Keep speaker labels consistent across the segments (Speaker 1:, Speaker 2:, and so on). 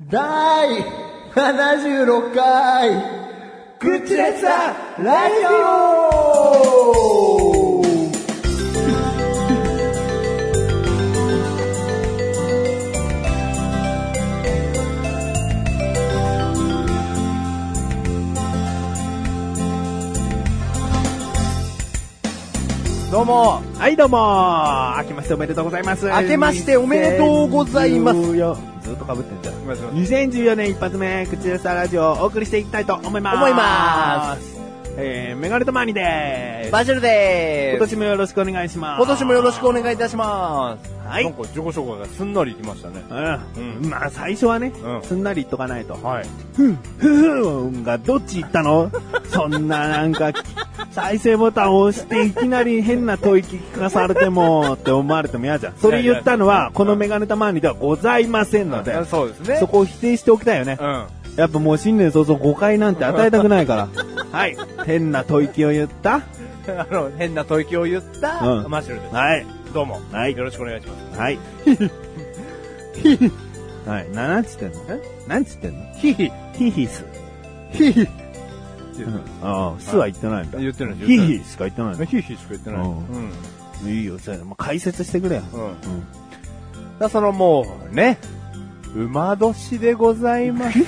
Speaker 1: 第76回、グッチレッサーラジオ
Speaker 2: どうも、
Speaker 3: はい、どうも明けましておめでとうございます。
Speaker 2: 明けましておめでとうございます
Speaker 3: 2014ずっと被ってんじゃん。
Speaker 2: すいま
Speaker 3: 2014年一発目、口でさラジオをお送りしていきたいと思います。。
Speaker 2: 思います
Speaker 3: えー、メガネとマーニーでーす。
Speaker 2: バジルで
Speaker 3: 今
Speaker 2: ーす。
Speaker 3: 年もよろしくお願いします。
Speaker 2: 今年もよろしくお願いいたします。
Speaker 3: はい
Speaker 4: なんか自己紹介がすんなりいきましたね。
Speaker 3: うん。まあ、最初はね、
Speaker 4: うん
Speaker 3: すんなり言っとかないと。
Speaker 4: はい。
Speaker 3: ふふんがどっち行ったのそんななんか、再生ボタンを押していきなり変な吐息聞かされてもって思われても嫌じゃん。それ言ったのは、このメガネたまわりではございませんので、
Speaker 4: そうですね。
Speaker 3: そこを否定しておきたいよね
Speaker 4: う。ん。
Speaker 3: やっぱもう新年早々誤解なんて与えたくない から。はい。変な吐息を言った
Speaker 4: あの、変な吐息を言った、
Speaker 3: うん
Speaker 4: マシュルです。
Speaker 3: はい。
Speaker 4: どうも。
Speaker 3: はい
Speaker 4: よろしくお願いします。
Speaker 3: はい。はい。な、なんつってんのえなんつってんの
Speaker 4: ヒヒ。
Speaker 3: ヒヒス。
Speaker 4: ヒヒ。
Speaker 3: うんああ、スは言ってないんだ。
Speaker 4: 言ってない
Speaker 3: ヒヒしか言ってないんだ。
Speaker 4: ヒヒしか言ってない。
Speaker 3: うん
Speaker 4: うん。
Speaker 3: いいよ、そうやなもう解説してくれよ。
Speaker 4: うん。
Speaker 3: うん
Speaker 4: だそのもう、ね。馬年でござい ます。も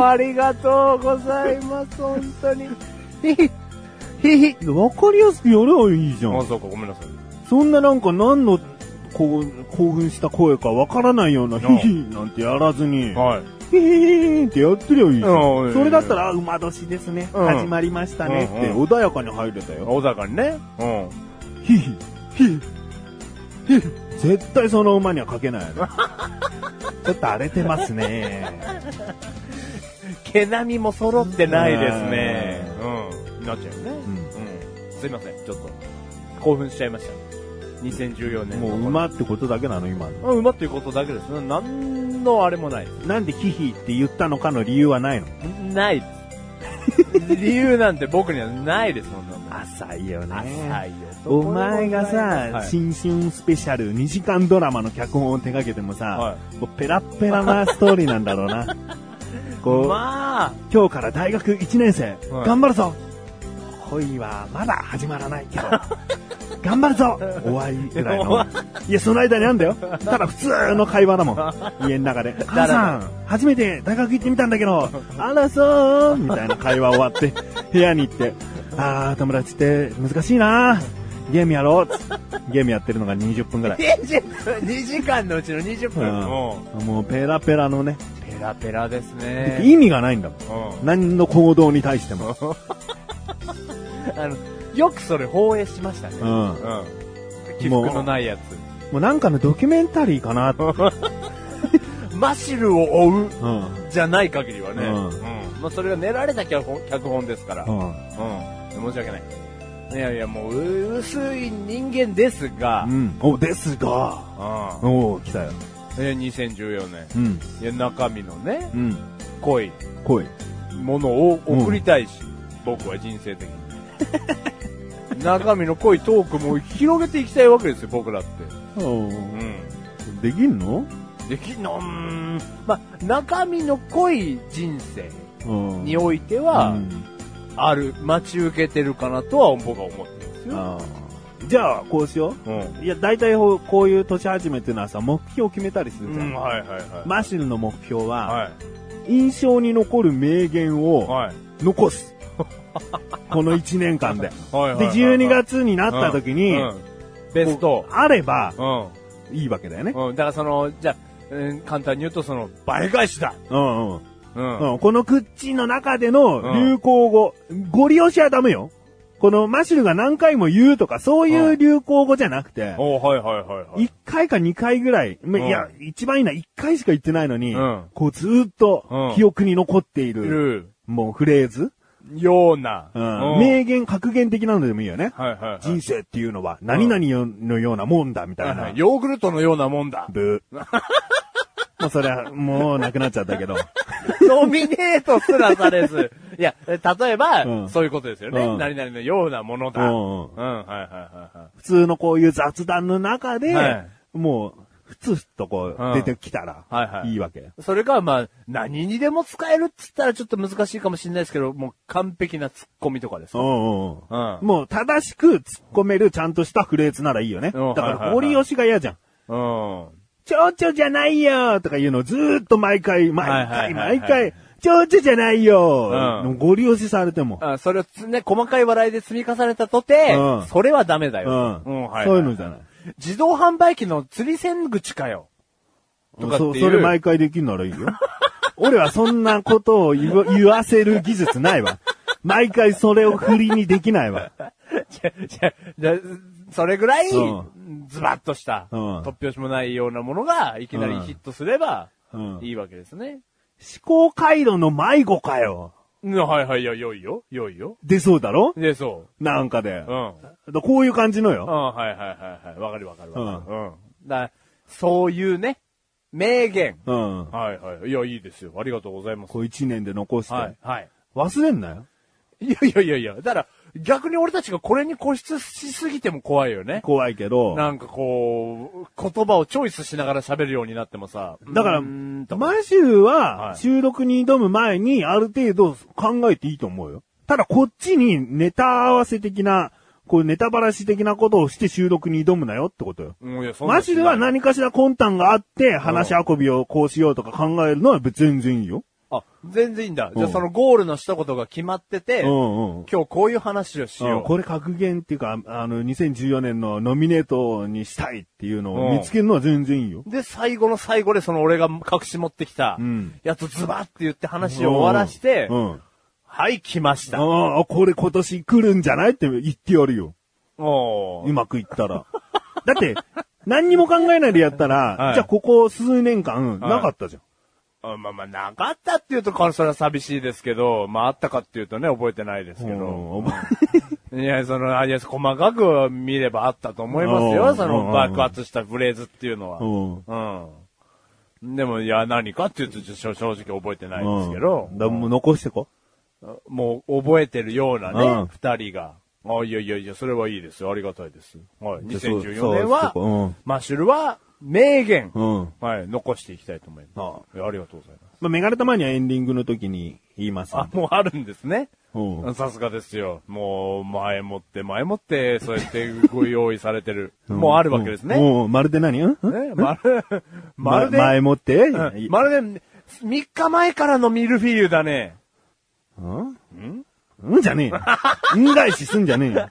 Speaker 4: う、ありがとうございます。本当に。
Speaker 3: ひひ、ひひ、わかりやすくやればいいじゃ
Speaker 4: あ、
Speaker 3: ん。
Speaker 4: そうか、ごめんなさい。
Speaker 3: そんななんか何の、こう、興奮した声かわからないような、
Speaker 4: うん
Speaker 3: ひひなんてやらずに、
Speaker 4: はい。
Speaker 3: ひひひひってやってりゃいいじゃ。
Speaker 4: うんん
Speaker 3: それだったら、あ馬年ですね。
Speaker 4: うん
Speaker 3: 始まりましたね。って
Speaker 4: うんう
Speaker 3: 穏やかに入れたよ。
Speaker 4: 小坂にね。うん。
Speaker 3: ひひ、ひひ、ひひ。絶対その馬にはかけないよ ね。ちょっと荒れてます ね。
Speaker 4: 毛並みも揃ってないですね。うん。なっちゃうよね。
Speaker 3: う
Speaker 4: うん。すいません、ちょっと。興奮しちゃいました。2014年。
Speaker 3: もう馬ってことだけなの、今の。
Speaker 4: あ。馬っていうことだけですね。なんのあれもないで
Speaker 3: なんでヒヒって言ったのかの理由はないの
Speaker 4: す。ないです。理由なんて僕にはないです、そんなの。
Speaker 3: 浅いよね。
Speaker 4: 浅いよ。
Speaker 3: お前がさ、
Speaker 4: はい
Speaker 3: 新春スペシャル2時間ドラマの脚本を手掛けてもさ、
Speaker 4: は
Speaker 3: もうペラッペラなストーリーなんだろうな。こう、
Speaker 4: まあ、
Speaker 3: 今日から大学1年生、
Speaker 4: はい
Speaker 3: 頑張るぞ恋はまだ始まらない けど、頑張るぞ終わりぐらいの
Speaker 4: 終。
Speaker 3: いや、その間にあんだよ。ただ普通の会話だ もん。家の中で。母さん、初めて大学行ってみたんだけ ど、あらそうみたいな会話終わって、部屋に行って、あー、友達って難しいなゲームやろうつってゲームやってるのが20分ぐ らい。
Speaker 4: 20分、2時間のうちの20
Speaker 3: う
Speaker 4: 分。うん
Speaker 3: ん、もうペラペラのね、
Speaker 4: ペラペラですね。
Speaker 3: 意味がないんだもん。
Speaker 4: うん
Speaker 3: 何の行動に対しても。
Speaker 4: あの、よくそれ放映しましたね。
Speaker 3: う
Speaker 4: うん。
Speaker 3: ん
Speaker 4: 起伏のないや
Speaker 3: もうなんかのドキュメンタリーかなって。
Speaker 4: つ。マシルを追う。
Speaker 3: うん。
Speaker 4: じゃない限りはね、
Speaker 3: うん
Speaker 4: うんまあ、それが練られた脚本脚本ですから、
Speaker 3: う
Speaker 4: うん
Speaker 3: ん。
Speaker 4: 申し訳ない。いやいや、もう、薄い人間ですが、
Speaker 3: うん。お、ですが、
Speaker 4: うん
Speaker 3: おー、来たよ。
Speaker 4: え2014年
Speaker 3: うん。
Speaker 4: いや、中身のね、
Speaker 3: うん。
Speaker 4: 濃い
Speaker 3: 来い。
Speaker 4: ものを送りたいし、僕は人生的 に。中身の濃いトークも広げていきたいわけですよ、僕らって。
Speaker 3: お
Speaker 4: う
Speaker 3: ー
Speaker 4: ん。
Speaker 3: できんの
Speaker 4: できんのうーんまあ、中身の濃い人生
Speaker 3: うん
Speaker 4: においては、ある、待ち受けてるかなとは僕は思ってるんですよ。
Speaker 3: あーじゃあ、こうしよ
Speaker 4: うん。
Speaker 3: う。いや、大体ほこういう年始めっていうのはさ、目標を決めたりするじゃん。
Speaker 4: はいはいはい。
Speaker 3: マシルの目標は、
Speaker 4: は
Speaker 3: 印象に残る名言
Speaker 4: い。
Speaker 3: を
Speaker 4: はい。
Speaker 3: 残 す。この1年間で。
Speaker 4: はい。
Speaker 3: で、12月になった時に、
Speaker 4: うんベスト
Speaker 3: こ。うあれば
Speaker 4: う
Speaker 3: いいわけだよね。
Speaker 4: ん。うん。だからその、じゃあうん簡単に言うとその、倍返しだ。
Speaker 3: うんうん。
Speaker 4: うん。
Speaker 3: うん、このクッチンの中での
Speaker 4: うん
Speaker 3: 流行語、ご利用しはダメよ。このマシュルが何回も言うとか、そういう流行語じゃなくて、
Speaker 4: おはいはいはいはい。
Speaker 3: 一回か二回ぐらい、ま
Speaker 4: うん
Speaker 3: いや、一番いいのは一回しか言ってないのに、
Speaker 4: うん
Speaker 3: こうずーっと
Speaker 4: うん
Speaker 3: 記憶に残ってい
Speaker 4: い
Speaker 3: る、
Speaker 4: る
Speaker 3: もうフレーズ、
Speaker 4: ような。
Speaker 3: うん
Speaker 4: うん
Speaker 3: 名言、格言的なのでもいいよね。
Speaker 4: はいはいはい。
Speaker 3: 人生っていうのは何々よのようなもんだ、みたい
Speaker 4: は。
Speaker 3: ない
Speaker 4: ヨーグルトのようなも んだ。
Speaker 3: ブー。 もうそれは、もうなくなっちゃったけど。
Speaker 4: ノミネートすらされず、いや、例えば、
Speaker 3: うん
Speaker 4: そういうことですよね、
Speaker 3: うん
Speaker 4: 何々のようなものだ。
Speaker 3: う
Speaker 4: うん、
Speaker 3: んうん
Speaker 4: はいはいはいはい。
Speaker 3: 普通のこういう雑談の中で、
Speaker 4: はい
Speaker 3: もう、ふつふつとこ
Speaker 4: うん
Speaker 3: う、出てきたら、
Speaker 4: はいはい
Speaker 3: いいわけ。
Speaker 4: それか、まあ、何にでも使えるっつったらちょっと難しいかもしれないですけど、もう完璧なツッコミとかです
Speaker 3: うん
Speaker 4: か。
Speaker 3: うん
Speaker 4: うん
Speaker 3: もう正しく突っ込めるちゃんとしたフレーズならいいよね。だ
Speaker 4: うん
Speaker 3: から、
Speaker 4: はいはいはい
Speaker 3: 堀吉が嫌じゃん。
Speaker 4: うん。
Speaker 3: 蝶々じゃないよとか言うのずーっと毎回、毎
Speaker 4: はいはい
Speaker 3: 回、
Speaker 4: はいはい
Speaker 3: 毎回、蝶々じゃないよ
Speaker 4: うん
Speaker 3: でもゴリ押しされても。
Speaker 4: あそれをつね、細かい笑いで積み重ねたとて、
Speaker 3: うん
Speaker 4: それはダメだ
Speaker 3: う
Speaker 4: よ。
Speaker 3: ん
Speaker 4: はは
Speaker 3: そういうのじゃない。
Speaker 4: 自動販売機の釣り線口かよ。とかってい
Speaker 3: そうそれ毎回できるならいいよ。 俺はそんなことを言わ言わせる技術ないわ。毎回それを振りにできないわ。
Speaker 4: じゃ、じゃ、じゃ、それぐらい、
Speaker 3: う
Speaker 4: ズバッとした、
Speaker 3: うん
Speaker 4: 突拍子もないようなものが、いきなりヒットすれば、
Speaker 3: うん
Speaker 4: いいわけですね。
Speaker 3: 思考回路の迷子かよ。
Speaker 4: うんはいはい、いや、良いよ、良いよ。
Speaker 3: 出そうだろ
Speaker 4: で、そ
Speaker 3: なんかで
Speaker 4: う。う。ん。
Speaker 3: だこういう感じの
Speaker 4: うん、
Speaker 3: よ。
Speaker 4: はいはいはいはい。わかるわかるわかる。うん。だそういうね、名言。
Speaker 3: うん。
Speaker 4: はいはい。いや、いいですよ。ありがとうございます。
Speaker 3: こう一年で残して。
Speaker 4: はい。はい。
Speaker 3: 忘れんなよ。
Speaker 4: いやいやいやいや。だから、逆に俺たちがこれに固執しすぎても怖いよね。
Speaker 3: 怖いけど。
Speaker 4: なんかこう、言葉をチョイスしながら喋るようになってもさ。
Speaker 3: だか
Speaker 4: う
Speaker 3: ら、
Speaker 4: ーんと
Speaker 3: 毎週
Speaker 4: は
Speaker 3: はい収録に挑む前にある程度考えていいと思うよ。ただこっちにネタ合わせ的な、こうネタばらし的なことをして収録に挑むなよってことよ。
Speaker 4: うんいやそんな
Speaker 3: マジでは何かしら魂胆があって話し運びをこうしようとか考えるのは別全然いいよ。
Speaker 4: あ、全然いいんだ。じ
Speaker 3: う
Speaker 4: ゃあ
Speaker 3: ん
Speaker 4: そのゴールの一言が決まってて、
Speaker 3: うんうん。
Speaker 4: 今日こういう話をし
Speaker 3: うん
Speaker 4: よう。
Speaker 3: これ格言っていうか、あの、2014年のノミネートにしたいっていうのを見つけるのは全然いいよ。
Speaker 4: で、最後の最後でその俺が隠し持ってきた
Speaker 3: うん、
Speaker 4: やつズバって言って話を終わらして、
Speaker 3: うん。うん
Speaker 4: はい、来ました。
Speaker 3: ああ、これ今年来るんじゃないって言ってやるよ。
Speaker 4: お
Speaker 3: う
Speaker 4: ー
Speaker 3: まくいったら。 だって、何にも考えないでやったら、
Speaker 4: はい
Speaker 3: じゃあここ数年間、なかったじゃん。
Speaker 4: あまあまあ、なかったっていうと、これそれは寂しいですけど、まああったかっていうとね、覚えてないですけど。
Speaker 3: うん
Speaker 4: いや、その、あいや、細かく見ればあったと思います
Speaker 3: う
Speaker 4: よ、
Speaker 3: ん
Speaker 4: その
Speaker 3: うん
Speaker 4: 爆発したフレーズっていうのは。
Speaker 3: うん。うん
Speaker 4: うん。でも、いや、何かっていうと、ちょ正直覚えてないですけど、
Speaker 3: だからもう残してこ。
Speaker 4: もう覚えてるような
Speaker 3: う
Speaker 4: ね
Speaker 3: ん、
Speaker 4: 二、人が。あいやいやいや、それはいいですよ。ありがたいです。はい。
Speaker 3: じゃあそう
Speaker 4: 2014年は、
Speaker 3: そううん
Speaker 4: マッシュルは、名言、
Speaker 3: うん。
Speaker 4: はい、残していきたいと思いま
Speaker 3: あ
Speaker 4: す。いやありがとうございま
Speaker 3: まあ、メガネたまにはエンディングの時に言います
Speaker 4: す。あ、もうあるんですね。
Speaker 3: うん。
Speaker 4: さすがですよ。もう、前もって、前もって、そうやってご用意されてる。もうあるわけですね。
Speaker 3: うんうんまるで何うん
Speaker 4: ねまる、まるで、
Speaker 3: 前もって、
Speaker 4: うん
Speaker 3: い
Speaker 4: まるで、3日前からのミルフィーユだね。
Speaker 3: うんうんじゃねえよ。うん返しすんじゃねえよ。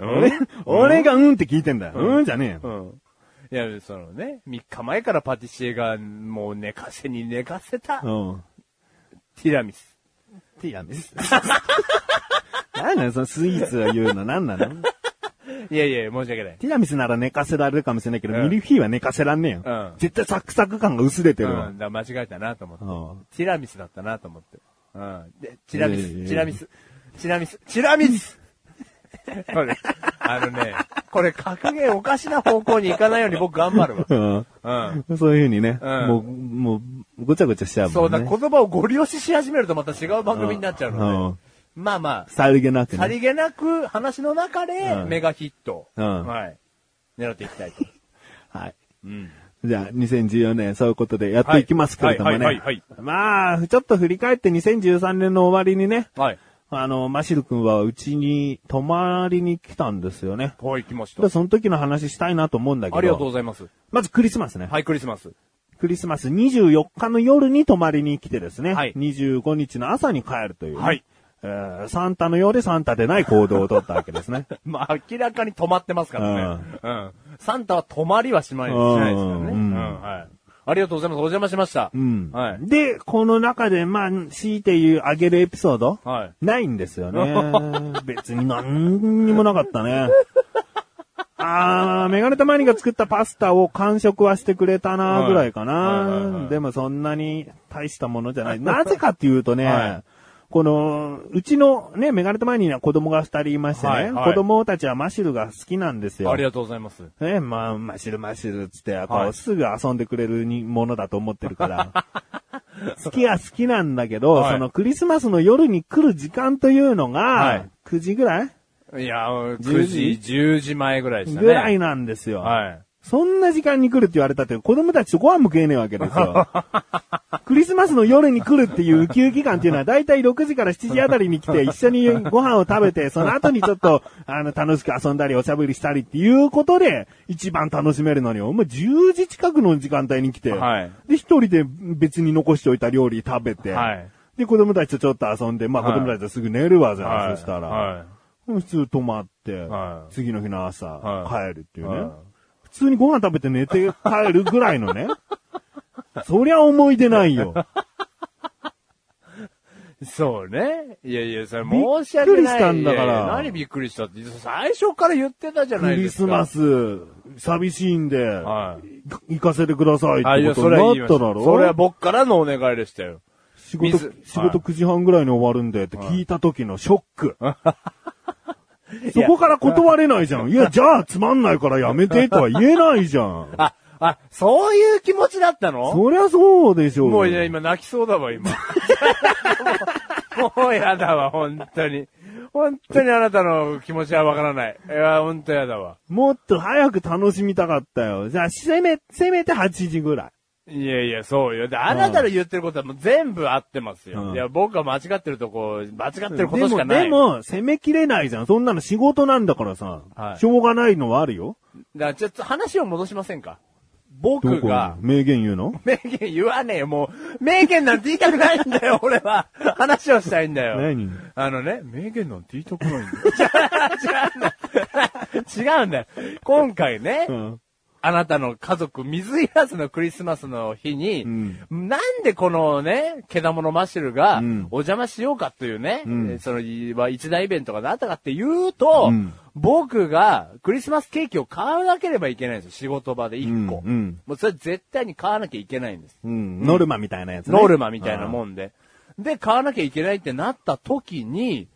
Speaker 3: 俺、俺がうんって聞いてんだよ。うんじゃねえ
Speaker 4: う
Speaker 3: よ。
Speaker 4: ん。いや、そのね、3日前からパティシエがもう寝かせに寝かせた
Speaker 3: うん。
Speaker 4: ティラミス。
Speaker 3: ティラミス。何なのそのスイーツを言うの何なの
Speaker 4: いやいや、申し訳ない。
Speaker 3: ティラミスなら寝かせられるかもしれないけど、
Speaker 4: うん
Speaker 3: ミルフィーユは寝かせらんねえよ。
Speaker 4: うん
Speaker 3: 絶対サクサク感が薄れてるわ。
Speaker 4: うん、だ間違えたなと思って。
Speaker 3: うん
Speaker 4: ティラミスだったなと思って。うん。で、チラミ
Speaker 3: いやいやい
Speaker 4: ス、
Speaker 3: や
Speaker 4: チラミス、チラミス、チラミス これ、あのね、これ格言おかしな方向に行かないように僕頑張る
Speaker 3: うん
Speaker 4: わ。うん。
Speaker 3: そういうふうにね、
Speaker 4: うん
Speaker 3: もう、もう、ごちゃごちゃしちゃう
Speaker 4: そ
Speaker 3: も
Speaker 4: うんだ、
Speaker 3: ね。
Speaker 4: 言葉をご利用しし始めるとまた違う番組になっちゃう
Speaker 3: う
Speaker 4: の
Speaker 3: ん
Speaker 4: で。まあまあ、
Speaker 3: さりげなく
Speaker 4: さ
Speaker 3: ね。
Speaker 4: りげなく話の中で
Speaker 3: うん
Speaker 4: メガヒット。
Speaker 3: うん
Speaker 4: はい。狙っていきた いと。
Speaker 3: はい。
Speaker 4: うん。
Speaker 3: じゃあ、2014年、そういうことでやっていきますけれどもね。
Speaker 4: はいはいはい
Speaker 3: まあ、ちょっと振り返って2013年の終わりにね、
Speaker 4: はい。
Speaker 3: あの、マシル君はうちに泊まりに来たんですよね。
Speaker 4: はい、来ました
Speaker 3: で。その時の話したいなと思うんだけど。
Speaker 4: ありがとうございます。
Speaker 3: まずクリスマスね。
Speaker 4: はい、クリスマス。
Speaker 3: クリスマス24日の夜に泊まりに来てですね、
Speaker 4: はい
Speaker 3: 25日の朝に帰るというね、
Speaker 4: はい
Speaker 3: えーサンタのようでサンタでない行動をとったわけですね。
Speaker 4: まあ、明らかに止まってますからね。うん。サンタは止まりはしまい、し
Speaker 3: うん
Speaker 4: ないですからね。う
Speaker 3: うん
Speaker 4: ん、はい。ありがとうございます。お邪魔しました。
Speaker 3: うん
Speaker 4: はい。
Speaker 3: で、この中で、まあ、強いて言う、あげるエピソード、
Speaker 4: はい
Speaker 3: ないんですよ ね。別に何にもなかったね。あー、メガネタマニが作ったパスタを完食はしてくれたなぐらいかな、
Speaker 4: はいはいはいはい
Speaker 3: でもそんなに大したものじゃ ない。なぜかっていうとね、
Speaker 4: は
Speaker 3: この、うちのね、メガネタマニには子供が二人いましてね、
Speaker 4: はいはい
Speaker 3: 子供たちはマシルが好きなんですよ。
Speaker 4: ありがとうございます。
Speaker 3: ね、まあ、マシルマシルっつって、こ
Speaker 4: は
Speaker 3: う、
Speaker 4: い
Speaker 3: すぐ遊んでくれるにものだと思ってるから。好きは好きなんだけど、
Speaker 4: はい
Speaker 3: そのクリスマスの夜に来る時間というのが、
Speaker 4: はい
Speaker 3: 9時ぐらい
Speaker 4: いや、9時、10時前ぐらいでしたね。
Speaker 3: ぐらいなんですよ。
Speaker 4: はい。
Speaker 3: そんな時間に来るって言われたって、子供たちとご飯も食えねえわけです よ。クリスマスの夜に来るっていうウキウキ感っていうのは、だいたい6時から7時あたりに来て、一緒にご飯を食べて、その後にちょっ と、あの、楽しく遊んだり、おしゃべりしたりっていうことで、一番楽しめるのに、お前10時近くの時間帯に来て、
Speaker 4: はい
Speaker 3: で、一人で別に残しておいた料理食べて、
Speaker 4: はい
Speaker 3: で、子供たちとちょっと遊んで、まあ
Speaker 4: は
Speaker 3: 子
Speaker 4: い
Speaker 3: 供たちはすぐ寝るわじゃん、
Speaker 4: はい
Speaker 3: そしたら。
Speaker 4: はい
Speaker 3: 普通泊まって、
Speaker 4: はい
Speaker 3: 次の日の朝、
Speaker 4: は
Speaker 3: 帰るっていうね。
Speaker 4: はい
Speaker 3: 普通にご飯食べて寝て帰るぐらいのね。 そりゃ思い出ないよ。
Speaker 4: そうね。いやいや、それ申し
Speaker 3: びっく
Speaker 4: 訳ない。
Speaker 3: りしたんだから
Speaker 4: いやいや何びっくりしたって、最初から言ってたじゃ
Speaker 3: ク
Speaker 4: ない
Speaker 3: リ
Speaker 4: です
Speaker 3: ス
Speaker 4: か。
Speaker 3: マ
Speaker 4: ス。
Speaker 3: ス、寂しいんで、
Speaker 4: はい。
Speaker 3: 行かせてください
Speaker 4: あ、い
Speaker 3: ってこ
Speaker 4: や、そ
Speaker 3: と
Speaker 4: れは言
Speaker 3: に
Speaker 4: い
Speaker 3: なっ
Speaker 4: ま
Speaker 3: た
Speaker 4: し
Speaker 3: だ
Speaker 4: た
Speaker 3: ろ
Speaker 4: それは僕からのお願いでしたよ。
Speaker 3: 仕事、仕
Speaker 4: 水
Speaker 3: 事9時半ぐらいに終わるんでって聞いた時のショッ ク。そこから断れないじゃん。いや、じゃあつまんないからやめてとは言えないじゃ ん。
Speaker 4: あ、あ、そういう気持ちだったの
Speaker 3: そりゃそうでしょ
Speaker 4: もうね、今泣きそうだわ、今。もうもうやだわ、本当に。本当にあなたの気持ちはわからない。いや、本当やだわ。
Speaker 3: もっと早く楽しみたかったよ。じゃあ、せめ、せめて8時ぐらい。
Speaker 4: いやいや、そうよ。で、あなたの言ってることはもう全部合ってますよ。
Speaker 3: うん
Speaker 4: いや、僕は間違ってるとこ、間違って
Speaker 3: で
Speaker 4: ることし
Speaker 3: も、
Speaker 4: かない。
Speaker 3: でも、攻めきれないじゃん。そんなの仕事なんだからさ。
Speaker 4: はい
Speaker 3: しょうがないのはあるよ。
Speaker 4: だからちょっと話を戻しませんか。僕が、
Speaker 3: 名言言うの
Speaker 4: 名言言わねえよ、もう。名言なんて言いたくないんだよ、 俺は。話をしたいんだよ。
Speaker 3: 何
Speaker 4: あのね、名言なんて言いたくないんだよ。 違うんだよ。違うんだよ。今回ね、
Speaker 3: うん。
Speaker 4: あなたの家族、水いらずのクリスマスの日に、
Speaker 3: ん
Speaker 4: なんでこのね、けだものマッシュルが、
Speaker 3: ん
Speaker 4: お邪魔しようかというね、
Speaker 3: ん
Speaker 4: えーその、いわ一大イベントがあったかっていうと、
Speaker 3: うん
Speaker 4: 僕がクリスマスケーキを買わなければいけないんですよ。仕事場で1
Speaker 3: う
Speaker 4: 個。
Speaker 3: んうん
Speaker 4: もうそれ絶対に買わなきゃいけないんです。
Speaker 3: うん。ノルマみたいなやつね。
Speaker 4: ノルマみたいな
Speaker 3: うん。
Speaker 4: もんで。で、買わなきゃいけないってなった時に、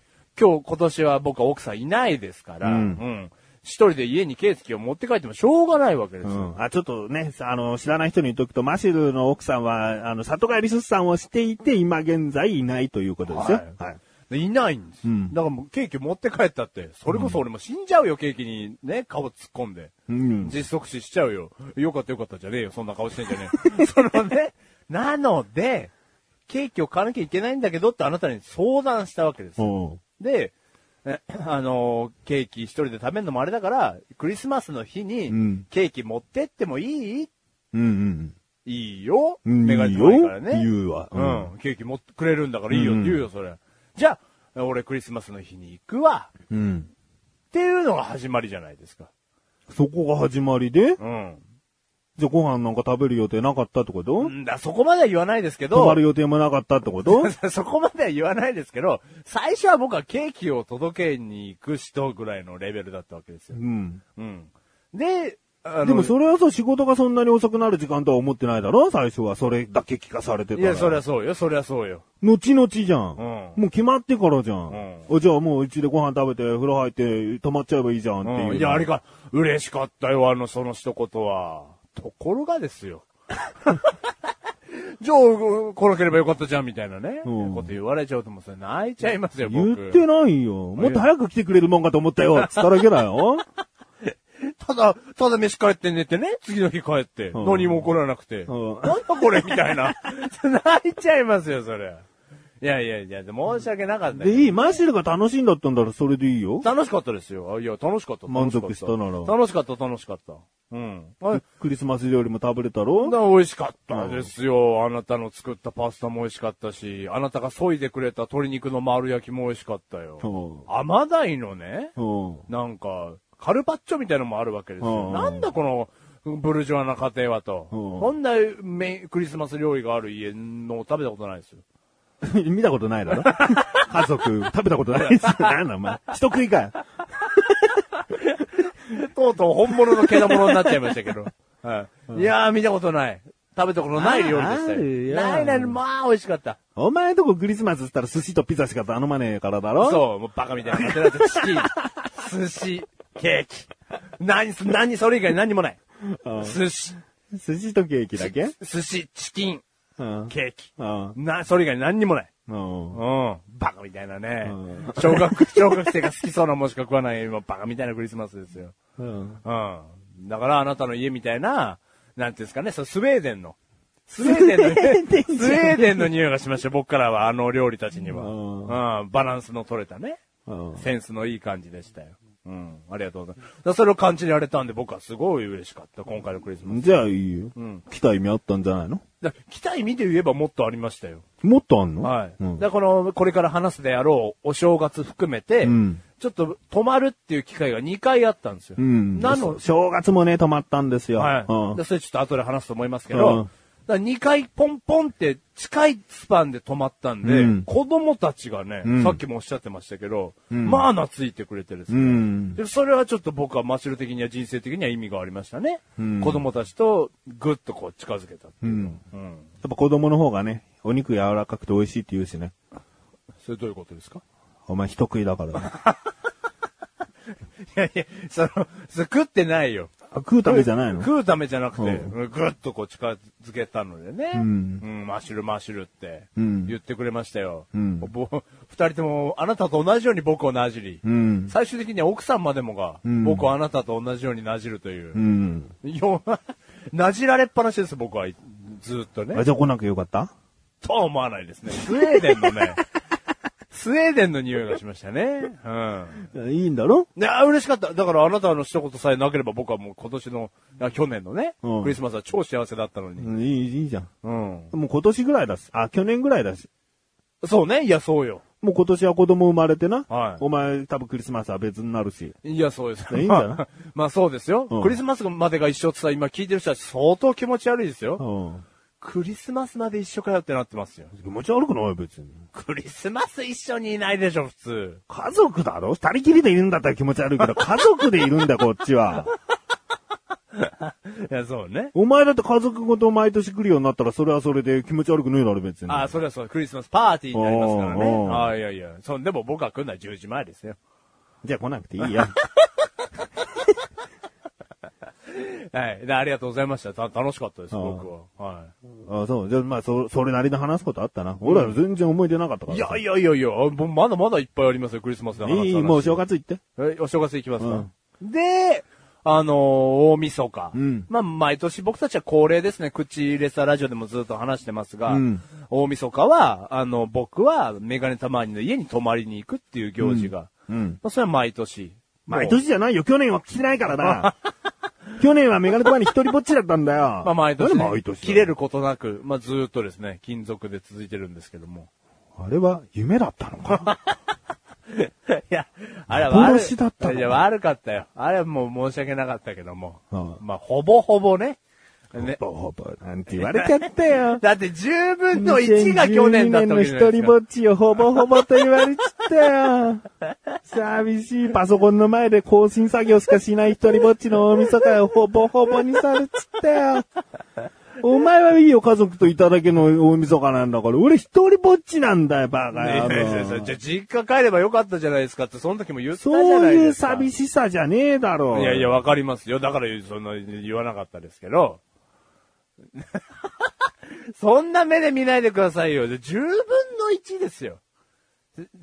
Speaker 4: 今日、今年は僕は奥さんいないですから、
Speaker 3: うん
Speaker 4: うん一人で家にケーキを持って帰ってもしょうがないわけですよ。
Speaker 3: うんあ、ちょっとね、あの、知らない人に言っとくと、マシルの奥さんは、あの、里帰り出産をしていて、今現在いないということですよ。
Speaker 4: はい
Speaker 3: はい
Speaker 4: でいないんですよ。
Speaker 3: うん
Speaker 4: だからもうケーキ持って帰ったって、それこそ俺も死んじゃうよ、ケーキにね、顔突っ込んで。
Speaker 3: うん。
Speaker 4: 実測死しちゃうよ。よかったよかったじゃねえよ、そんな顔してんじゃね えよ。そのね、なので、ケーキを買わなきゃいけないんだけどってあなたに相談したわけです。
Speaker 3: おう
Speaker 4: で、えあのーケーキ一人で食べるのもあれだから、クリスマスの日
Speaker 3: う
Speaker 4: に
Speaker 3: ん、
Speaker 4: ケーキ持ってってもいい、
Speaker 3: うん
Speaker 4: いいよ。
Speaker 3: うん。
Speaker 4: メガネ
Speaker 3: いい
Speaker 4: とかいい
Speaker 3: よ
Speaker 4: から。ね。
Speaker 3: 言うわ。
Speaker 4: うん。ケーキ持ってくれるんだからいいよって言う
Speaker 3: う
Speaker 4: よ、それ。じゃあ、俺クリスマスの日に行くわ。っ
Speaker 3: うん。うん。
Speaker 4: ていうのが始まりじゃないですか。
Speaker 3: そこが始まりで、
Speaker 4: うん。
Speaker 3: じゃあご飯なんか食べる予定なかったってこと、
Speaker 4: うんだ、そこまでは言わないですけ
Speaker 3: 泊ま
Speaker 4: ど
Speaker 3: る、予定もなかったってこと
Speaker 4: そこまでは言わないですけど、最初は僕はケーキを届けに行く人ぐらいのレベルだったわけです
Speaker 3: う
Speaker 4: よ。
Speaker 3: ん。
Speaker 4: うん。で、あの
Speaker 3: でもそれはさ、仕事がそんなに遅くなる時間とは思ってないだろ最初は。それだけ聞かされてた
Speaker 4: い
Speaker 3: ら。
Speaker 4: や、そりゃそうよ、そりゃそうよ。
Speaker 3: 後々じゃん。
Speaker 4: うん
Speaker 3: もう決まってからじゃん。
Speaker 4: う
Speaker 3: あじゃあもううちでご飯食べて、風呂入って、泊まっちゃえばいいじゃんっていう。
Speaker 4: うん、いや、あれが、嬉しかったよ、あの、その一言は。ところがで すよ。じゃあ、来なければよかったじゃん、みたいなね。
Speaker 3: うん
Speaker 4: こと言われちゃうと、もうそれ泣いちゃいますよ、
Speaker 3: 言
Speaker 4: 僕。
Speaker 3: ってないよ。もっと早く来てくれるもんかと思った よ。つっただけだよ。
Speaker 4: ただ、ただ飯帰って寝てね、次の日帰って、
Speaker 3: うん
Speaker 4: 何も起こらなくて、
Speaker 3: うん
Speaker 4: なんだこれ、みたいな。 泣いちゃいますよ、それ。いやいやいや、申し訳なかったけど
Speaker 3: で、いい。マシルが楽しいんだったんだらそれでいいよ。
Speaker 4: 楽しかったですよ。あいや、楽しかった。
Speaker 3: 満足したなら
Speaker 4: 楽しかった、楽しかった。うん。あ
Speaker 3: クリスマス料理も食べれた
Speaker 4: そん
Speaker 3: ろ
Speaker 4: な美味しかったですよ。あなたの作ったパスタも美味しかったし、あなたが削いでくれた鶏肉の丸焼きも美味しかったよ。
Speaker 3: う
Speaker 4: 甘鯛のね、
Speaker 3: ん。うん。
Speaker 4: なんか、カルパッチョみたいのもあるわけです
Speaker 3: う
Speaker 4: よ。
Speaker 3: ん
Speaker 4: なんだこの、ブルジョアな家庭はと。
Speaker 3: うん
Speaker 4: こんなメイクリスマス料理がある家の食べたことないですよ。
Speaker 3: 見たことないだろ家族、食べたことないっすよ。なんだお前。人食いかよ。
Speaker 4: とうとう本物のけだものになっちゃいました けど。はい、いやー、見たことない。食べたことない料理でした
Speaker 3: ある
Speaker 4: よ。
Speaker 3: よ
Speaker 4: ないない、まあ、美味しかった。
Speaker 3: お前んとこクリスマスっつったら寿司とピザしか頼まねえからだろ
Speaker 4: そう、もうバカみたいな。だってチキン、寿司、ケーキ。何す、何、それ以外何もない。
Speaker 3: うん
Speaker 4: 寿司、
Speaker 3: 寿司とケーキだけ
Speaker 4: 寿司、チキン、
Speaker 3: うん
Speaker 4: ケーキ。
Speaker 3: うん
Speaker 4: な、それ以外何にもない。
Speaker 3: うん
Speaker 4: うん。バカみたいなね
Speaker 3: うん。
Speaker 4: 小学、小学生が好きそうなもんしか食わない、今バカみたいなクリスマスですよ。
Speaker 3: うん
Speaker 4: うん。だからあなたの家みたいな、なんていうんですかね、そうスウェーデンの。スウェーデンの、スウェーデンの匂いがしました、僕からは、あの料理たちには。
Speaker 3: うん
Speaker 4: うん。バランスの取れたね。
Speaker 3: うん
Speaker 4: センスのいい感じでしたよ。うん。ありがとうございます。だからそれを感じられたんで、僕はすごい嬉しかった、今回のクリスマス。
Speaker 3: じゃあいいよ
Speaker 4: うん。
Speaker 3: 来た意味あったんじゃないの
Speaker 4: だから期待見て言えばもっとありましたよ。
Speaker 3: もっとあんの
Speaker 4: はい。
Speaker 3: うん
Speaker 4: だからこの、これから話すであろう、お正月含めて、
Speaker 3: うん
Speaker 4: ちょっと泊まるっていう機会が2回あったんですよ。
Speaker 3: うん。
Speaker 4: なの、
Speaker 3: 正月もね、止まったんですよ。
Speaker 4: はい。
Speaker 3: うん
Speaker 4: でそれちょっと後で話すと思いますけ
Speaker 3: うん
Speaker 4: ど、だ2回ポンポンって近いスパンで止まったんで、
Speaker 3: うん
Speaker 4: 子供たちがね、
Speaker 3: ん
Speaker 4: さっきもおっしゃってましたけど、
Speaker 3: ん
Speaker 4: まあ懐いてくれてるんです
Speaker 3: う
Speaker 4: よ
Speaker 3: ん。
Speaker 4: でそれはちょっと僕はマシュル的には人生的には意味がありましたね。
Speaker 3: うん
Speaker 4: 子供たちとぐっとこう近づけたって
Speaker 3: う
Speaker 4: いう。
Speaker 3: ん。や
Speaker 4: うん
Speaker 3: っぱ子供の方がね、お肉柔らかくて美味しいって言うしね。
Speaker 4: それどういうことですか
Speaker 3: お前人食いだから ね。
Speaker 4: いやいや、その、それ食ってないよ。
Speaker 3: あ食うためじゃないの
Speaker 4: 食うためじゃなくて、
Speaker 3: う
Speaker 4: ぐっとこう近づけたのでね、
Speaker 3: うん
Speaker 4: マッシュルマッシュルって
Speaker 3: うん
Speaker 4: 言ってくれましたよ。
Speaker 3: うん
Speaker 4: ぼ二人とも、あなたと同じように僕をなじり、
Speaker 3: うん。
Speaker 4: 最終的には奥さんまでもが、
Speaker 3: ん
Speaker 4: 僕をあなたと同じようになじるという
Speaker 3: う。ん。
Speaker 4: よなじられっぱなしです、僕は。ずっとね
Speaker 3: あ、。じゃあ来なきゃよかった
Speaker 4: とは思わないですね。スウェーデンの ね、スウェーデンの匂いがしましたね。うん。
Speaker 3: いいんだろ
Speaker 4: いや、嬉しかった。だからあなたの一言さえなければ僕はもう今年の、あ去年のね、
Speaker 3: うん
Speaker 4: クリスマスは超幸せだったの
Speaker 3: う
Speaker 4: に。
Speaker 3: ん、いい、いいじゃん。
Speaker 4: うん。
Speaker 3: もう今年ぐらいだし。あ、去年ぐらいだし。
Speaker 4: そうね。いや、そうよ。
Speaker 3: もう今年は子供生まれてな。
Speaker 4: はい
Speaker 3: お前多分クリスマスは別になるし。
Speaker 4: いや、そうです。
Speaker 3: いいんじゃない
Speaker 4: まあ まあそうですよ、
Speaker 3: うん
Speaker 4: クリスマスまでが一緒ってさ、今聞いてる人は相当気持ち悪いですよ。
Speaker 3: うん。
Speaker 4: クリスマスまで一緒かよってなってますよ。
Speaker 3: 気持ち悪くないよ別に。
Speaker 4: クリスマス一緒にいないでしょ、普通。
Speaker 3: 家族だろ二人きりでいるんだったら気持ち悪いけ ど、家族でいるんだよ、こっちは。
Speaker 4: いや、そうね。
Speaker 3: お前だって家族ごと毎年来るようになったら、それはそれで気持ち悪くないだろ、別に。
Speaker 4: ああ、それはそう、クリスマスパーティーになりますからね。
Speaker 3: おーおー
Speaker 4: ああ、いやいや。そう、でも僕は来るのは10時前ですよ。
Speaker 3: じゃあ来なくていいや。
Speaker 4: はい。でありがとうございました。た楽しかったです、
Speaker 3: あー
Speaker 4: 僕は。は
Speaker 3: あそう。じゃあ、まあ、そ、それなりの話すことあったな。俺は全然思い出なかったか
Speaker 4: い。
Speaker 3: ら
Speaker 4: い
Speaker 3: さ。
Speaker 4: やいやいやいや、あもうまだまだいっぱいありますよ、クリスマスの話。
Speaker 3: いい、もう正
Speaker 4: 月。
Speaker 3: 月行って。
Speaker 4: えお正月行きますか。
Speaker 2: で、
Speaker 4: あのー、大晦日。
Speaker 3: うん
Speaker 4: まあ、毎年僕たちは恒例ですね。口レサラジオでもずっと話してますが、
Speaker 3: うん
Speaker 4: 大晦日は、あの、僕はメガネたまわりの家に泊まりに行くっていう行事が、
Speaker 3: うん。
Speaker 4: まあ、それは毎年。
Speaker 3: 毎年じゃないよ。去年は来てないから な。去年はメガネとかに一人ぼっちだったんだよ。
Speaker 4: まあ毎年、
Speaker 3: なんで毎年。
Speaker 4: 切れ。ることなく、まあずーっとですね、金属で続いてるんですけども。
Speaker 3: あれは夢だったのか。
Speaker 4: いや、あれは悪
Speaker 3: 幻だったの
Speaker 4: いや、悪かったよ。あれはもう申し訳なかったけども。
Speaker 3: うん
Speaker 4: まあ、ほぼほぼね。ね。
Speaker 3: ほぼほぼ、なんて言われちゃった よ。
Speaker 4: だって10分の1が去年だったわけじゃな
Speaker 3: 2012
Speaker 4: い
Speaker 3: 年の一人
Speaker 4: ですか
Speaker 3: ぼ。っちをほぼほぼと言われちったよ。寂しいパソコンの前で更新作業しかしない一人ぼっちの大晦日をほぼほぼにされちったよ。お前はいいよ、家族といただけの大晦日なんだから。俺一人ぼっちなんだよ、バ
Speaker 4: いや
Speaker 3: カ
Speaker 4: いやいやい
Speaker 3: 野
Speaker 4: や
Speaker 3: 郎
Speaker 4: じゃあ実家帰ればよかったじゃないですかって、その時も言ったじゃ
Speaker 3: そう
Speaker 4: ない
Speaker 3: い
Speaker 4: で
Speaker 3: う
Speaker 4: すか。
Speaker 3: 寂しさじゃねえだろ。
Speaker 4: いやいや、わかりますよ。だから、そんな言わなかったですけど。 そんな目で見ないでくださいよ。10分の1ですよ。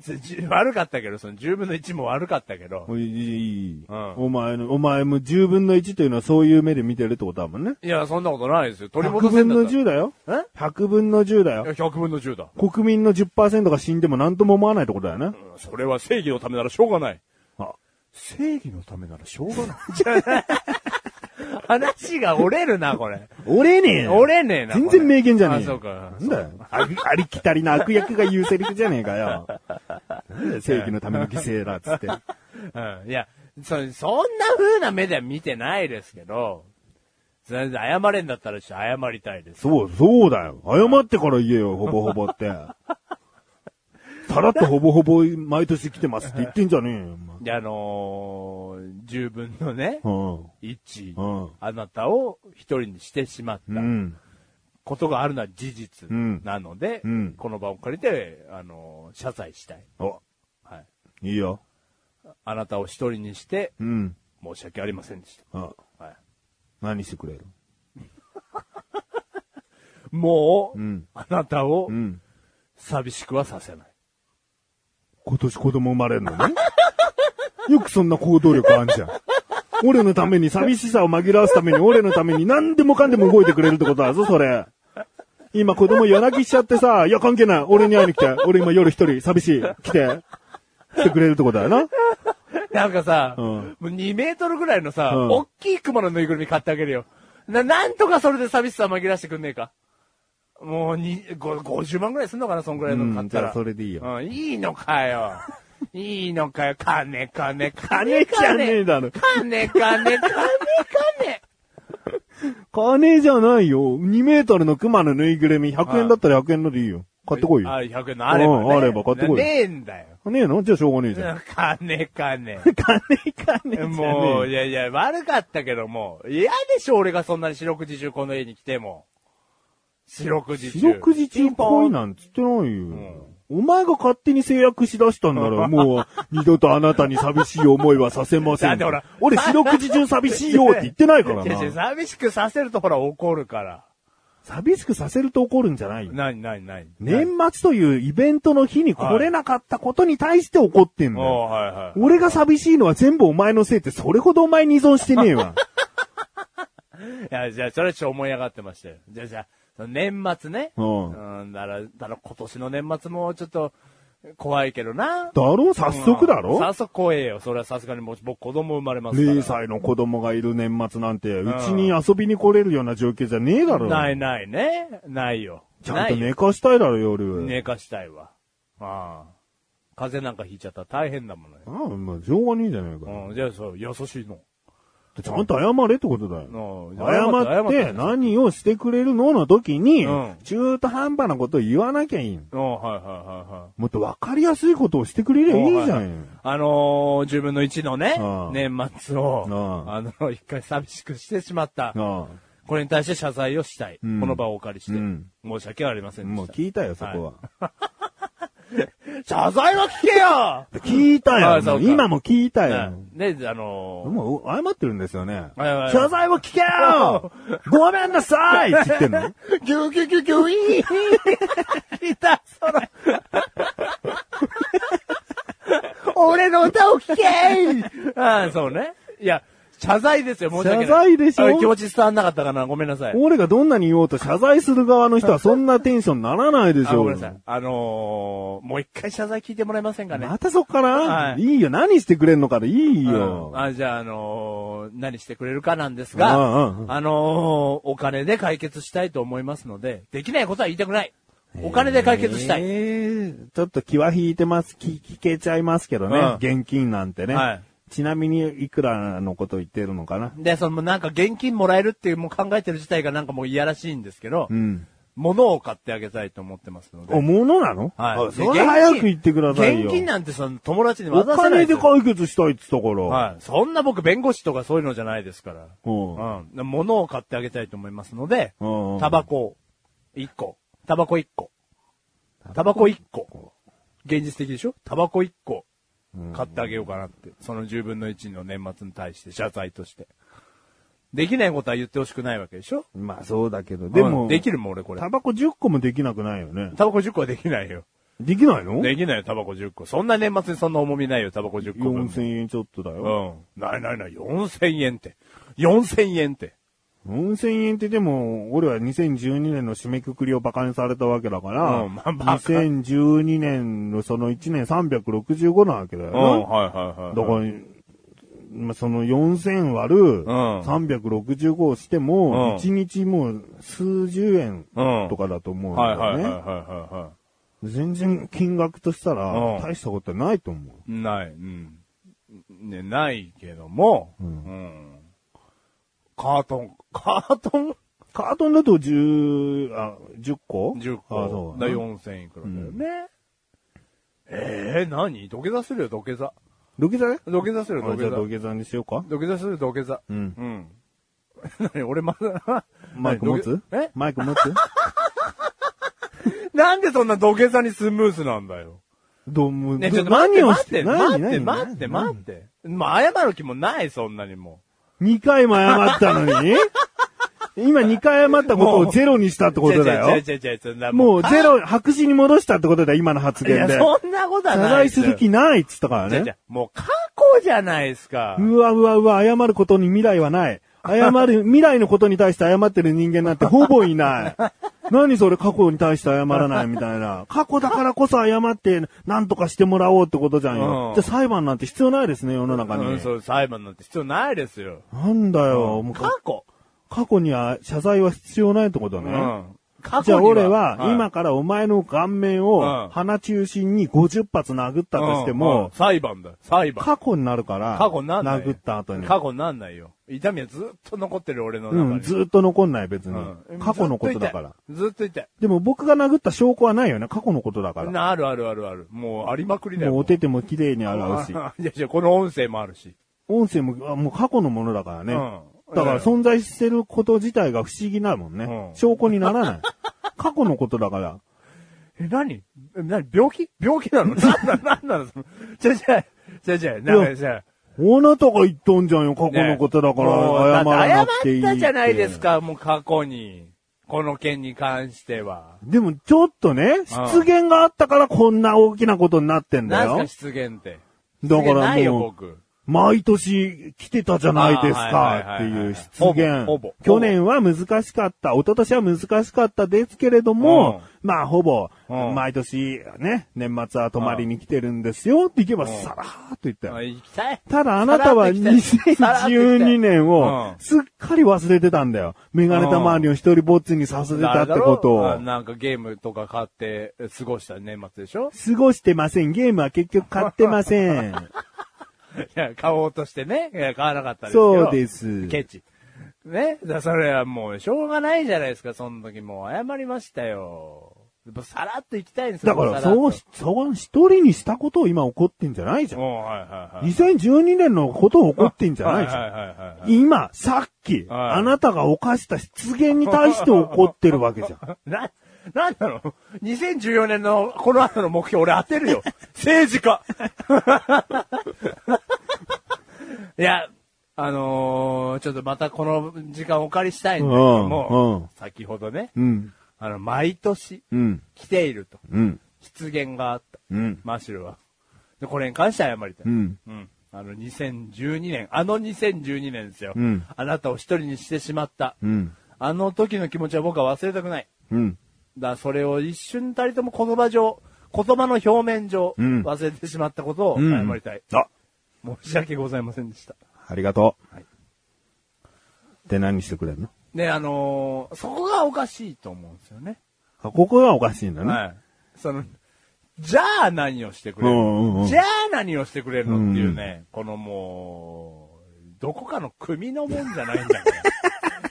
Speaker 4: ぜぜ悪かったけど、その10分の1も悪かったけど。
Speaker 3: おいいいい
Speaker 4: うん
Speaker 3: お前の、お前も10分の1というのはそういう目で見てるってことだもんね。
Speaker 4: いや、そんなことないですよ。取
Speaker 3: 100
Speaker 4: り戻せ
Speaker 3: 分
Speaker 4: んだっ
Speaker 3: の
Speaker 4: たら。
Speaker 3: 10だよ。
Speaker 4: え
Speaker 3: 100分の10だよ
Speaker 4: いや。100分の10だ。
Speaker 3: 国民の10%が死んでも何とも思わないところだよね。
Speaker 4: うんそれは正義のためならしょうがない。
Speaker 3: あ
Speaker 4: 正義のためならしょうがない。話が折れるな、これ。
Speaker 3: 俺ね
Speaker 4: 折れねえな。
Speaker 3: 全然名言じゃねえ
Speaker 4: あ、そうか。
Speaker 3: なんだよ。ありありきたりな悪役が言うセリフじゃねえか よ。なんだよ、正義のための犠牲だ、つって。
Speaker 4: うんいや、そ、そんな風な目では見てないですけど、全然謝れんだったらちょっと謝りたいです。
Speaker 3: そう、そうだよ。謝ってから言えよ、ほぼほぼ って。さらっとほぼほぼ毎年来てますって言ってんじゃねえよ、
Speaker 4: で、あのー、十分のね、
Speaker 3: お
Speaker 4: 一、
Speaker 3: うん
Speaker 4: あなたを一人にしてしまっ
Speaker 3: 前。う
Speaker 4: た
Speaker 3: ん。
Speaker 4: ことがあるのは事実
Speaker 3: うん
Speaker 4: なので、
Speaker 3: うん
Speaker 4: この場を借りて、あのー謝罪したい。
Speaker 3: うん。お、
Speaker 4: はい。
Speaker 3: いいよ。
Speaker 4: あなたを一人にして、
Speaker 3: うん。
Speaker 4: 申し訳ありませんでし
Speaker 3: あ、
Speaker 4: た。はい。
Speaker 3: 何してくれる
Speaker 4: もう、
Speaker 3: うん
Speaker 4: あなたを
Speaker 3: うん。
Speaker 4: 寂しくはさせない。
Speaker 3: 今年子供生まれるのね。 よくそんな行動力あんじゃん。俺のために寂しさを紛らわすために俺のために何でもかんでも動いてくれるってことだぞ、それ。今子供夜泣きしちゃってさ、いや関係ない。俺に会いに来て。俺今夜一人寂しい。来て。来てくれるってことだよな。
Speaker 4: なんかさ、
Speaker 3: うん
Speaker 4: もう2メートルぐらいのさ、
Speaker 3: うん
Speaker 4: 大きい熊のぬいぐるみ買ってあげるよ。な、なんとかそれで寂しさ紛らわしてくんねえか。もう、に、ご50万ぐらいすんのかな、そんぐらいの買った
Speaker 3: うんじ
Speaker 4: ら。
Speaker 3: ゃあそれでいいよ
Speaker 4: うん、いいのか よ。いいのかよ。金、金、
Speaker 3: 金
Speaker 4: 金、
Speaker 3: じゃねえだろ。
Speaker 4: 金、金、金、金、金。
Speaker 3: 金じゃないよ。2メートルの熊のぬいぐるみ100円だったら100円のでいいよ。買ってこい
Speaker 4: あ、
Speaker 3: よ。
Speaker 4: 100円のあれば、ね
Speaker 3: うんあれば買ってこいよ
Speaker 4: ねえんだよ。
Speaker 3: ねえのじゃあしょうがねえじゃん。
Speaker 4: 金、金。
Speaker 3: 金金じゃねえ
Speaker 4: もう、いやいや、悪かったけども、嫌でしょ、俺がそんなに四六時中この家に来ても。四六時中。
Speaker 3: 四六時中
Speaker 4: ポ
Speaker 3: 恋
Speaker 4: ン
Speaker 3: なんつってないよ。お前が勝手に制約しだしたんな ら、もう、二度とあなたに寂しい思いはさせません。
Speaker 4: だってほら
Speaker 3: 俺四六時中寂しいよって言ってない から
Speaker 4: 違う違う
Speaker 3: な。
Speaker 4: 寂しくさせるとほら怒るから。
Speaker 3: 寂しくさせると怒るんじゃないよ。
Speaker 4: なになになに
Speaker 3: 年末というイベントの日に来れなかったことに対して怒ってんだよ。
Speaker 4: おうはいはい。
Speaker 3: 俺が寂しいのは全部お前のせいって、それほどお前に依存してねえ わ。
Speaker 4: いや、じゃあ、それはちょ、思い上がってましたよ。じゃあ、じゃあ、その年末ね。
Speaker 3: うん
Speaker 4: うん、だから、だから今年の年末もちょっと、怖いけどな。
Speaker 3: だろ早速だ
Speaker 4: うん
Speaker 3: ろ
Speaker 4: 早速怖えよ。それはさすがにもう僕子供生まれますから。
Speaker 3: 0歳の子供がいる年末なんて、
Speaker 4: ん
Speaker 3: うちに遊びに来れるような状況じゃねえだろ。
Speaker 4: ないないね。ないよ。
Speaker 3: ちゃんと
Speaker 4: ないよ
Speaker 3: 寝かしたいだろ、夜。
Speaker 4: 寝かしたいわ。ああ。風邪なんかひいちゃったら大変だもんね。
Speaker 3: ああ、まあ、しょうがねえじゃないか。
Speaker 4: うん、じゃあそう、優しいの。
Speaker 3: ちゃんと謝れってことだよ。
Speaker 4: うん
Speaker 3: 謝って、何をしてくれるのの時に
Speaker 4: うん、
Speaker 3: 中途半端なことを言わなきゃいいの。
Speaker 4: うん、はいはいはいはい。
Speaker 3: もっとわかりやすいことをしてくれりゃいいじゃんよ。
Speaker 4: あのー、10分の1のね
Speaker 3: うん、
Speaker 4: 年末を、
Speaker 3: うん
Speaker 4: あの、一回寂しくしてしまった。
Speaker 3: あ
Speaker 4: これに対して謝罪をしたい。こ
Speaker 3: うん
Speaker 4: の場をお借りして
Speaker 3: うん。
Speaker 4: 申し訳ありませ
Speaker 3: あ
Speaker 4: んで
Speaker 3: もう
Speaker 4: した。
Speaker 3: 聞いたよ、そこは。
Speaker 4: 謝罪は聞けよ
Speaker 3: 聞いた
Speaker 4: あ
Speaker 3: よ
Speaker 4: あそう。か
Speaker 3: 今も聞いた
Speaker 4: う
Speaker 3: よ。
Speaker 4: んで、あの
Speaker 3: もう謝ってるんですよね。
Speaker 4: はいはいはい
Speaker 3: 謝罪を聞け よごめんなさいって言ってんの
Speaker 4: ー、ギュギュギュギュイーいた、その、
Speaker 1: 俺の歌を聴け
Speaker 4: ああ、そうね。いや、謝罪ですよ、申し訳ない。
Speaker 3: 謝罪でしょ
Speaker 4: あ気持ち伝わんなかったかな、ごめんなさい。
Speaker 3: 俺がどんなに言おうと謝罪する側の人はそんなテンションにならないでし
Speaker 4: あ
Speaker 3: ょ。
Speaker 4: ごめんなさい。あのー、もう一回謝罪聞いてもらえませんかね。
Speaker 3: またそっから、
Speaker 4: はい
Speaker 3: い、いよ。何してくれんのかでいいよ
Speaker 4: うん。あじゃあ、あのー何してくれるかなんです
Speaker 3: うんうんう
Speaker 4: が、あのーお金で解決したいと思いますので、できないことは言いたくない。お金で解決したい。
Speaker 3: えーちょっと気は引いてます。気、聞けちゃいますけどね。
Speaker 4: うん
Speaker 3: 現金なんてね。
Speaker 4: はい
Speaker 3: ちなみに、いくらのこと言ってるのかな。
Speaker 4: で、その、なんか現金もらえるっていう、もう考えてる自体がなんかもういやらしいんですけど、
Speaker 3: うん。
Speaker 4: 物を買ってあげたいと思ってますので
Speaker 3: お、。物なの
Speaker 4: はい。
Speaker 3: あそれ早く言ってください
Speaker 4: 現
Speaker 3: よ。
Speaker 4: 金なんてその友達に
Speaker 3: お
Speaker 4: 渡せな
Speaker 3: 金で
Speaker 4: い
Speaker 3: す
Speaker 4: よ
Speaker 3: 解決したいって言ったから。
Speaker 4: はい。そんな僕弁護士とかそういうのじゃないですから。
Speaker 3: うん
Speaker 4: うん。物を買ってあげたいと思いますので、
Speaker 3: うん
Speaker 4: タバコ1個。タバコ1個。タバコ1個。現実的でしょタバコ1個買ってあげようかなって。その10分の1の年末に対して謝罪として。できないことは言ってほしくないわけでしょ
Speaker 3: まあそうだけど。でも、
Speaker 4: うんできるもん俺これ
Speaker 3: タ。バコ10個もできなくないよね。
Speaker 4: タバコ10個はできないよ。
Speaker 3: できないの
Speaker 4: できないよ、タバコ10個。そんな年末にそんな重みないよ、タバコ10個分。
Speaker 3: ?4000 円ちょっとだよ。
Speaker 4: うん。ないないない、4000円って。4000円って。
Speaker 3: 4000円ってでも、俺は2012年の締めくくりを馬鹿にされたわけだから、
Speaker 4: うんまあ馬鹿
Speaker 3: 2012年のその1年365なわけだよ
Speaker 4: う
Speaker 3: な、
Speaker 4: ん、はいはいはい。
Speaker 3: だから、まあ、その4000割る
Speaker 4: ん
Speaker 3: 365をしても、
Speaker 4: うん
Speaker 3: 1日もう数十円とかだと思うんだ
Speaker 4: はいは
Speaker 3: よね。
Speaker 4: いはいはいはいは
Speaker 3: 全然金額とした
Speaker 4: う
Speaker 3: ら
Speaker 4: ん
Speaker 3: 大したことないと思う。
Speaker 4: い。ない、うん。ね、ないけども、うん。カートン、カートン
Speaker 3: カートンだと10、あ、10個
Speaker 4: ?10
Speaker 3: あ、そ
Speaker 4: 個。
Speaker 3: う
Speaker 4: だ
Speaker 3: だな
Speaker 4: 4000いくらだよね。ええー、何土下座するよ、土下座。
Speaker 3: 土下座ね
Speaker 4: 土下座するよ、
Speaker 3: あ
Speaker 4: 土
Speaker 3: じゃあ
Speaker 4: 下
Speaker 3: 土下
Speaker 4: 座。
Speaker 3: 座にしようか。
Speaker 4: 土下座するよ、土下座。
Speaker 3: うん。
Speaker 4: うん。何 俺まだ、
Speaker 3: マイク持
Speaker 4: 何
Speaker 3: つ
Speaker 4: 土下え
Speaker 3: マイク持 つ
Speaker 4: なんでそんな土下座にスムースなんだよ。
Speaker 3: どうも、
Speaker 4: ね、
Speaker 3: ど
Speaker 4: ちょっと待って、
Speaker 3: 何を
Speaker 4: 待っ
Speaker 3: して
Speaker 4: て、待って、
Speaker 3: 何
Speaker 4: 待って、
Speaker 3: 何
Speaker 4: 待って。まあ、謝る気もない、そんなにも
Speaker 3: 何何二回も謝ったのに今2回謝ったことをゼロにしたってことだよ。
Speaker 4: 違う違う違う違うそんな
Speaker 3: もうゼロ、白紙に戻したってことだよ、今の発
Speaker 4: い
Speaker 3: 言
Speaker 4: や、
Speaker 3: で。
Speaker 4: そんなことは
Speaker 3: 謝
Speaker 4: な
Speaker 3: 罪
Speaker 4: いですすよ。
Speaker 3: る気ないっつったから
Speaker 4: じゃあじ
Speaker 3: ね
Speaker 4: ゃ。あもう過去じゃないですか。
Speaker 3: うわうわうわ、謝ることに未来はない。謝 る、未来のことに対して謝ってる人間なんてほぼいない。何それ過去に対して謝らないみたい な。過去だからこそ謝って何とかしてもらおうってことじゃんよ。
Speaker 4: うん
Speaker 3: じゃあ裁判なんて必要ないですね、世の中に。
Speaker 4: うん、そう、裁判なんて必要ないですよ。
Speaker 3: なんだよ、もう
Speaker 4: 過
Speaker 3: か
Speaker 4: 去。
Speaker 3: 過去には謝罪は必要ないってことね。
Speaker 4: うん。過去に
Speaker 3: じゃあ俺は、
Speaker 4: い
Speaker 3: 今からお前の顔面
Speaker 4: うん
Speaker 3: を鼻中心に50発殴ったとして
Speaker 4: うんうん
Speaker 3: も、
Speaker 4: 裁判だよ。裁判。
Speaker 3: 過去になるから、
Speaker 4: 過去になんないよ。
Speaker 3: 殴った後に。
Speaker 4: 過去になんないよ。痛みはずっと残ってる俺の中に。
Speaker 3: うん、ずっと残んない別に
Speaker 4: うん。
Speaker 3: 過去のことだから。。
Speaker 4: ずっと痛い。
Speaker 3: でも僕が殴った証拠はないよね。過去のことだか
Speaker 4: ずっと痛い
Speaker 3: ら。
Speaker 4: なあるあるあるある。もうありまくりだよ。
Speaker 3: もうお手手も綺麗に洗うし
Speaker 4: い。やいや、この音声もあるし。
Speaker 3: 音声も、あもう過去のものだからね。
Speaker 4: うん
Speaker 3: だか
Speaker 4: ええ
Speaker 3: ら存在してること自体が不思議なもんね。
Speaker 4: うん
Speaker 3: 証拠にならない。 過去のことだから。
Speaker 4: え、何え何病気病気なの なんな、なんなのその。じゃじゃ、じゃじゃ、なんかじゃ、
Speaker 3: あなたが言ったんじゃんよ、過去のことだから。謝
Speaker 4: もう
Speaker 3: らなくていい。
Speaker 4: だって謝ったじゃないです。か、もう過去に。この件に関しては。
Speaker 3: でもちょっとね、失言があったからこんな大きなことになってんだ
Speaker 4: 何
Speaker 3: よ。
Speaker 4: すか失言って。
Speaker 3: だ
Speaker 4: 失言
Speaker 3: か
Speaker 4: ない
Speaker 3: ら
Speaker 4: よ、
Speaker 3: もう、
Speaker 4: 僕。
Speaker 3: 毎年来てたじゃないですかっていう失言
Speaker 4: ほぼほぼほぼ。
Speaker 3: 去年は難しかった、一昨年は難しかったですけれども、まあほぼ、
Speaker 4: うん
Speaker 3: 毎年ね、年末は泊まりに来てるんですよって言えば
Speaker 4: うん
Speaker 3: さらーっと言った
Speaker 4: あ
Speaker 3: よ。
Speaker 4: 行きたい。
Speaker 3: ただあなたは2012年をすっかり忘れてたんだよ。メガネた周りを一人ぼっちにさせてたってこと
Speaker 4: あ
Speaker 3: を。
Speaker 4: なんかゲームとか買って過ごした年末でしょ
Speaker 3: 過ごしてません。ゲームは結局買ってま せん。
Speaker 4: いや、買おうとしてね。いや、買わなかったですけど。
Speaker 3: そうです。
Speaker 4: ケチ。ね。だからそれはもう、しょうがないじゃないですか、その時もう謝りましたよ。やっぱさらっと行きたいんですよ。
Speaker 3: だから、
Speaker 4: さっと
Speaker 3: そうし、そう、一人にしたことを今怒ってんじゃないじゃん。
Speaker 4: もう、はいはいはい。
Speaker 3: 2012年のことを怒ってんじゃないじ
Speaker 4: は
Speaker 3: ゃ
Speaker 4: いはいはいは
Speaker 3: ん。
Speaker 4: い。
Speaker 3: 今、さっき、
Speaker 4: はい
Speaker 3: あなたが犯した失言に対して怒ってるわけじゃん。
Speaker 4: な、なんなの ?2014 年のこの後の目標俺当てる よ。政治家。 いや、あのー、ちょっとまたこの時間お借りしたいんだけども、
Speaker 3: うんうん
Speaker 4: 先ほどね、
Speaker 3: うん、
Speaker 4: あの、毎年
Speaker 3: うん、
Speaker 4: 来ていると、
Speaker 3: うん、
Speaker 4: 失言があった。
Speaker 3: うん、
Speaker 4: マシュルは。で、これに関して謝りたい。
Speaker 3: うん。
Speaker 4: うん。あの、2012年、あの2012年ですよ。
Speaker 3: うん
Speaker 4: あなたを一人にしてしまった。
Speaker 3: うん、
Speaker 4: あの時の気持ちは僕は忘れたくない。
Speaker 3: うん。
Speaker 4: だそれを一瞬たりとも言葉上、言葉の表面上、
Speaker 3: うん
Speaker 4: 忘れてしまったことを
Speaker 3: う
Speaker 4: 謝
Speaker 3: ん
Speaker 4: りたい、
Speaker 3: あ、
Speaker 4: 申し訳ございませんでした。
Speaker 3: ありがとう。
Speaker 4: はい
Speaker 3: で、何してくれるの
Speaker 4: ね、あのーそこがおかしいと思うんですよね。
Speaker 3: あ、ここがおかしいんだね。
Speaker 4: はい。その、じゃあ何をしてくれる
Speaker 3: うんうんう
Speaker 4: の
Speaker 3: ん
Speaker 4: じゃあ何をしてくれるのっていうね、このもう、どこかの組のもんじゃないんだから。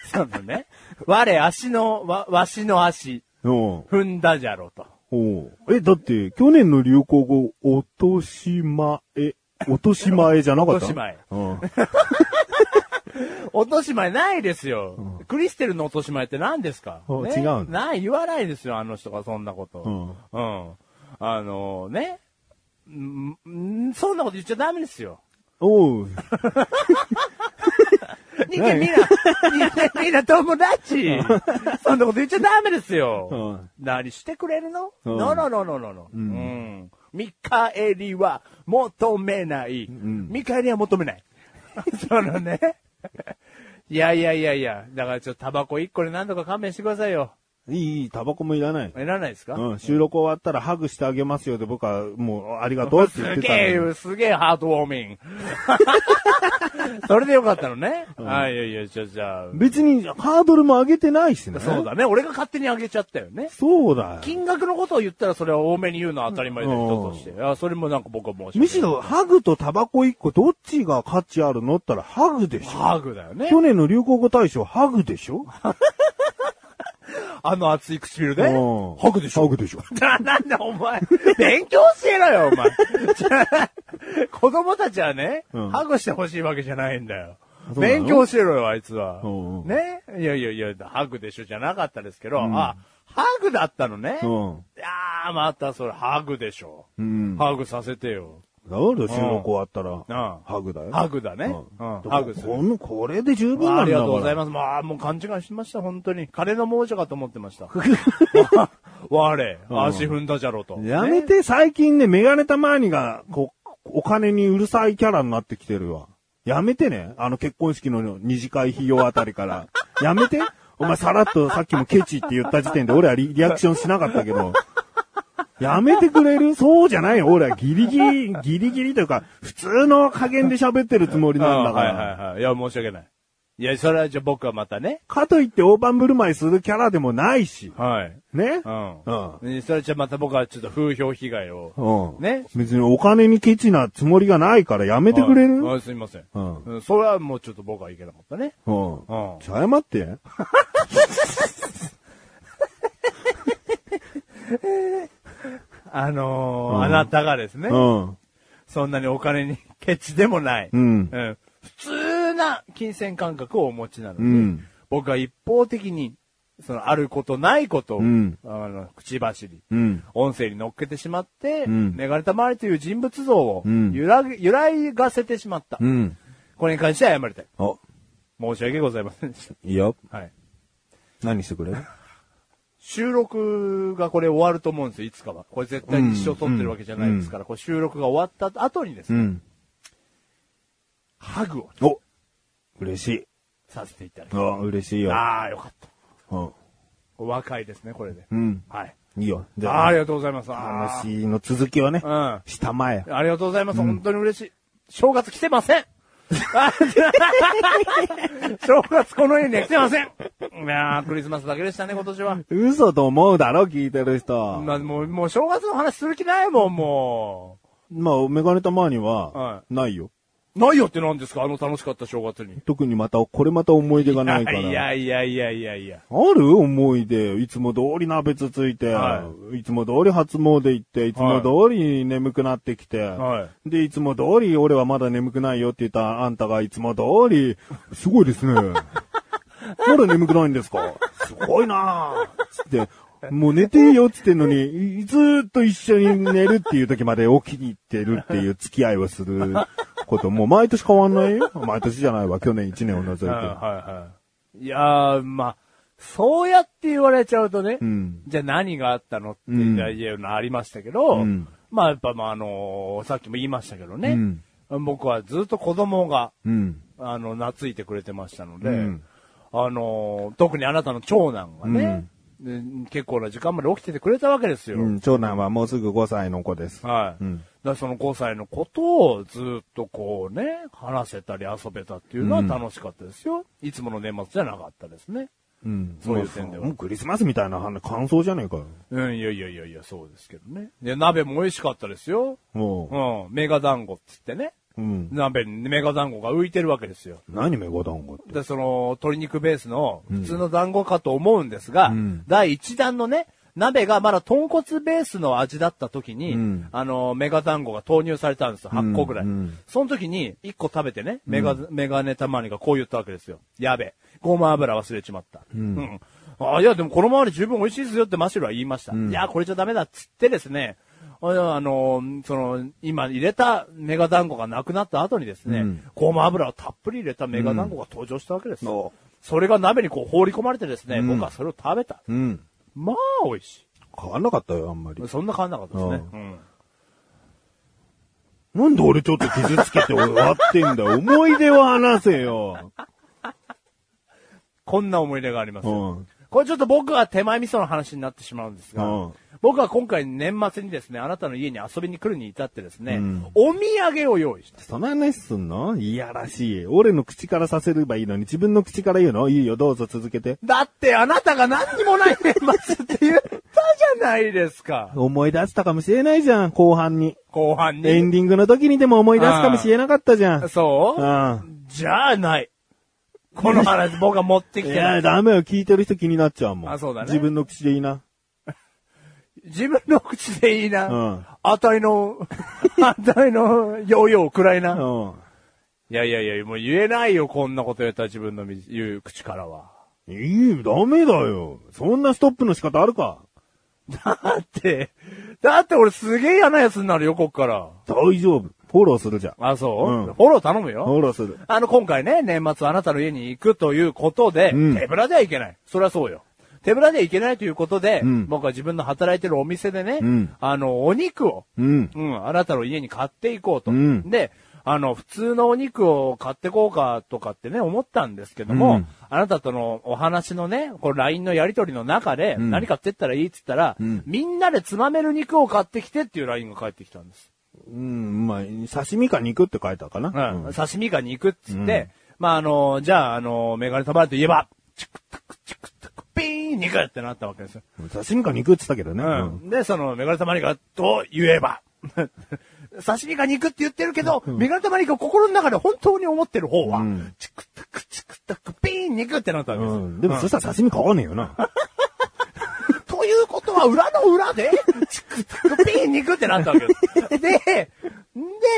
Speaker 4: そのね、我足の、わ、わしの足、
Speaker 3: おう
Speaker 4: 踏んだじゃろと。
Speaker 3: おうえ、だって、去年の流行語、落としまえ、落としまえじゃなかった
Speaker 4: 落とし前
Speaker 3: うん。
Speaker 4: 落とし前ないですよ。クリステルの落とし前って何ですか、
Speaker 3: お
Speaker 4: ね
Speaker 3: 違うの
Speaker 4: ない、言わないですよ、あの人がそんなこと。
Speaker 3: うん
Speaker 4: うんあのね、んんそんなこと言っちゃダメですよ。
Speaker 3: おう。
Speaker 4: 人間みんな、人間みんな友達。そんなこと言っちゃダメですよ。何してくれるの
Speaker 3: うん
Speaker 4: ノノノノノノ。うん。見返りは求めない。見返りは求めない。 そのね。いやいやいやいや、だからちょっとタバコ1個で何とか勘弁してくださいよ。
Speaker 3: いい、いい、タバコもいらない。
Speaker 4: いらないですか
Speaker 3: うん、収録終わったらハグしてあげますよで僕はもうありがとうって言っ
Speaker 4: す
Speaker 3: て
Speaker 4: げ
Speaker 3: たのに
Speaker 4: え、すげえハートウォーミング。 それでよかったのね。はい、いやいや、じゃあじゃあ。
Speaker 3: 別にハードルも上げてないしね。
Speaker 4: そう。だね。俺が勝手に上げちゃったよね。
Speaker 3: そうだよ。
Speaker 4: 金額のことを言ったらそれは多めに言うのは当たり前で人として。いや、それもなんか僕は申し訳ない。
Speaker 3: むしろ、ハグとタバコ一個どっちが価値あるのったらハグでしょ。
Speaker 4: ハグだよね。
Speaker 3: 去年の流行語大賞ハグでしょ
Speaker 4: あの熱い唇で。
Speaker 3: うん
Speaker 4: ハグでしょ
Speaker 3: ハグでしょ。
Speaker 4: な、なんだお前。 勉強してろよ、お前。じゃあ 子供たちはね、
Speaker 3: うん
Speaker 4: ハグしてほしいわけじゃないんだよ。
Speaker 3: そうなの
Speaker 4: 勉強してろよ、あいつは
Speaker 3: うんう。ん
Speaker 4: ねいやいやいや、ハグでしょじゃなかったですけど、あ、ハグだったのね。
Speaker 3: うん
Speaker 4: いやー、またそれ、ハグでしょ。
Speaker 3: うん。
Speaker 4: ハグさせてよ。
Speaker 3: どうだよ、収録終わったら。
Speaker 4: あ
Speaker 3: ハグだよ。
Speaker 4: ハグだね
Speaker 3: うん
Speaker 4: うんハグする
Speaker 3: この、これで十分なんだ
Speaker 4: ありがとうござい
Speaker 3: ま
Speaker 4: ます。まあ、もう勘違いしてました、本当に。金の亡者かと思って ました。我、足踏んだじゃろうと。
Speaker 3: やめ
Speaker 4: ね
Speaker 3: て、最近ね、メガネたまにが、こう、お金にうるさいキャラになってきてるわ。やめてね。あの結婚式の二次会費用あたりから。やめて。お前さらっとさっきもケチって言った時点で俺はリリアクションしなかったけど。やめてくれるそうじゃないよ。俺はギリギリ、ギリギリというか、普通の加減で喋ってるつもり
Speaker 4: うん
Speaker 3: なんだか
Speaker 4: はい
Speaker 3: ら。
Speaker 4: はいはい。いや、申し訳ない。いや、それはじゃあ僕はまたね。
Speaker 3: かといって大盤振る舞いするキャラでもないし。
Speaker 4: はい。
Speaker 3: ね
Speaker 4: う。ん。
Speaker 3: う
Speaker 4: ねそれじゃあまた僕はちょっと風評被害を。
Speaker 3: うん。
Speaker 4: ね。
Speaker 3: 別にお金にケチなつもりがないからやめてくれる
Speaker 4: はいあすいません。
Speaker 3: うん
Speaker 4: うん。それはもうちょっと僕はいけなかったね。
Speaker 3: うん。
Speaker 4: うん。
Speaker 3: 謝って。
Speaker 4: あのー
Speaker 3: うん
Speaker 4: あなたがですね、
Speaker 3: うん。
Speaker 4: そんなにお金にケチでもない、
Speaker 3: うん。
Speaker 4: 普通な金銭感覚をお持ちなので、
Speaker 3: うん
Speaker 4: 僕は一方的に、そのあることないことを、
Speaker 3: うん
Speaker 4: あの、口走り、
Speaker 3: うん。
Speaker 4: 音声に乗っけてしまって、
Speaker 3: ん
Speaker 4: メガネたまわりという人物像を
Speaker 3: うん
Speaker 4: 揺らぐ、揺らがせてしまった、
Speaker 3: うん。
Speaker 4: これに関して謝りたい。
Speaker 3: あ、
Speaker 4: 申し訳ございませんでし
Speaker 3: いいよ。
Speaker 4: た。はい。
Speaker 3: 何してく れる
Speaker 4: 収録がこれ終わると思うんですよ、いつかは。これ絶対に一生撮ってるわけじゃないですから、これ収録が終わった後にですね、
Speaker 3: ん。
Speaker 4: ハグを
Speaker 3: お嬉しい。
Speaker 4: させていただきま
Speaker 3: あ、嬉しい
Speaker 4: す。
Speaker 3: よ。
Speaker 4: ああ、よかった。
Speaker 3: うん。
Speaker 4: お若いですね、これで。
Speaker 3: うん。
Speaker 4: はい。
Speaker 3: いいよ。じ
Speaker 4: あーあ
Speaker 3: ゃ
Speaker 4: り
Speaker 3: あ、
Speaker 4: がとうございます。あー
Speaker 3: 話の続きはね
Speaker 4: う、ん。
Speaker 3: 下前や。
Speaker 4: ありがとうございます。本当に嬉しい。正月来てません あ正月この家には来てませんいやー、クリスマスだけでしたね、今年は。
Speaker 3: 嘘と思うだろ、聞いてる人。
Speaker 4: まあ、もう、もう正月の話する気ないもん、も
Speaker 3: まあ、メガネたまに
Speaker 4: は
Speaker 3: は、ないよ。
Speaker 4: う。ないよって何ですかあの楽しかった正月に。
Speaker 3: 特にまた、これまた思い出がないから。
Speaker 4: いやいやいやいやいや。
Speaker 3: ある思い出。いつも通り鍋つついて、、
Speaker 4: はい
Speaker 3: つも通り初詣行って、いつも通り眠くなってきて、
Speaker 4: は
Speaker 3: で、いつも通り俺はまだ眠くないよって言ったあんたがいつも通り、 すごいですね。まだ眠くないんですかすごいなぁ。つって、もう寝ていいよっつってんのに、いずーっと一緒に寝るっていう時まで起きに行ってるっていう付き合いをすること、もう毎年変わんないよ。毎年じゃないわ、去年1年を除いて。
Speaker 4: はいはい。いやー、まあ、そうやって言われちゃうとね、
Speaker 3: うん。
Speaker 4: じゃあ何があったのって、
Speaker 3: うん
Speaker 4: じゃあ言えるのありましたけど、
Speaker 3: うん
Speaker 4: まあやっぱまああのーさっきも言いましたけどね、
Speaker 3: うん
Speaker 4: 僕はずっと子供が、
Speaker 3: うん。
Speaker 4: あの、懐いてくれてましたので、
Speaker 3: うん
Speaker 4: あのー特にあなたの長男がね、で結構な時間まで起きててくれたわけですよ。
Speaker 3: うん、長男はもうすぐ5歳の子です。
Speaker 4: はい。
Speaker 3: うん
Speaker 4: だからその5歳のことをずっとこうね、話せたり遊べたっていうのは楽しかったですよ。いつもの年末じゃなかったですね。
Speaker 3: うん
Speaker 4: そういう点では
Speaker 3: もうクリスマスみたいな話感想じゃねえかよ。
Speaker 4: うん、いやいやいやいや、そうですけどね。いや、鍋も美味しかったですよ。
Speaker 3: も
Speaker 4: うん、メガ団子っつってね。
Speaker 3: う。うん。
Speaker 4: 鍋にメガ団子が浮いてるわけですよ。
Speaker 3: 何メガ団子って。
Speaker 4: で、その、鶏肉ベースの普通の団子かと思うんですが、
Speaker 3: ん
Speaker 4: 第1弾のね、鍋がまだ豚骨ベースの味だった時に、
Speaker 3: うん
Speaker 4: あの、メガ団子が投入されたんですよ、8個ぐらい。
Speaker 3: うんうん
Speaker 4: その時に、1個食べてね、メガ、メガネたまにがこう言ったわけですよ。やべえ、ごま油忘れちまった。うんあいや、でもこのままで十分美味しいですよってマシュルは言いました。いや、これじゃダメだっつってですね、あいやあの、その、今入れたメガ団子がなくなった後にですね、ごま油をたっぷり入れたメガ団子が登場したわけです。
Speaker 3: お
Speaker 4: それが鍋にこう放り込まれてですね、僕はそれを食べた。
Speaker 3: うん。
Speaker 4: まあ、美味し
Speaker 3: 変わんなかったよ、あんまり
Speaker 4: い。。そんな感じなかったですね。うん
Speaker 3: なんで俺ちょっと傷つけて終わってんだよ。 思い出を話せ よ。
Speaker 4: こんな思い出があります
Speaker 3: う
Speaker 4: よ。
Speaker 3: ん。
Speaker 4: これちょっと僕は手前味噌の話になってしまうんです
Speaker 3: う
Speaker 4: が
Speaker 3: ん、
Speaker 4: 僕は今回年末にですね、あなたの家に遊びに来るに至ってですね
Speaker 3: うん、
Speaker 4: お土産を用意した。
Speaker 3: その話すんのいやらしい。俺の口からさせればいいのに自分の口から言うのいいよ、どうぞ続けて。
Speaker 4: だってあなたが何にもない年末って言ったじゃないですか。
Speaker 3: 思い出したかもしれないじゃん、後半に。
Speaker 4: 後半
Speaker 3: エ
Speaker 4: に。
Speaker 3: ンディングの時にでも思い出すかもしれなかったじゃん。。
Speaker 4: そううんじゃあない。こ の話僕が持ってき
Speaker 3: い
Speaker 4: てな
Speaker 3: や、
Speaker 4: い。
Speaker 3: ダメよ、聞いてる人気になっちゃうもん。
Speaker 4: あそうだね
Speaker 3: 自分の口でいいな。
Speaker 4: 自分の口でいいな。
Speaker 3: うん
Speaker 4: あた いの、あたいのヨーヨーくらいな。
Speaker 3: うん。
Speaker 4: いやいやいや、もう言えないよ、こんなこと言ったら自分のみ言う口からは。
Speaker 3: いい、ダメだよ。そんなストップの仕方あるか
Speaker 4: だって、だって俺すげえ嫌な奴になるよ、こっから。
Speaker 3: 大丈夫。フォローするじゃん。
Speaker 4: あ、そう、
Speaker 3: うん
Speaker 4: フォロー頼むよ。
Speaker 3: フォローする。
Speaker 4: あの、今回ね、年末あなたの家に行くということで、
Speaker 3: うん
Speaker 4: 手ぶらではいけない。そりゃそうよ。手ぶらではいけないということで、
Speaker 3: うん
Speaker 4: 僕は自分の働いてるお店でね、
Speaker 3: うん
Speaker 4: あの、お肉を、
Speaker 3: うん。
Speaker 4: うん、あなたの家に買っていこうと。
Speaker 3: うん
Speaker 4: で、あの、普通のお肉を買ってこうかとかってね、思ったんですけども、
Speaker 3: うん
Speaker 4: あなたとのお話のね、この LINE のやりとりの中で、
Speaker 3: ん
Speaker 4: 何買ってったらいいって言ったら、
Speaker 3: ん
Speaker 4: みんなでつまめる肉を買ってきてっていう LINE が返ってきたんです。
Speaker 3: うん、まあ、刺身か肉って書いたかな。
Speaker 4: うん、刺身か肉っつって、まあ、あの、じゃあ、あの、メガネタバレといえば、チクタクチクタク、ピーン肉ってなったわけですよ。
Speaker 3: うん刺身か肉って言ったけどね。うん
Speaker 4: で、その、メガネたまりが、と言えば。 刺身が肉って言ってるけど、メガネたまりが心の中で本当に思ってる方は、
Speaker 3: ん
Speaker 4: チクタクチクタク、ピーン肉ってなったわけです。
Speaker 3: うん。でもそしたら刺身買わねえよな。
Speaker 4: ということは、裏の裏で、チクタク、ピーン肉ってなったわけです。で、で、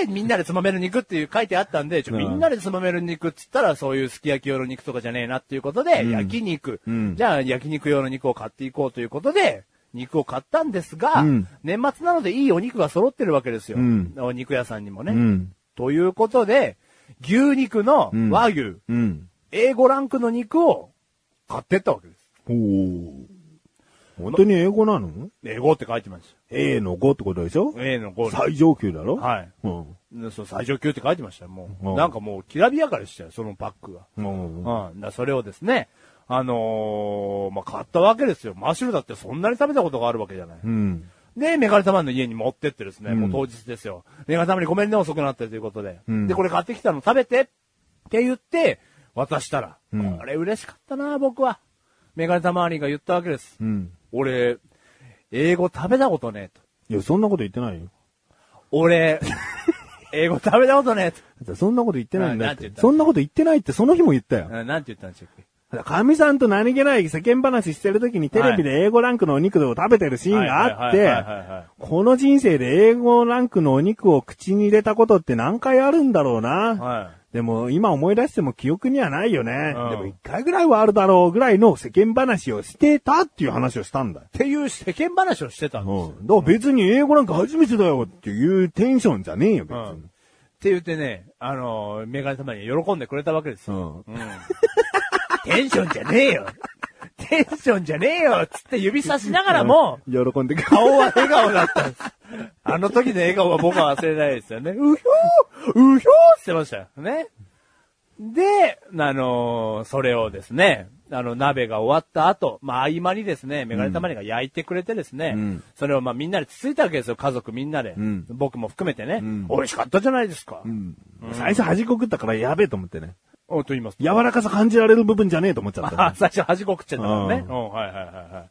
Speaker 4: みんなでつまめる肉っていう書いてあったんで、ちょ
Speaker 3: うん
Speaker 4: みんなでつまめる肉っつったら、そういうすき焼き用の肉とかじゃねえなっていうことで、焼肉、
Speaker 3: うん
Speaker 4: じゃあ、焼肉用の肉を買っていこうということで、肉を買ったんですが、
Speaker 3: うん
Speaker 4: 年末なのでいいお肉が揃ってるわけですよ。
Speaker 3: うん
Speaker 4: お肉屋さんにもね。
Speaker 3: うん。
Speaker 4: ということで、牛肉の
Speaker 3: ん
Speaker 4: 和牛、
Speaker 3: うん。
Speaker 4: A5 ランクの肉を買ってったわけです。
Speaker 3: おー本当に英語なの
Speaker 4: A5 って書いてます。
Speaker 3: ?A の5ってことでしょ
Speaker 4: A のゴール。
Speaker 3: 最上級だろ
Speaker 4: はい。
Speaker 3: うん。
Speaker 4: ねそう、最上級って書いてましたよ、もう。
Speaker 3: うん
Speaker 4: なんかもう、きらびやかでしたよ、そのパックが。
Speaker 3: うん。
Speaker 4: うん。だそれをですね、あのーまあ、買ったわけですよ。マッシュルだってそんなに食べたことがあるわけじゃない。
Speaker 3: うん。
Speaker 4: で、メガネ様の家に持ってってですね、
Speaker 3: うん
Speaker 4: もう当日ですよ。メガネ様にごめんね、遅くなってということで。
Speaker 3: うん
Speaker 4: で、これ買ってきたの食べてって言って、渡したら、
Speaker 3: うん
Speaker 4: これ嬉しかったな、僕は。メガネ様兄が言ったわけです。
Speaker 3: うん。
Speaker 4: 俺、英語食べたことねえと。
Speaker 3: いや、そんなこと言ってないよ。
Speaker 4: 俺、英語食べたことねえと。
Speaker 3: そんなこと言ってないんだっ
Speaker 4: あなんて
Speaker 3: て
Speaker 4: 言っ。た
Speaker 3: そんなこと言ってないってその日も言ったよ。
Speaker 4: うんなんて言ったんでしたっけ
Speaker 3: かみさんと何気ない世間話してる時にテレビで英語ランクのお肉を食べてるシーンがあっ
Speaker 4: はいはいはいはいはいは
Speaker 3: て
Speaker 4: い、
Speaker 3: この人生で英語ランクのお肉を口に入れたことって何回あるんだろうな。
Speaker 4: は
Speaker 3: でも今思い出しても記憶にはないよね。
Speaker 4: うん
Speaker 3: でも一回ぐらいはあるだろうぐらいの世間話をしてたっていう話をしたんだよ。
Speaker 4: い。っていう世間話をしてたんですよ。
Speaker 3: うん。だから別に英語ランク初めてだよっていうテンションじゃねえよ、別
Speaker 4: うん
Speaker 3: に。
Speaker 4: って言ってね、あのーメガネ様に喜んでくれたわけです
Speaker 3: う
Speaker 4: よ。
Speaker 3: ん。
Speaker 4: テンションじゃねえよテンションじゃねえよつって指さしながらも、
Speaker 3: 喜んでくれ
Speaker 4: 顔は笑顔だったんです。あの時の笑顔は僕は忘れないですよね。うひょーうひょーってましたよね。で、あのーそれをですね、あの、鍋が終わった後、まあ、合間にですね、メガネたまりが焼いてくれてですね、
Speaker 3: ん
Speaker 4: それをまあ、みんなでつついたわけですよ、家族みんなで。
Speaker 3: ん
Speaker 4: 僕も含めてね、美味しかったじゃないですか。
Speaker 3: うん最初端っこ食ったからやべえと思ってね。
Speaker 4: おと言いますと。
Speaker 3: 柔らかさ感じられる部分じゃねえと思っちゃった。
Speaker 4: あ、最初端っこ食っちゃったからね。う、
Speaker 3: うん
Speaker 4: はいはいはいはい。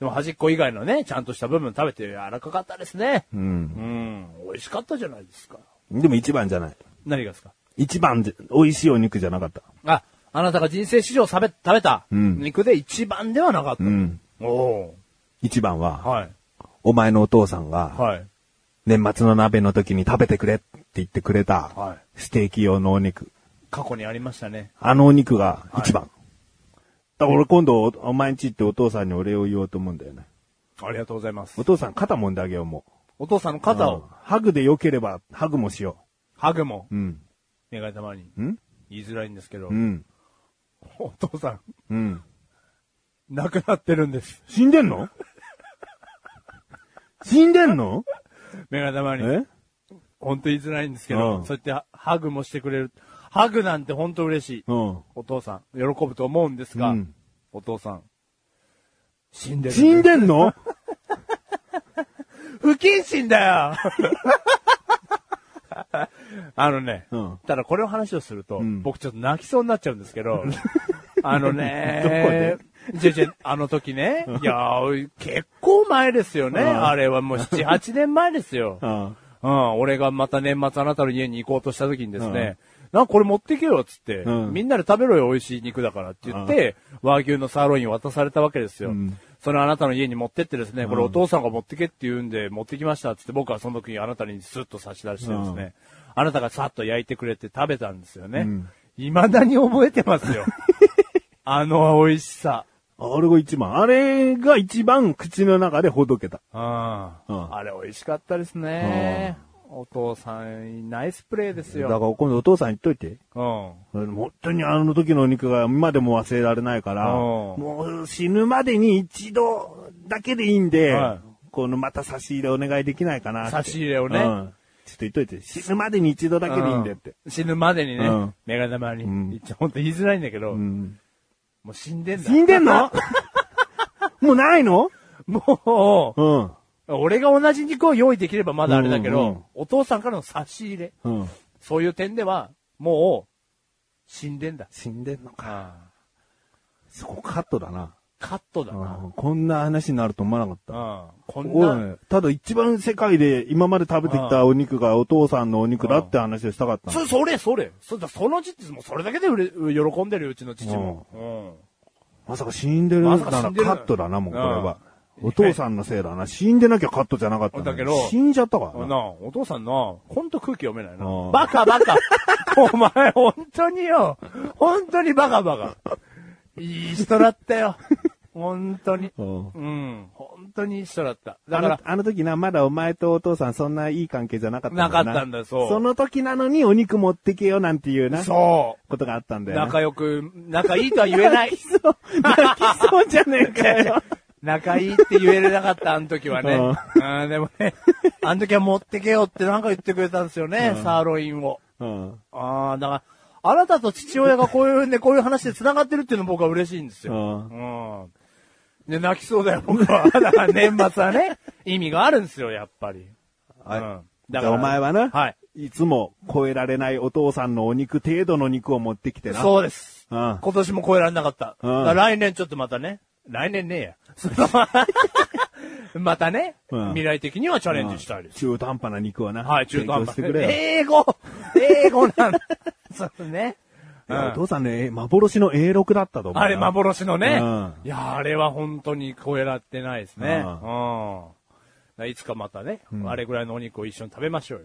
Speaker 4: でも端っこ以外のね、ちゃんとした部分食べて柔らかかったですね。
Speaker 3: うん。
Speaker 4: うん、美味しかったじゃないですか。
Speaker 3: でも一番じゃない。
Speaker 4: 何がですか
Speaker 3: 一番じ、美味しいお肉じゃなかった。
Speaker 4: あ、あなたが人生史上食べ、食べた
Speaker 3: うん
Speaker 4: 肉で一番ではなかった。
Speaker 3: ん。
Speaker 4: おお
Speaker 3: 一番は、
Speaker 4: ーはい。
Speaker 3: お前のお父さんが、
Speaker 4: はい。
Speaker 3: 年末の鍋の時に食べてくれって言ってくれた、
Speaker 4: は
Speaker 3: ステーキ用のお肉。
Speaker 4: 過去にありましたね。
Speaker 3: あのお肉が一番。だから俺今度お、お前んち行ってお父さんにお礼を言おうと思うんだよね。
Speaker 4: ありがとうございます
Speaker 3: お。父さん肩揉んであげよう、も
Speaker 4: お父さんの
Speaker 3: う。う
Speaker 4: 肩
Speaker 3: ん
Speaker 4: を、
Speaker 3: ハグで良ければ、ハグもしよ
Speaker 4: ハグも
Speaker 3: う。、うん。
Speaker 4: 願いたまに
Speaker 3: ん
Speaker 4: 言いづらいんですけど
Speaker 3: う、ん。
Speaker 4: お父さん、
Speaker 3: うん。
Speaker 4: 亡くなってるんです。
Speaker 3: 死んでんの死んでんの
Speaker 4: メガネ玉に。
Speaker 3: え
Speaker 4: 本当言いづらいんですけ
Speaker 3: う
Speaker 4: ど、
Speaker 3: ん
Speaker 4: そうやってハグもしてくれる。ハグなんて本当嬉しい。
Speaker 3: うん。
Speaker 4: お父さん、喜ぶと思うんですが、
Speaker 3: うん
Speaker 4: お父さん、死んでる。
Speaker 3: 死んでんの
Speaker 4: 不謹慎だよあのね、
Speaker 3: うん
Speaker 4: ただこれを話をすると、
Speaker 3: ん
Speaker 4: 僕ちょっと泣きそうになっちゃうんですけど、 あの
Speaker 3: どこ
Speaker 4: ね
Speaker 3: で、
Speaker 4: じゃじゃあの時ね、いやー、結構前ですよね、
Speaker 3: ん
Speaker 4: あれはもう7、8年前ですよ。
Speaker 3: うん。
Speaker 4: うん、俺がまた年末あなたの家に行こうとした時にですね、なんかこれ持ってけよっつって、
Speaker 3: うん
Speaker 4: みんなで食べろよ美味しい肉だからって言って、和牛のサーロインを渡されたわけですよ。
Speaker 3: ん
Speaker 4: そのあなたの家に持ってってですね、これお父さんが持ってけって言うんで持ってきましたっつって僕はその時あなたにスッと差し出してですね、あなたがさっと焼いてくれて食べたんですよね。
Speaker 3: ん
Speaker 4: 未だに覚えてます よ。あの美味しさ。
Speaker 3: あれが一番。あれが一番口の中でほどけた。
Speaker 4: うん、あれ美味しかったですね。うお父さん、ナイスプレーです
Speaker 3: だから
Speaker 4: よ。
Speaker 3: 今度お父さん言っといて。
Speaker 4: うん。
Speaker 3: 本当にあの時のお肉が今でも忘れられないから、
Speaker 4: うん
Speaker 3: もう死ぬまでに一度だけでいいんで、
Speaker 4: は
Speaker 3: このまた差し入れお願いできないかなって。
Speaker 4: 差し入れをね
Speaker 3: うんちょっと言っといて、死ぬまでに一度だけでいいんでって。
Speaker 4: うん死ぬまでにね、
Speaker 3: うん
Speaker 4: メガネ玉に。
Speaker 3: ん
Speaker 4: 一応ほんと言いづらいんだけど、
Speaker 3: うん
Speaker 4: もう死んでんだ。
Speaker 3: 死んでん のもうないの
Speaker 4: も
Speaker 3: うん。
Speaker 4: う、俺が同じ肉を用意できればまだあれだけど、
Speaker 3: うんうん
Speaker 4: お父さんからの差し入れ。
Speaker 3: うん。
Speaker 4: そういう点では、もう、死んでんだ。
Speaker 3: 死んでんのか。
Speaker 4: あ
Speaker 3: そこカットだな。
Speaker 4: カットだ
Speaker 3: う
Speaker 4: な。
Speaker 3: んこんな話になると思わなかった。
Speaker 4: うん。こん
Speaker 3: お
Speaker 4: な、
Speaker 3: いただ一番世界で今まで食べてきたお肉がお父さんのお肉だって話をしたかったの
Speaker 4: そ、それ、それ。そ、だその父、もうそれだけでうれ喜んでるよ、うちの父も。うん。
Speaker 3: まさか死んでるな
Speaker 4: ま
Speaker 3: ら
Speaker 4: さ
Speaker 3: カ
Speaker 4: か死んでる
Speaker 3: ットだな、もうこれは。お父さんのせいだな。死んでなきゃカットじゃなかったのに
Speaker 4: だけど
Speaker 3: 死んじゃったから
Speaker 4: な
Speaker 3: な。
Speaker 4: あ、お父さんな、ほんと空気読めないな
Speaker 3: うん。
Speaker 4: バカバカ。 お前、ほんとによ。ほんとにバカバカ。いい人だったよ。ほんとに。
Speaker 3: うん
Speaker 4: うん。ほんとにいい人だった。だ
Speaker 3: あ
Speaker 4: か
Speaker 3: の
Speaker 4: ら、、
Speaker 3: あの時な、まだお前とお父さんそんないい関係じゃなかったんだよ
Speaker 4: なかったんだよそう
Speaker 3: その時なのにお肉持ってけよなんていうな、
Speaker 4: そ
Speaker 3: ことがあったん
Speaker 4: う。
Speaker 3: だよな。
Speaker 4: 仲良く、仲いいとは言えない。
Speaker 3: 泣きそうじゃねえかよ。
Speaker 4: 仲いいって言えなかった、あの時はね。
Speaker 3: う
Speaker 4: うん、でもね、あの時は持ってけよってなんか言ってくれたんですよね、サーロインを。
Speaker 3: うん。
Speaker 4: ああ、だから、あなたと父親がこういうんで、こういう話で繋がってるっていうの僕は嬉しいんですよ。うん。で、泣きそうだよ、僕は。 だから年末はね、意味があるんですよ、やっぱり。
Speaker 3: はい
Speaker 4: うん。
Speaker 3: だからお前はな、。
Speaker 4: はい
Speaker 3: つも超えられないお父さんのお肉程度の肉を持ってきてな。
Speaker 4: そうです。
Speaker 3: うん
Speaker 4: 今年も超えられなかった。
Speaker 3: うん
Speaker 4: だから来年ちょっとまたね。来年ねえや。 そのまたね、
Speaker 3: うん
Speaker 4: 未来的にはチャ
Speaker 3: う
Speaker 4: レ
Speaker 3: ん
Speaker 4: ンジしたいです。
Speaker 3: 中途半端な肉はな、
Speaker 4: はい、中途半端。
Speaker 3: 提供してくれよ。
Speaker 4: 英語英語なんだ。 そうね。
Speaker 3: いや
Speaker 4: うん
Speaker 3: お父さんね、え幻の A6 だったと思うな。
Speaker 4: あれ、幻のね。
Speaker 3: うん
Speaker 4: いや、あれは本当に超えられてないですね。
Speaker 3: う
Speaker 4: うん。いつかまたね、
Speaker 3: ん
Speaker 4: あれぐらいのお肉を一緒に食べましょうよ。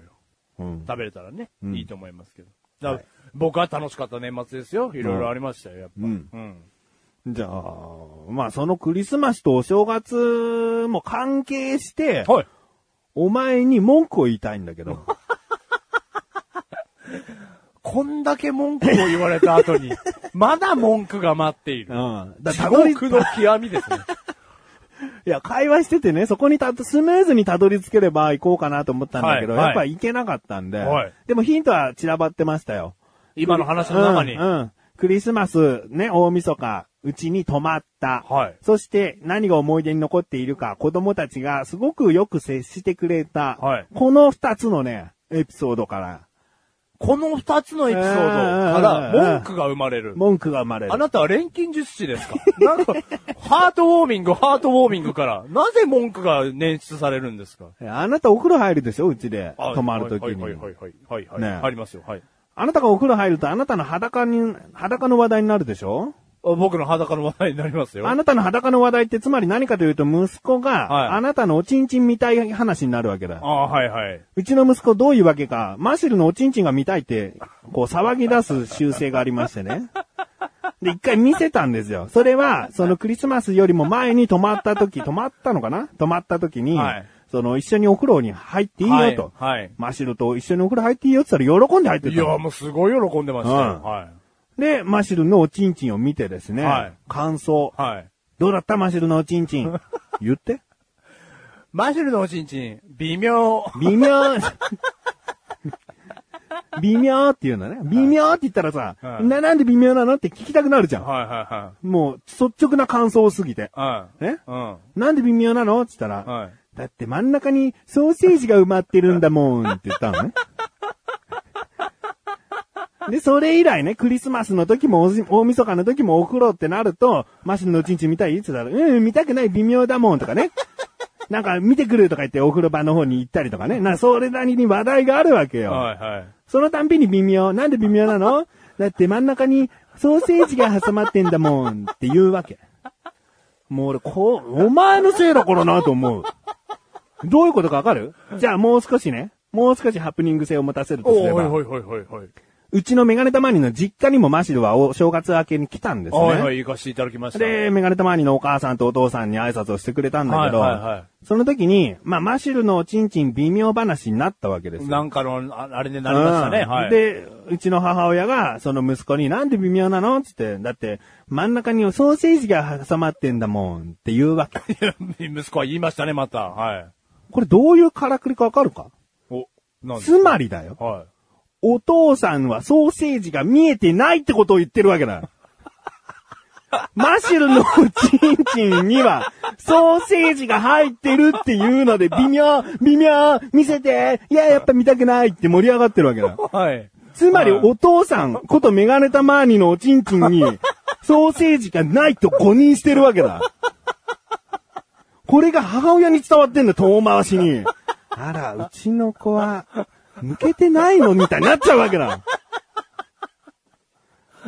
Speaker 3: うん。
Speaker 4: 食べれたらね、
Speaker 3: ん
Speaker 4: いいと思いますけど。だから僕は楽しかった年末ですよ。いろいろありましたよ、やっぱ。
Speaker 3: うん
Speaker 4: うん。
Speaker 3: じゃあ、まあそのクリスマスとお正月も関係して、
Speaker 4: はい。
Speaker 3: お前に文句を言いたいんだけ ど、
Speaker 4: こんだけ文句を言われた後 に、まだ文句が待っていうる。
Speaker 3: ん。だ
Speaker 4: 地
Speaker 3: たどり、い
Speaker 4: 獄の極 みですね。
Speaker 3: や、会話しててね、そこにたど、スムーズにたどり着ければ行こうかなと思ったんだけど、
Speaker 4: はいはい
Speaker 3: やっぱ行けなかったんで、
Speaker 4: はい
Speaker 3: でもヒントは散らばってましたよ。
Speaker 4: 今の話の中に。
Speaker 3: うん、うん。クリスマス、ね、大晦日、うちに泊まった。
Speaker 4: はい
Speaker 3: そして、何が思い出に残っているか、子供たちがすごくよく接してくれた。
Speaker 4: はい
Speaker 3: この二つのね、エピソードから、
Speaker 4: この二つのエピソードから文句が生まれる。
Speaker 3: 文句が生まれる。
Speaker 4: あなたは錬金術師ですか なんか、ハートウォーミング、ハートウォーミングから、なぜ文句が捻出されるんですか
Speaker 3: えあなたお風呂入るでしょうちで。泊まるときに。
Speaker 4: はいはいはいはい、はい、
Speaker 3: ねえ
Speaker 4: 入りますよ、はい。
Speaker 3: あなたがお風呂入ると、あなたの裸に、裸の話題になるでしょ
Speaker 4: あ僕の裸の話題になりますよ。
Speaker 3: あなたの裸の話題って、つまり何かというと、息子が、
Speaker 4: はい
Speaker 3: あなたのおちんちん見たい話になるわけだ。
Speaker 4: あはいはい。
Speaker 3: うちの息子どういうわけか、マシルのおちんちんが見たいって、こう騒ぎ出す習性がありましてね。で、一回見せたんですよ。それは、そのクリスマスよりも前に泊まった時、泊まったのかな泊まった時に、
Speaker 4: はい
Speaker 3: その一緒にお風呂に入っていいよと。
Speaker 4: はいはい
Speaker 3: マシルと一緒にお風呂入っていいよって言ったら喜んで入って
Speaker 4: い
Speaker 3: た
Speaker 4: や、
Speaker 3: の。
Speaker 4: もうすごい喜んでましたよ。
Speaker 3: うん
Speaker 4: は
Speaker 3: で、マシルのおちんちんを見てですね、
Speaker 4: はい
Speaker 3: 感想。
Speaker 4: い。はい。
Speaker 3: どうだったマシルのおちんち ん。言って。
Speaker 4: マシュルのおちんちん、微妙。
Speaker 3: 微妙。微妙って言うんだね。微妙って言ったらさ、
Speaker 4: はい
Speaker 3: な、なんで微妙なのって聞きたくなるじゃん。
Speaker 4: はいはいは
Speaker 3: もう、率直な感想すぎて。
Speaker 4: い。は
Speaker 3: ね
Speaker 4: い。うん。
Speaker 3: なんで微妙なのって言ったら、
Speaker 4: はい。
Speaker 3: だって真ん中にソーセージが埋まってるんだもんって言ったのね。 で、それ以来ね、クリスマスの時も、おじ大晦日の時もお風呂ってなると、マシンのちんちん見たいって言ったら、うん、見たくない微妙だもんとか ね。なんか見てくるとか言ってお風呂場の方に行ったりとかね。な、それなりに話題があるわけよ。
Speaker 4: はいはい。
Speaker 3: そのたんびに微妙。なんで微妙なのだって真ん中にソーセージが挟まってんだもんって言うわけ。もう俺、こう、お前のせいだからなと思う。どういうことかわかるじゃあもう少しね。もう少しハプニング性を持たせるとす
Speaker 4: お
Speaker 3: れ
Speaker 4: ー、
Speaker 3: ば。
Speaker 4: ほいほいほいほいほい。
Speaker 3: うちのメガネたまわりの実家にもマシルはお正月明けに来たんですね。
Speaker 4: はいはい、行かせていただきました。
Speaker 3: で、メガネたまわりのお母さんとお父さんに挨拶をしてくれたんだけど、
Speaker 4: はいはいはい
Speaker 3: その時に、まあ、マシルのおちんちん微妙話になったわけですよ。
Speaker 4: なんかの、ああれでなりましたね。
Speaker 3: うん
Speaker 4: はい。、
Speaker 3: で、うちの母親が、その息子に、なんで微妙なのつって、だって、真ん中にソーセージが挟まってんだもんって言うわけ。
Speaker 4: 息子は言いましたね、また。はい。
Speaker 3: これどういうからくりかわかるか
Speaker 4: お、なん
Speaker 3: つまりだよ。
Speaker 4: は
Speaker 3: お父さんはソーセージが見えてないってことを言ってるわけ だよ。マシュルのチンチンには、ソーセージが入ってるっていうので、微妙、微妙、見せて、いや、やっぱ見たくないって盛り上がってるわけだよ。
Speaker 4: い。はい。
Speaker 3: つまり、
Speaker 4: はい
Speaker 3: お父さんことメガネたまーにのおちんちん に、ソーセージがないと誤認してるわけだ。これが母親に伝わってんだ、遠回しに。あら、うちの子は、向けてないのみたいになっちゃうわけだ。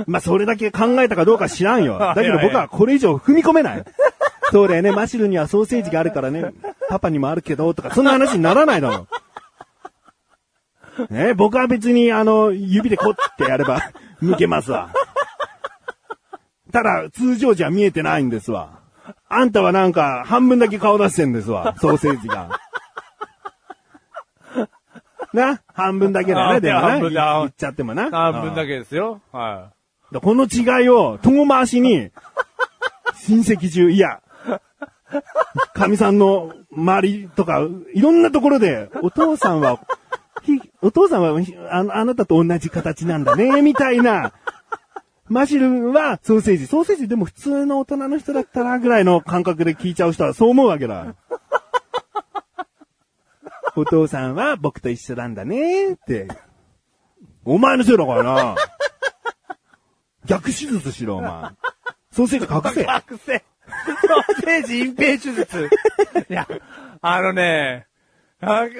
Speaker 3: まあ、それだけ考えたかどうか知ら んよ。だけど僕はこれ以上踏み込めない。そうだよね、マシルにはソーセージがあるからね、パパにもあるけど、とか、そんな話にならないだろう。ね、僕は別に、あの、指でこってやれば、 抜けますわ。ただ、通常じゃ見えてないんですわ。あんたはなんか、半分だけ顔出してんですわ、ソーセージが。 な、半分だけだ
Speaker 4: あ
Speaker 3: ね、でもな。
Speaker 4: 半分だ
Speaker 3: いっちゃってもな。
Speaker 4: 半分だけですよ。は
Speaker 3: だこの違いを遠回しに、親戚中、いや、神さんの周りとか、いろんなところで、お父さんは、ひお父さんはひあのあなたと同じ形なんだね、みたいな。マシルはソーセージ。ソーセージでも普通の大人の人だったらぐらいの感覚で聞いちゃう人はそう思うわけだ。お父さんは僕と一緒なんだねって。お前のせいだからな。逆手術しろ、お前。ソーセージ隠せ。
Speaker 4: い。覚醒ソーセージ隠蔽手術。いや、あのね、あ考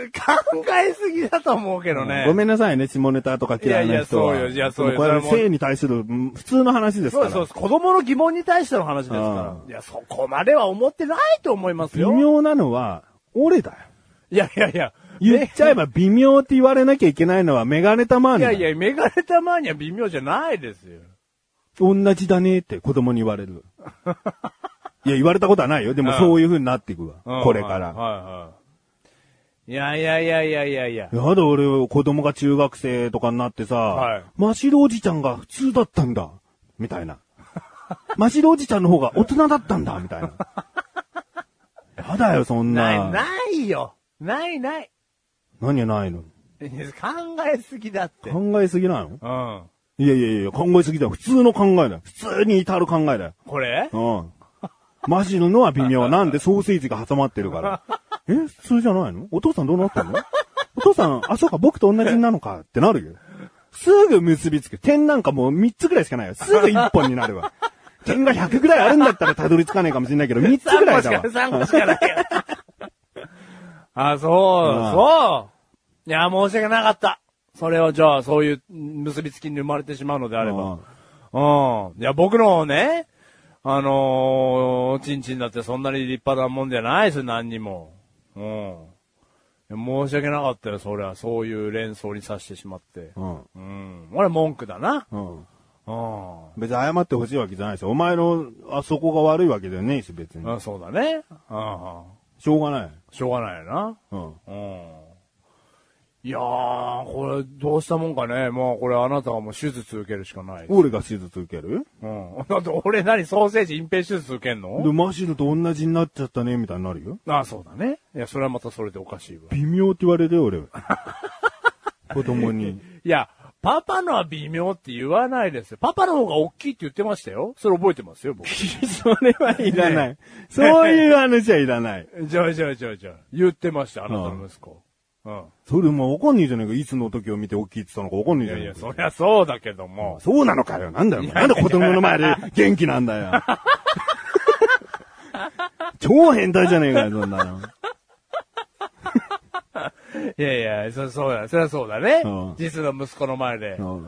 Speaker 4: えすぎだと思うけどね。
Speaker 3: ご
Speaker 4: ん。
Speaker 3: めんなさいね、下ネタとか嫌いな人は。
Speaker 4: いやいやそうよいやそうよ
Speaker 3: これは
Speaker 4: それはもう
Speaker 3: 性に対するうん普通の話です
Speaker 4: そ
Speaker 3: か
Speaker 4: うそう
Speaker 3: ら。
Speaker 4: そう。子供の疑問に対しての話ですか
Speaker 3: う
Speaker 4: ら。いや、そこまでは思ってないと思います
Speaker 3: 微
Speaker 4: よ。
Speaker 3: 妙なのは、俺だよ。
Speaker 4: いやいやいや。
Speaker 3: 言っちゃえば微妙って言われなきゃいけないのはメガネたまー
Speaker 4: い
Speaker 3: にだ
Speaker 4: や
Speaker 3: よ。
Speaker 4: いや、メガネたまには微妙じゃないですよ。
Speaker 3: 同じだねって子供に言われ る。いや、言われたことはないよ。でも
Speaker 4: うん
Speaker 3: そういう風になっていくわ。これか
Speaker 4: うん
Speaker 3: ら。
Speaker 4: はいはい。いやいやいやいやいやいや。
Speaker 3: やだ、俺、子供が中学生とかになって
Speaker 4: はい
Speaker 3: さ、マシロおじちゃんが普通だったんだ、みたいな。 マシロおじちゃんの方が大人だったんだ、みたいな。やだよ、そん
Speaker 4: な
Speaker 3: な。
Speaker 4: い、ないよ。ないない。
Speaker 3: 何がないの
Speaker 4: 考えすぎだって。うん。
Speaker 3: 考えすぎなの
Speaker 4: こ
Speaker 3: いやいやいや、考えすぎだよ。普通の考えだよ。普通に至る考えだよ。
Speaker 4: れ
Speaker 3: うん。マジののは微妙。なんでソーセージが挟まってるから。え普通じゃないのお父さんどうなったのお父さん、あ、そうか、僕と同じなのかってなるよ。すぐ結びつく。点なんかもう3つぐらいしかないよ。すぐ1本になるわ。点が100ぐらいあるんだったらたどり着かないかもしれないけど、3つぐらいだわ
Speaker 4: 3個。しか、3個しかない。あ、そう、
Speaker 3: うん
Speaker 4: そう。いや、申し訳なかった。それをじゃあ、そういう結びつきに生まれてしまうのであれば。うん。いや、僕のね、あのー、ちんちんだってそんなに立派なもんじゃないですよ、何にも。うん。いや申し訳なかったよ、そりゃ。そういう連想にさせてしまって。
Speaker 3: うん。うん。
Speaker 4: うん。俺文句だな。
Speaker 3: うん。
Speaker 4: うん。
Speaker 3: 別に謝ってほしいわけじゃないですよ。お前の、あそこが悪いわけじゃねえし、別に。
Speaker 4: あそうだね。うん。
Speaker 3: しょうがない。
Speaker 4: しょうがないよな。
Speaker 3: うん。
Speaker 4: うん。いやー、これ、どうしたもんかね。もう、これ、あなたはもう手術受けるしかない。
Speaker 3: 俺が手術受ける
Speaker 4: うん。だって、俺何、ソーセージ隠蔽手術受けん
Speaker 3: で、
Speaker 4: の
Speaker 3: マシルと同じになっちゃったね、みたいになるよ。
Speaker 4: ああ、そうだね。いや、それはまたそれでおかしいわ。
Speaker 3: 微妙って言われてよ、 俺。子供に。
Speaker 4: いや、パパのは微妙って言わないですよ。パパの方が大きいって言ってましたよ。それ覚えてますよ、僕。
Speaker 3: それはいらない。そういう話はいらない。
Speaker 4: じゃあじゃあじゃあじゃあ。言ってました、あなたの息子。うん。
Speaker 3: それもうわかんねえじゃねえか。いつの時を見て大きいって言ったのかわかんねえ
Speaker 4: い
Speaker 3: じゃ
Speaker 4: や
Speaker 3: ね
Speaker 4: い
Speaker 3: え
Speaker 4: や、
Speaker 3: か。
Speaker 4: そりゃそうだけども。
Speaker 3: そうなのかよ。なんだよ。なんで子供の前で元気なんだよ。超変態じゃねえかよ、そんなの。
Speaker 4: いやいや、そ、そうだ、そりゃそうだね。
Speaker 3: うん
Speaker 4: 実の息子の前で。
Speaker 3: うん
Speaker 4: うん。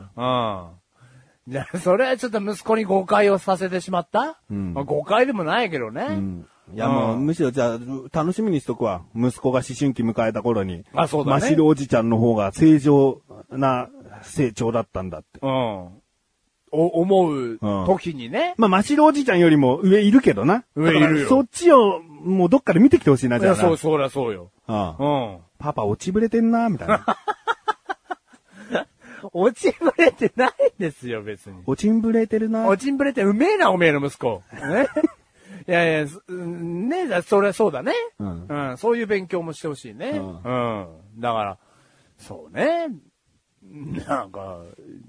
Speaker 4: じゃあ、それはちょっと息子に誤解をさせてしまった、
Speaker 3: うん
Speaker 4: まあ、誤解でもないけどね。
Speaker 3: うんいやもう、むしろじゃあ、楽しみにしとくわ。息子が思春期迎えた頃に。
Speaker 4: あそうだね
Speaker 3: マシルおじちゃんの方が正常な成長だったんだって。
Speaker 4: うん。お、思う時にね。
Speaker 3: まあ、マシロおじちゃんよりも上いるけどな。
Speaker 4: 上いるよ
Speaker 3: だからそっちを、もうどっかで見てきてほしいな、
Speaker 4: い
Speaker 3: じゃあ
Speaker 4: や、
Speaker 3: な。
Speaker 4: そう、そりゃそうよ。
Speaker 3: あ
Speaker 4: う
Speaker 3: あ
Speaker 4: ん。
Speaker 3: パパ落ちぶれてんな、みたい な。
Speaker 4: 落ちぶれてないですよ、別に。
Speaker 3: 落ちんぶれてるな。
Speaker 4: 落ちんぶれてうめえな、おめえの息子。 ねいやいや、すうんねえだ、それそうだね、
Speaker 3: う
Speaker 4: うんん。そういう勉強もしてほしいね、
Speaker 3: うん
Speaker 4: うん。だから、そうね。なんか、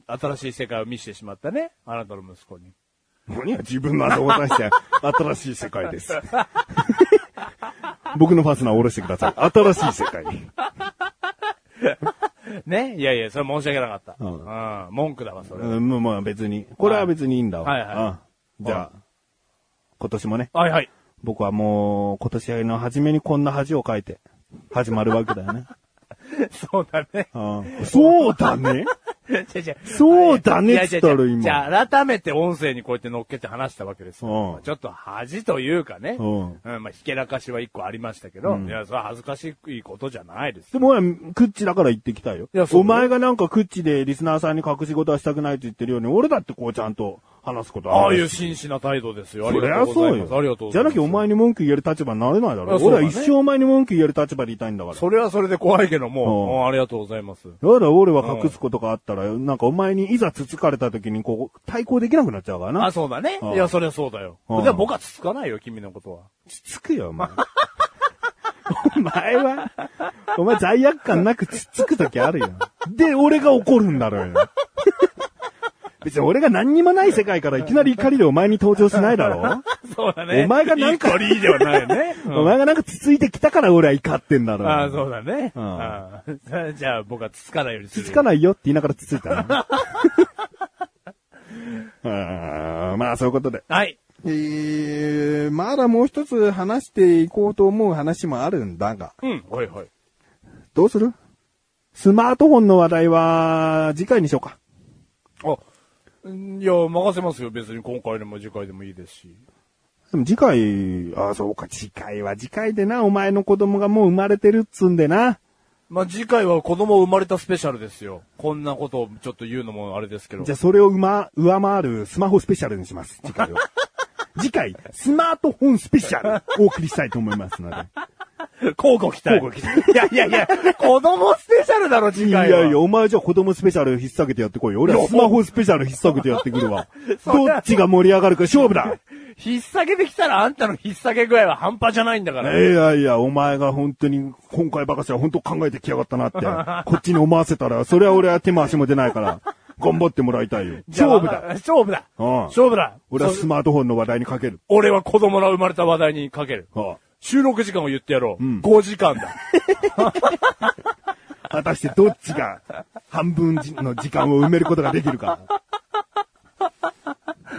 Speaker 4: 新しい世界を見せてしまったね、あなたの息子に。
Speaker 3: 何や、自分の頭を出 して、新しい世界です。 僕のファスナーを下ろしてください。新しい世界に。
Speaker 4: ねいやいや、それ申し訳なかった。
Speaker 3: う
Speaker 4: うん。文句だわ、それは。
Speaker 3: うん、まあまあ別に。これは別にいいんだわ。
Speaker 4: はいはいは
Speaker 3: うんじゃあ、今年もね、
Speaker 4: はいはい。
Speaker 3: 僕はもう、今年の初めにこんな恥をかいて、始まるわけだよね。
Speaker 4: そうだね。
Speaker 3: うんそうだね。
Speaker 4: 違う 違う
Speaker 3: そうだね
Speaker 4: いや違う
Speaker 3: っつったろ今
Speaker 4: じゃあ改めて音声にこうやって乗っけて話したわけですよ
Speaker 3: うん
Speaker 4: ちょっと恥というかね。
Speaker 3: うん
Speaker 4: まあ、ひけらかしは一個ありましたけど、いや、それは恥ずかしいことじゃないです
Speaker 3: で
Speaker 4: よ。
Speaker 3: も俺、クッチだから言ってきたよ。
Speaker 4: いやそう
Speaker 3: お前がなんかクッチでリスナーさんに隠し事はしたくないって言ってるように、俺だってこうちゃんと話すこと
Speaker 4: ああいうう真摯な態度ですよ。あ
Speaker 3: そ
Speaker 4: り
Speaker 3: り
Speaker 4: が
Speaker 3: ゃ
Speaker 4: とうござ
Speaker 3: そう
Speaker 4: います。
Speaker 3: よ。
Speaker 4: ありがとうご
Speaker 3: じゃ
Speaker 4: ざいま
Speaker 3: な
Speaker 4: す。
Speaker 3: きゃお前に文句言える立場になれないだ
Speaker 4: い
Speaker 3: ろ。
Speaker 4: やそう
Speaker 3: 俺は
Speaker 4: だね
Speaker 3: 一生お前に文句言える立場でいたいんだから。
Speaker 4: それはそれで怖いけども、
Speaker 3: うん
Speaker 4: うんありがとうございます。
Speaker 3: やだ、俺は隠すことがあったら、なんかお前にいざつつかれた時に、こう、対抗できなくなっちゃうからな。
Speaker 4: あ、そうだね。
Speaker 3: うん
Speaker 4: いや、そりゃそうだよ。
Speaker 3: うん
Speaker 4: じゃあ僕はつつかないよ、君のことは。
Speaker 3: つつくよ、お前。お前は、お前罪悪感なくつっつく時あるよ。で、俺が怒るんだろうよ。別に俺が何にもない世界からいきなり怒りでお前に登場しないだろ
Speaker 4: そうだね。
Speaker 3: お前がなんか
Speaker 4: いい子にではないよね。うん
Speaker 3: お前がなんかつついてきたから俺は怒ってんだろ
Speaker 4: ああ、
Speaker 3: う。
Speaker 4: そうだね。
Speaker 3: うん
Speaker 4: ああじゃあ僕はつつかないようにす
Speaker 3: つ
Speaker 4: るよ。
Speaker 3: つかないよって言いながらつついた な。あーまあ、そういうことで。
Speaker 4: はい。
Speaker 3: えー、まだもう一つ話していこうと思う話もあるんだが、
Speaker 4: うん。はいはい。
Speaker 3: どうするスマートフォンの話題は、次回にしようか。
Speaker 4: あ、うんいや、任せますよ。別に今回でも次回でもいいですし。
Speaker 3: でも次回、ああ、そうか、次回は次回でな、お前の子供がもう生まれてるっつんでな。
Speaker 4: まあ、次回は子供生まれたスペシャルですよ。こんなことをちょっと言うのもあれですけど。
Speaker 3: じゃあそれをうま、上回るスマホスペシャルにします、次 回は。次回、スマートフォンスペシャル、お送りしたいと思いますの で。
Speaker 4: 交互期待。
Speaker 3: 交互期
Speaker 4: いやいやいや、子供スペシャルだろ、次
Speaker 3: い
Speaker 4: 回は。
Speaker 3: やいや、お前じゃあ子供スペシャル引っ提げてやってこいよ。俺はスマホスペシャル引っ提げてやってくる わ。どっちが盛り上がるか勝負だ
Speaker 4: 引っ下げてきたらあんたの引っ下げ具合は半端じゃないんだから。
Speaker 3: いやいや、お前が本当に、今回ばかしは本当考えてきやがったな って、こっちに思わせたら、それは俺は手も足も出ないから、頑張ってもらいたいよ。
Speaker 4: じゃあ
Speaker 3: 勝負だ。
Speaker 4: 勝負だ。
Speaker 3: うん
Speaker 4: 勝負だ。
Speaker 3: 俺は
Speaker 4: そ
Speaker 3: スマートフォンの話題にかける。
Speaker 4: 俺は子供の生まれた話題にかける。
Speaker 3: は
Speaker 4: 収録時間を言ってやろう。5時間だ。
Speaker 3: あ果たしてどっちが半分の時間を埋めることができるか。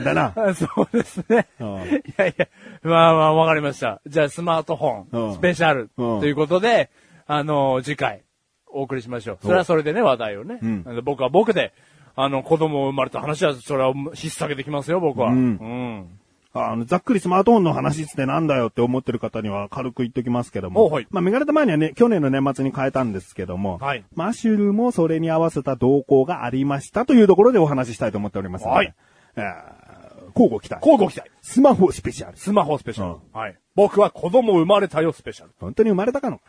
Speaker 3: だな。
Speaker 4: あそうですね。
Speaker 3: う
Speaker 4: い
Speaker 3: ん
Speaker 4: やいや、まあまあ、わかりました。じゃあ、スマートフ
Speaker 3: う
Speaker 4: ォ
Speaker 3: ん
Speaker 4: ン、スペシャル、
Speaker 3: うん
Speaker 4: ということで、あのー次回、お送りしましょう。それはそれでね、話題をね。
Speaker 3: ん
Speaker 4: あの僕は僕で、あの、子供生まれた話は、それは引っ提げてきますよ、僕は。
Speaker 3: うん
Speaker 4: うん。
Speaker 3: あの、ざっくりスマートフォンの話ってなんだよって思ってる方には軽く言っときますけど
Speaker 4: お
Speaker 3: も。
Speaker 4: はい
Speaker 3: まあ、メガネた前にはね、去年の年末に変えたんですけども。
Speaker 4: はい
Speaker 3: マシュルもそれに合わせた動向がありましたというところでお話ししたいと思っておりますので。
Speaker 4: はい
Speaker 3: えー。交互期待。
Speaker 4: 交互期待。
Speaker 3: スマホスペシャル。
Speaker 4: スマホスペシャル。
Speaker 3: う
Speaker 4: はい。僕は子供生まれたよ、スペシャル。
Speaker 3: 本当に生まれたかの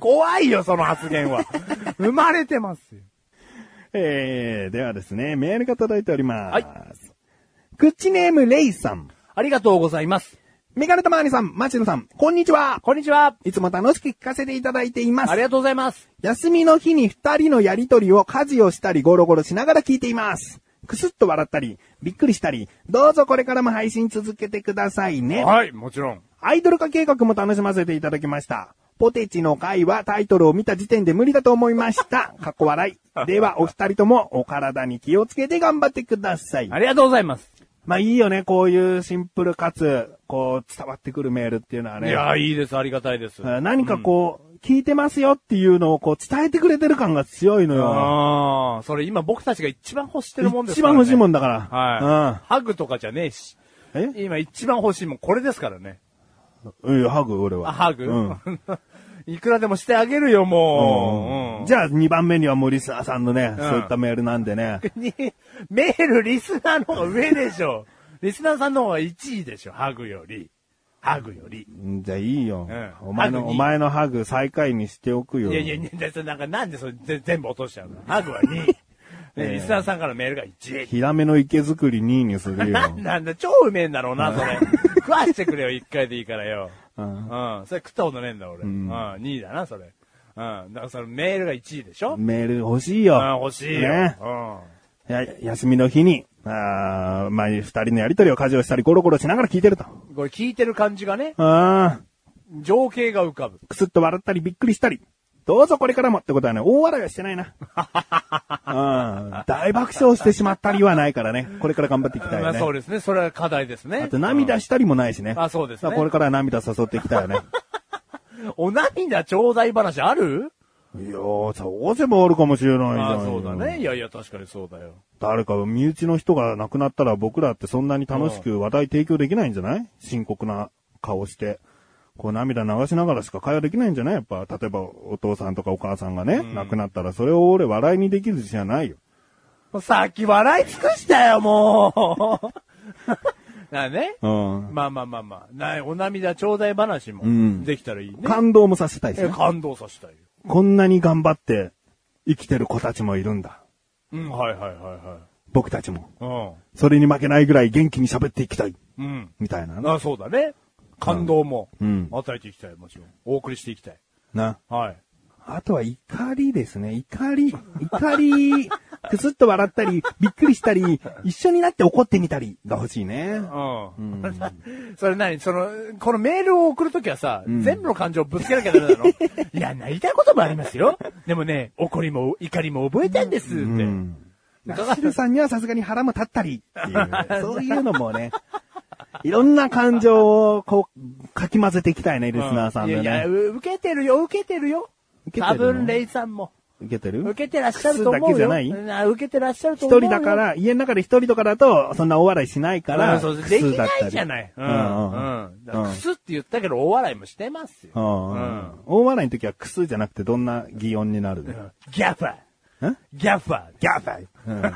Speaker 4: 怖いよ、その発言は。 生まれてますよ。
Speaker 3: えー、ではですね、メールが届いております。
Speaker 4: はい
Speaker 3: クッチネームレイさん。
Speaker 4: ありがとうございます。
Speaker 3: メガネたまわりさん、マシュルさん、こんにちは。
Speaker 4: こんにちは。
Speaker 3: いつも楽しく聞かせていただいています
Speaker 4: あ。りがとうございます。
Speaker 3: 休みの日に二人のやりとりを家事をしたりゴロゴロしながら聞いています。くすっと笑ったり、びっくりしたり、どうぞこれからも配信続けてくださいね。
Speaker 4: はい、もちろん。
Speaker 3: アイドル化計画も楽しませていただきました。ポテチの回はタイトルを見た時点で無理だと思いました。かっこ笑い。では、お二人ともお体に気をつけて頑張ってください。
Speaker 4: ありがとうございます。
Speaker 3: まあいいよね、こういうシンプルかつ、こう伝わってくるメールっていうのはいね。
Speaker 4: や、いいです。ありがたいです。
Speaker 3: あ何かこう、聞いてますよっていうのをこう伝えてくれてる感が強いのよ。
Speaker 4: ああ、それ今僕たちが一番欲してるもんです
Speaker 3: 一
Speaker 4: から、
Speaker 3: 番
Speaker 4: ね。
Speaker 3: 欲しいも
Speaker 4: ん。
Speaker 3: んだから。
Speaker 4: はい。ハグとかじゃねえし。
Speaker 3: うん。え
Speaker 4: 今一番欲しいもんこれですからね。
Speaker 3: うん、ハグ、俺は。
Speaker 4: あハグ
Speaker 3: うん。
Speaker 4: いくらでもしてあげるよ、もう。
Speaker 3: じゃあ、2番目にはもうリスナーさんのね、
Speaker 4: ん
Speaker 3: そういったメールなんでね。
Speaker 4: ゃに、 メールリスナーの方が上でしょ。 リスナーさんの方が1位でしょ、ハグより。ハグより。
Speaker 3: うんじゃあ、いいよ。
Speaker 4: うん
Speaker 3: お前
Speaker 4: ハグ
Speaker 3: の、
Speaker 4: に
Speaker 3: お前のハグ最下位にしておくよ。
Speaker 4: いやいやいや、それなんかなんでそれぜ全部落としちゃうのハグは2位。 ねリスナーさんからのメールが1
Speaker 3: ヒラメの池作り2位にする
Speaker 4: 位。
Speaker 3: よ
Speaker 4: な。 んなんだ、超うめえんだろうな、それ。食わしてくれよ、1回でいいからよ。うん。それ食ったことねえんだ、俺。うん。2位だな、それ。うん。だからそのメールが1位でしょ
Speaker 3: メール欲しいうよ。
Speaker 4: ん、欲しいよ。
Speaker 3: ね。
Speaker 4: うん。
Speaker 3: や休みの日に、あーまあ、二人のやりとりを家事をしたり、ゴロゴロしながら聞いてると。
Speaker 4: これ聞いてる感じがね、
Speaker 3: あー
Speaker 4: 情景が浮かぶ。
Speaker 3: くすっと笑ったりびっくりしたり。どうぞこれからもってことはね、大笑いはしてないな。うん大爆笑してしまったりはないからね。これから頑張っていきたいよ
Speaker 4: まあそう
Speaker 3: ね。
Speaker 4: ですね。それは課題ですね。
Speaker 3: あと涙したりもないしね。
Speaker 4: あそうですね
Speaker 3: だからこれからは涙誘っていきたいよね。
Speaker 4: お涙ちょうだい話ある
Speaker 3: いやー、そうせばあるかもしれないじゃん。
Speaker 4: ああ、そうだね。いやいや、確かにそうだよ。
Speaker 3: 誰か身内の人が亡くなったら僕らってそんなに楽しく話題提供できないんじゃない深刻な顔して。こう涙流しながらしか会話できないんじゃないやっぱ、例えばお父さんとかお母さんがね、亡くなったらそれを俺笑いにできる自信はないよ。
Speaker 4: さっき笑い尽くしたよ、もう。 なあね。
Speaker 3: うん。
Speaker 4: まあまあまあまあ。ない、お涙ちょうだい話も
Speaker 3: ん
Speaker 4: できたらいいね。
Speaker 3: 感動もさせたいし
Speaker 4: え
Speaker 3: ね。
Speaker 4: 感動させたいよ。
Speaker 3: こんなに頑張って生きてる子たちもいるんだ。
Speaker 4: うん、はいはいは
Speaker 3: 僕たちも。
Speaker 4: いは
Speaker 3: それに負けないぐらい元気に喋っていきたい。
Speaker 4: い。うん。
Speaker 3: みたい
Speaker 4: うん。
Speaker 3: な。
Speaker 4: ああ、そうだね。感動も
Speaker 3: うん
Speaker 4: 与えていきたい、もちろん。お送りしていきたい。
Speaker 3: な。
Speaker 4: はい。
Speaker 3: あとは怒りですね。怒り、怒り、 くすっと笑ったり、びっくりしたり、一緒になって怒ってみたりが欲しいね。
Speaker 4: うん。 それ何その、このメールを送るときはさ、全部の感情をぶつけなきゃダメ なのいや、泣いたこともありますよ。でもね、怒りも怒りも覚えたんですって。
Speaker 3: うん。シルさんにはさすがに腹も立ったりっていう、 そういうのもね、いろんな感情をこう、かき混ぜていきたいね、リスナーさんで
Speaker 4: いやいや、
Speaker 3: ね。
Speaker 4: う受けてるよ、受けてるよ。
Speaker 3: 受けて
Speaker 4: 多
Speaker 3: るの
Speaker 4: 分、レイさんも。
Speaker 3: 受けて
Speaker 4: 受
Speaker 3: る
Speaker 4: けてらっしゃると思うよ。
Speaker 3: 靴だけじゃない
Speaker 4: うん受けてらっしゃると
Speaker 3: 一
Speaker 4: 思うよ。
Speaker 3: 人だから、家の中で一人とかだと、そんな大笑いしないか
Speaker 4: う
Speaker 3: ら、
Speaker 4: んそう
Speaker 3: ク
Speaker 4: でき
Speaker 3: スだ
Speaker 4: な
Speaker 3: ったり
Speaker 4: いじゃない。う
Speaker 3: うん
Speaker 4: ん。
Speaker 3: う
Speaker 4: うんん。だからクスって言ったけど、大笑いもしてますよ。
Speaker 3: う
Speaker 4: うんん
Speaker 3: 大笑いの時はクスじゃなくてどんな擬音になるの
Speaker 4: ギャファー
Speaker 3: ん。
Speaker 4: ギャファー。
Speaker 3: ギャーバイ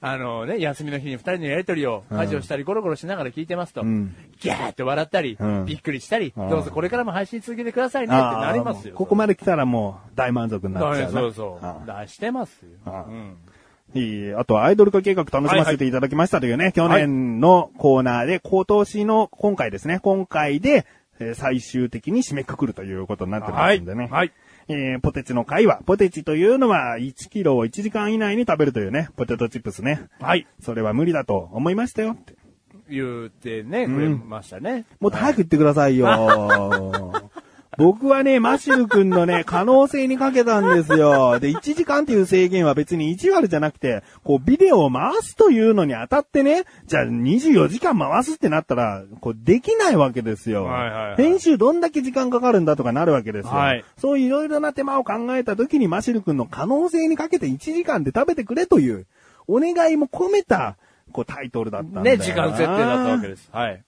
Speaker 4: あのね、休みの日に二人のやりとりを、家事をしたり、ゴロゴロしながら聞いてますと、
Speaker 3: ん
Speaker 4: ギャーって笑ったり、
Speaker 3: うん
Speaker 4: びっくりしたり、
Speaker 3: ん
Speaker 4: どうぞこれからも配信続けてくださいねって
Speaker 3: ああ
Speaker 4: なりますよ。
Speaker 3: ここ
Speaker 4: ま
Speaker 3: まで来たらもう大満足に
Speaker 4: で
Speaker 3: なっちゃうな。
Speaker 4: そうそう
Speaker 3: ああ
Speaker 4: 出してますよ。
Speaker 3: ああ
Speaker 4: うん
Speaker 3: いいあとはアイドル化計画楽しませていただきましたというね、去年のコーナーで、今年の今回ですね、今回で、えー最終的に締めくくるということになってますんでね。
Speaker 4: はいはい
Speaker 3: えーポテチの会は、ポテチというのは1キロを1時間以内に食べるというね、ポテトチップスね。
Speaker 4: はい。
Speaker 3: それは無理だと思いましたよって。
Speaker 4: 言ってね、くれましたね。
Speaker 3: もっと早く言ってくださいよ。 僕はね、マシュル君のね、可能性にかけたんですよ。で、1時間っていう制限は別に意地悪じゃなくて、こう、ビデオを回すというのに当たってね、じゃあ24時間回すってなったら、こう、できないわけですよ。
Speaker 4: はいはいはい
Speaker 3: 編集どんだけ時間かかるんだとかなるわけですよ。
Speaker 4: はい
Speaker 3: そういういろいろな手間を考えた時に、マシュル君の可能性にかけて1時間で食べてくれという、お願いも込めた、こう、タイトルだったんだよ
Speaker 4: ね、
Speaker 3: な
Speaker 4: 時間設定だったわけです。はい。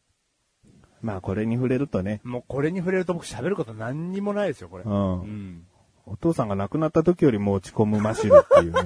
Speaker 3: まあ、これに触れるとね、
Speaker 4: もうこれに触れると僕喋ること何にもないですよ、これ。
Speaker 3: う。
Speaker 4: うんん。
Speaker 3: お父さんが亡くなった時よりも落ち込むマシュルっていうね。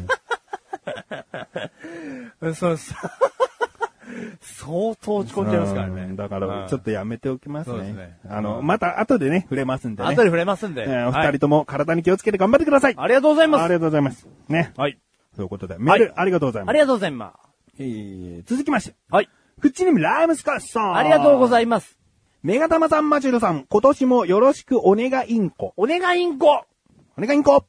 Speaker 4: そうそう。 相当 落ち込んじゃいますから
Speaker 3: う
Speaker 4: ね。
Speaker 3: んだから、ちょっとやめておきます
Speaker 4: そうで
Speaker 3: ね。
Speaker 4: すね
Speaker 3: あの、また後でね、触れますんで
Speaker 4: と
Speaker 3: ね。
Speaker 4: 後で触れますんで。
Speaker 3: えーお
Speaker 4: は
Speaker 3: 二
Speaker 4: い
Speaker 3: 人とも体に気をつけて頑張ってください。
Speaker 4: ありがとうござい
Speaker 3: あ
Speaker 4: ま
Speaker 3: り
Speaker 4: す。
Speaker 3: がとうございます。ね。
Speaker 4: はい。
Speaker 3: ということで、メール、
Speaker 4: はい
Speaker 3: ありがとうござい
Speaker 4: あ
Speaker 3: ます。
Speaker 4: りがとうございます。
Speaker 3: えー続きまして、
Speaker 4: はい。
Speaker 3: フッチネームライムスカッション。
Speaker 4: ありがとうござ
Speaker 3: います。
Speaker 4: います。
Speaker 3: メガタマさん、マシュルさん、今年もよろしくお願いインコ。
Speaker 4: お願いインコ
Speaker 3: お願いインコ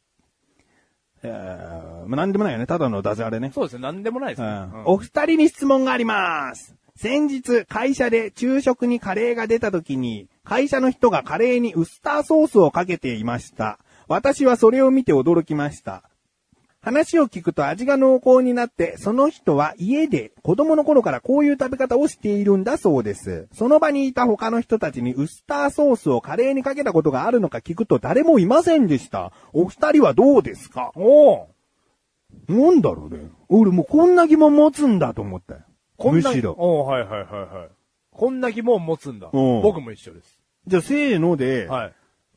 Speaker 3: えー、まあなんでもないよね。ただのダジャレね。
Speaker 4: そうですね、なんでもないですね。うん
Speaker 3: お二人に質問があります。先日、会社で昼食にカレーが出た時に、会社の人がカレーにウスターソースをかけていました。私はそれを見て驚きました。話を聞くと味が濃厚になって、その人は家で子供の頃からこういう食べ方をしているんだそうです。その場にいた他の人たちにウスターソースをカレーにかけたことがあるのか聞くと誰もいませんでした。お二人はどうですか
Speaker 4: おお
Speaker 3: なんだろうね。俺もうこんな疑問持つんだと思ったよ。
Speaker 4: こんな
Speaker 3: むしろ
Speaker 4: おうはいはいはいはい。こんな疑問持つんだ。
Speaker 3: うん
Speaker 4: 僕も一緒です。
Speaker 3: じゃあ、せーので、
Speaker 4: はい。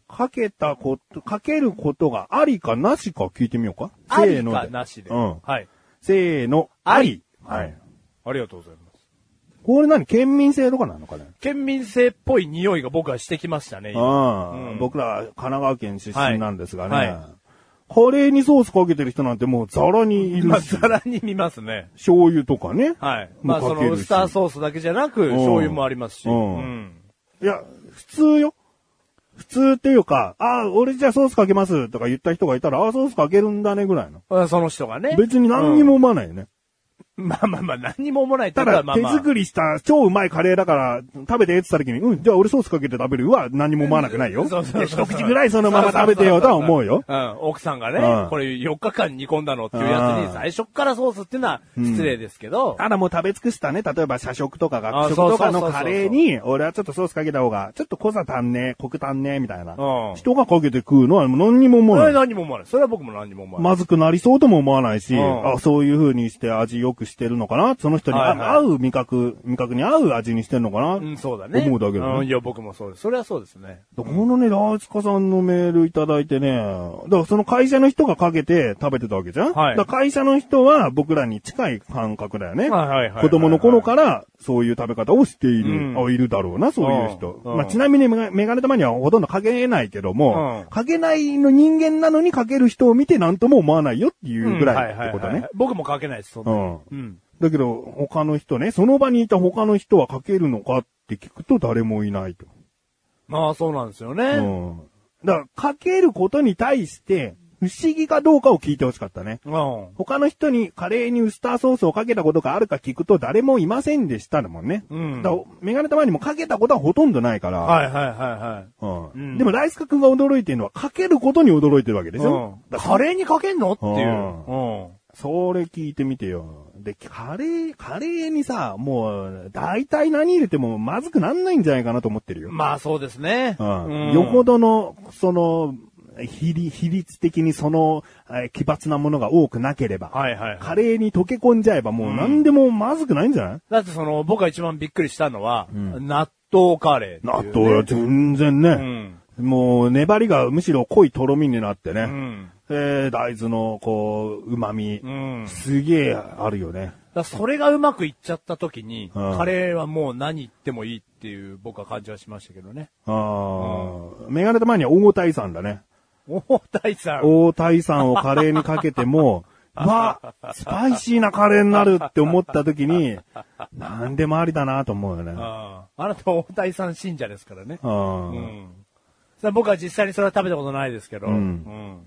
Speaker 3: かけたこと、かけることがありかなしか聞いてみようか。せ
Speaker 4: あ
Speaker 3: ー
Speaker 4: り
Speaker 3: の
Speaker 4: か
Speaker 3: で。
Speaker 4: なしで。
Speaker 3: うん
Speaker 4: はい。
Speaker 3: せーの、あり。はい。
Speaker 4: ありがとうございます。
Speaker 3: これ何県民性とかなのかね
Speaker 4: 県民性っぽい匂いが僕はしてきましたね。今
Speaker 3: ああ、
Speaker 4: うん
Speaker 3: 僕らは神奈川県出身なんですがね。
Speaker 4: はいは
Speaker 3: カレーにソースかけてる人なんてもうザラにい
Speaker 4: まあ、
Speaker 3: るし
Speaker 4: ざ、らに見ますね。
Speaker 3: 醤油とかね。
Speaker 4: はい。まあ、
Speaker 3: も
Speaker 4: そう
Speaker 3: かけ
Speaker 4: の、
Speaker 3: る
Speaker 4: ウ
Speaker 3: し
Speaker 4: スターソースだけじゃなく、
Speaker 3: ん
Speaker 4: 醤油もありますし。
Speaker 3: う
Speaker 4: うんん。
Speaker 3: いや、普通よ。普通っていうか、ああ、俺じゃあソースかけますとか言った人がいたら、ああ、ソースかけるんだねぐらいの。
Speaker 4: あその人がね。
Speaker 3: 別に何にも思わないよね。
Speaker 4: まあまあまあ、何にも思わないと
Speaker 3: た
Speaker 4: か
Speaker 3: だ、
Speaker 4: まあ
Speaker 3: 手
Speaker 4: まあ。
Speaker 3: 作りした超うまいカレーだから、食べてって言った時に、うん、じゃあ俺ソースかけて食べるは何も思わなくないよ。
Speaker 4: そうそうそうそう
Speaker 3: 一口ぐらいそのまま食べてよとは思うよ。
Speaker 4: うん、奥さんがね、
Speaker 3: うん
Speaker 4: これ4日間煮込んだのっていうや
Speaker 3: う
Speaker 4: つ
Speaker 3: ん
Speaker 4: に最初っからソースっていうのは失礼ですけど、
Speaker 3: ただもう食べ尽くしたね、例えば社食とか
Speaker 4: あ
Speaker 3: 学食とか
Speaker 4: そうそうそうそ
Speaker 3: の
Speaker 4: う
Speaker 3: カレーに、俺はちょっとソースかけた方が、ちょっと濃さ足んねえ、コク足んねえ、みたいな。
Speaker 4: うん
Speaker 3: 人がかけて食うのは何にも思
Speaker 4: それ
Speaker 3: わ
Speaker 4: は
Speaker 3: ない。
Speaker 4: 何も思わない。それは僕も何も思わない。
Speaker 3: まずくなりそうとも思わないし、
Speaker 4: うん
Speaker 3: あそういう風にして味良くしてるのかなその人に
Speaker 4: はいはい
Speaker 3: 合う味覚、味覚に合う味にしてるのかな、
Speaker 4: うん、そうだね。
Speaker 3: 思うだけだね
Speaker 4: うん、いや、僕もそうです。それはそうですね。
Speaker 3: このね、ラーチカさんのメールいただいてね、だからその会社の人がかけて食べてたわけじゃん、
Speaker 4: はい
Speaker 3: だから会社の人は僕らに近い感覚だよね。
Speaker 4: はいはいはいはい
Speaker 3: 子供の頃からそういう食べ方をしている。
Speaker 4: うん
Speaker 3: あいるだろうな、そういう人。
Speaker 4: うん
Speaker 3: まあ、ちなみにメガメガネ玉にはほとんどかけないけども、
Speaker 4: うん
Speaker 3: かけないの人間なのにかける人を見て何とも思わないよっていうぐらいってこと
Speaker 4: は
Speaker 3: ね
Speaker 4: いはいはい。僕もかけないです、そんな
Speaker 3: うん
Speaker 4: にうん。
Speaker 3: だけど、他の人ね、その場にいた他の人はかけるのかって聞くと誰もいないと。
Speaker 4: まあ、そうなんですよね。
Speaker 3: うん。だから、かけることに対して、不思議かどうかを聞いてほしかったね。
Speaker 4: うん。
Speaker 3: 他の人にカレーにウスターソースをかけたことがあるか聞くと誰もいませんでしただもんね。
Speaker 4: うん
Speaker 3: だからメガネ玉にもかけたことはほとんどないから。
Speaker 4: はいはいはいはい。
Speaker 3: うん
Speaker 4: うん
Speaker 3: でも、ライスカ君が驚いてるのは、かけることに驚いてるわけでし
Speaker 4: う
Speaker 3: ょ、
Speaker 4: ん、カレーにかけんのっていう。
Speaker 3: う
Speaker 4: うん。
Speaker 3: それ聞いてみてよ。で、カレー、カレーにさ、もう、大体何入れてもまずくなんないんじゃないかなと思ってるよ。
Speaker 4: まあそうですね。
Speaker 3: うんよほ。どの、その、比率比率的にその、えー奇抜なものが多くなければ、
Speaker 4: はいはいはい
Speaker 3: カレーに溶け込んじゃえばもう何でもまずくないんじゃない、
Speaker 4: だってその、僕が一番びっくりしたのは、納豆カレーって
Speaker 3: 納
Speaker 4: いうね、
Speaker 3: 豆は全然ね、
Speaker 4: うん。
Speaker 3: もう粘りがむしろ濃いとろみになってね、
Speaker 4: うん。
Speaker 3: えー大豆のこう、旨味、
Speaker 4: うん。だか
Speaker 3: すげえあるよね。
Speaker 4: らそれがうまくいっちゃった時に、
Speaker 3: うん
Speaker 4: カレーはもう何言ってもいいっていう僕は感じはしましたけどね。
Speaker 3: あーメガネ玉には大谷さんだね。
Speaker 4: 大谷さん。
Speaker 3: 大谷さんをカレーにかけて も、わ、スパイシーなカレーになるって思った時に、なんでもありだなと思うよね。
Speaker 4: ああなた大谷さん信者ですからね。
Speaker 3: うん
Speaker 4: うん。さあ僕は実際にそれは食べたことないですけど、
Speaker 3: うん
Speaker 4: うん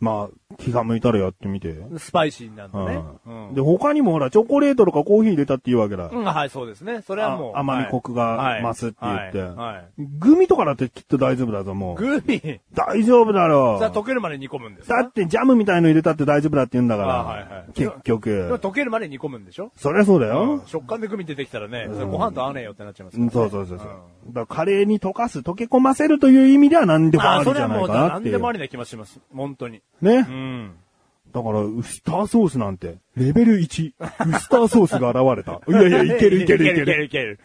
Speaker 3: まあ、気が向いたらやってみて。
Speaker 4: スパイシーなんだね。
Speaker 3: うん
Speaker 4: うん
Speaker 3: で、他にもほら、チョコレートとかコーヒー入れたって言うわけだ。
Speaker 4: うん、はい、そうですね。それはもう。
Speaker 3: あ甘み
Speaker 4: はい
Speaker 3: コクが増すって言って
Speaker 4: はいはいはい
Speaker 3: グミとかだってきっと大丈夫だぞ、もう。
Speaker 4: グミ、
Speaker 3: 大丈夫だろ
Speaker 4: さあ溶けるまで煮込むんですか
Speaker 3: だってジャムみたいの入れたって大丈夫だって言うんだか
Speaker 4: あはいは
Speaker 3: ら。
Speaker 4: い
Speaker 3: 結
Speaker 4: でも
Speaker 3: 局。
Speaker 4: 溶けるまで煮込むんでしょ
Speaker 3: そりゃそうだよ。
Speaker 4: 食感でグミ出てきたらね、それご飯と合わねえよってなっちゃいます
Speaker 3: う
Speaker 4: から
Speaker 3: ん
Speaker 4: ね
Speaker 3: そうそうそうそう。だからカレーに溶かす、溶け込ませるという意味では何でも
Speaker 4: あ
Speaker 3: あ
Speaker 4: あ、
Speaker 3: りじ
Speaker 4: それ
Speaker 3: ゃ
Speaker 4: は
Speaker 3: な
Speaker 4: も
Speaker 3: いうかな
Speaker 4: 何
Speaker 3: ってい
Speaker 4: で
Speaker 3: う。
Speaker 4: もありな気もします。本当に。
Speaker 3: ね
Speaker 4: う。ん。
Speaker 3: だから、ウスターソースなんて、レベル1、ウスターソースが現れた。 いやいや、いけるいけるいける。
Speaker 4: いける。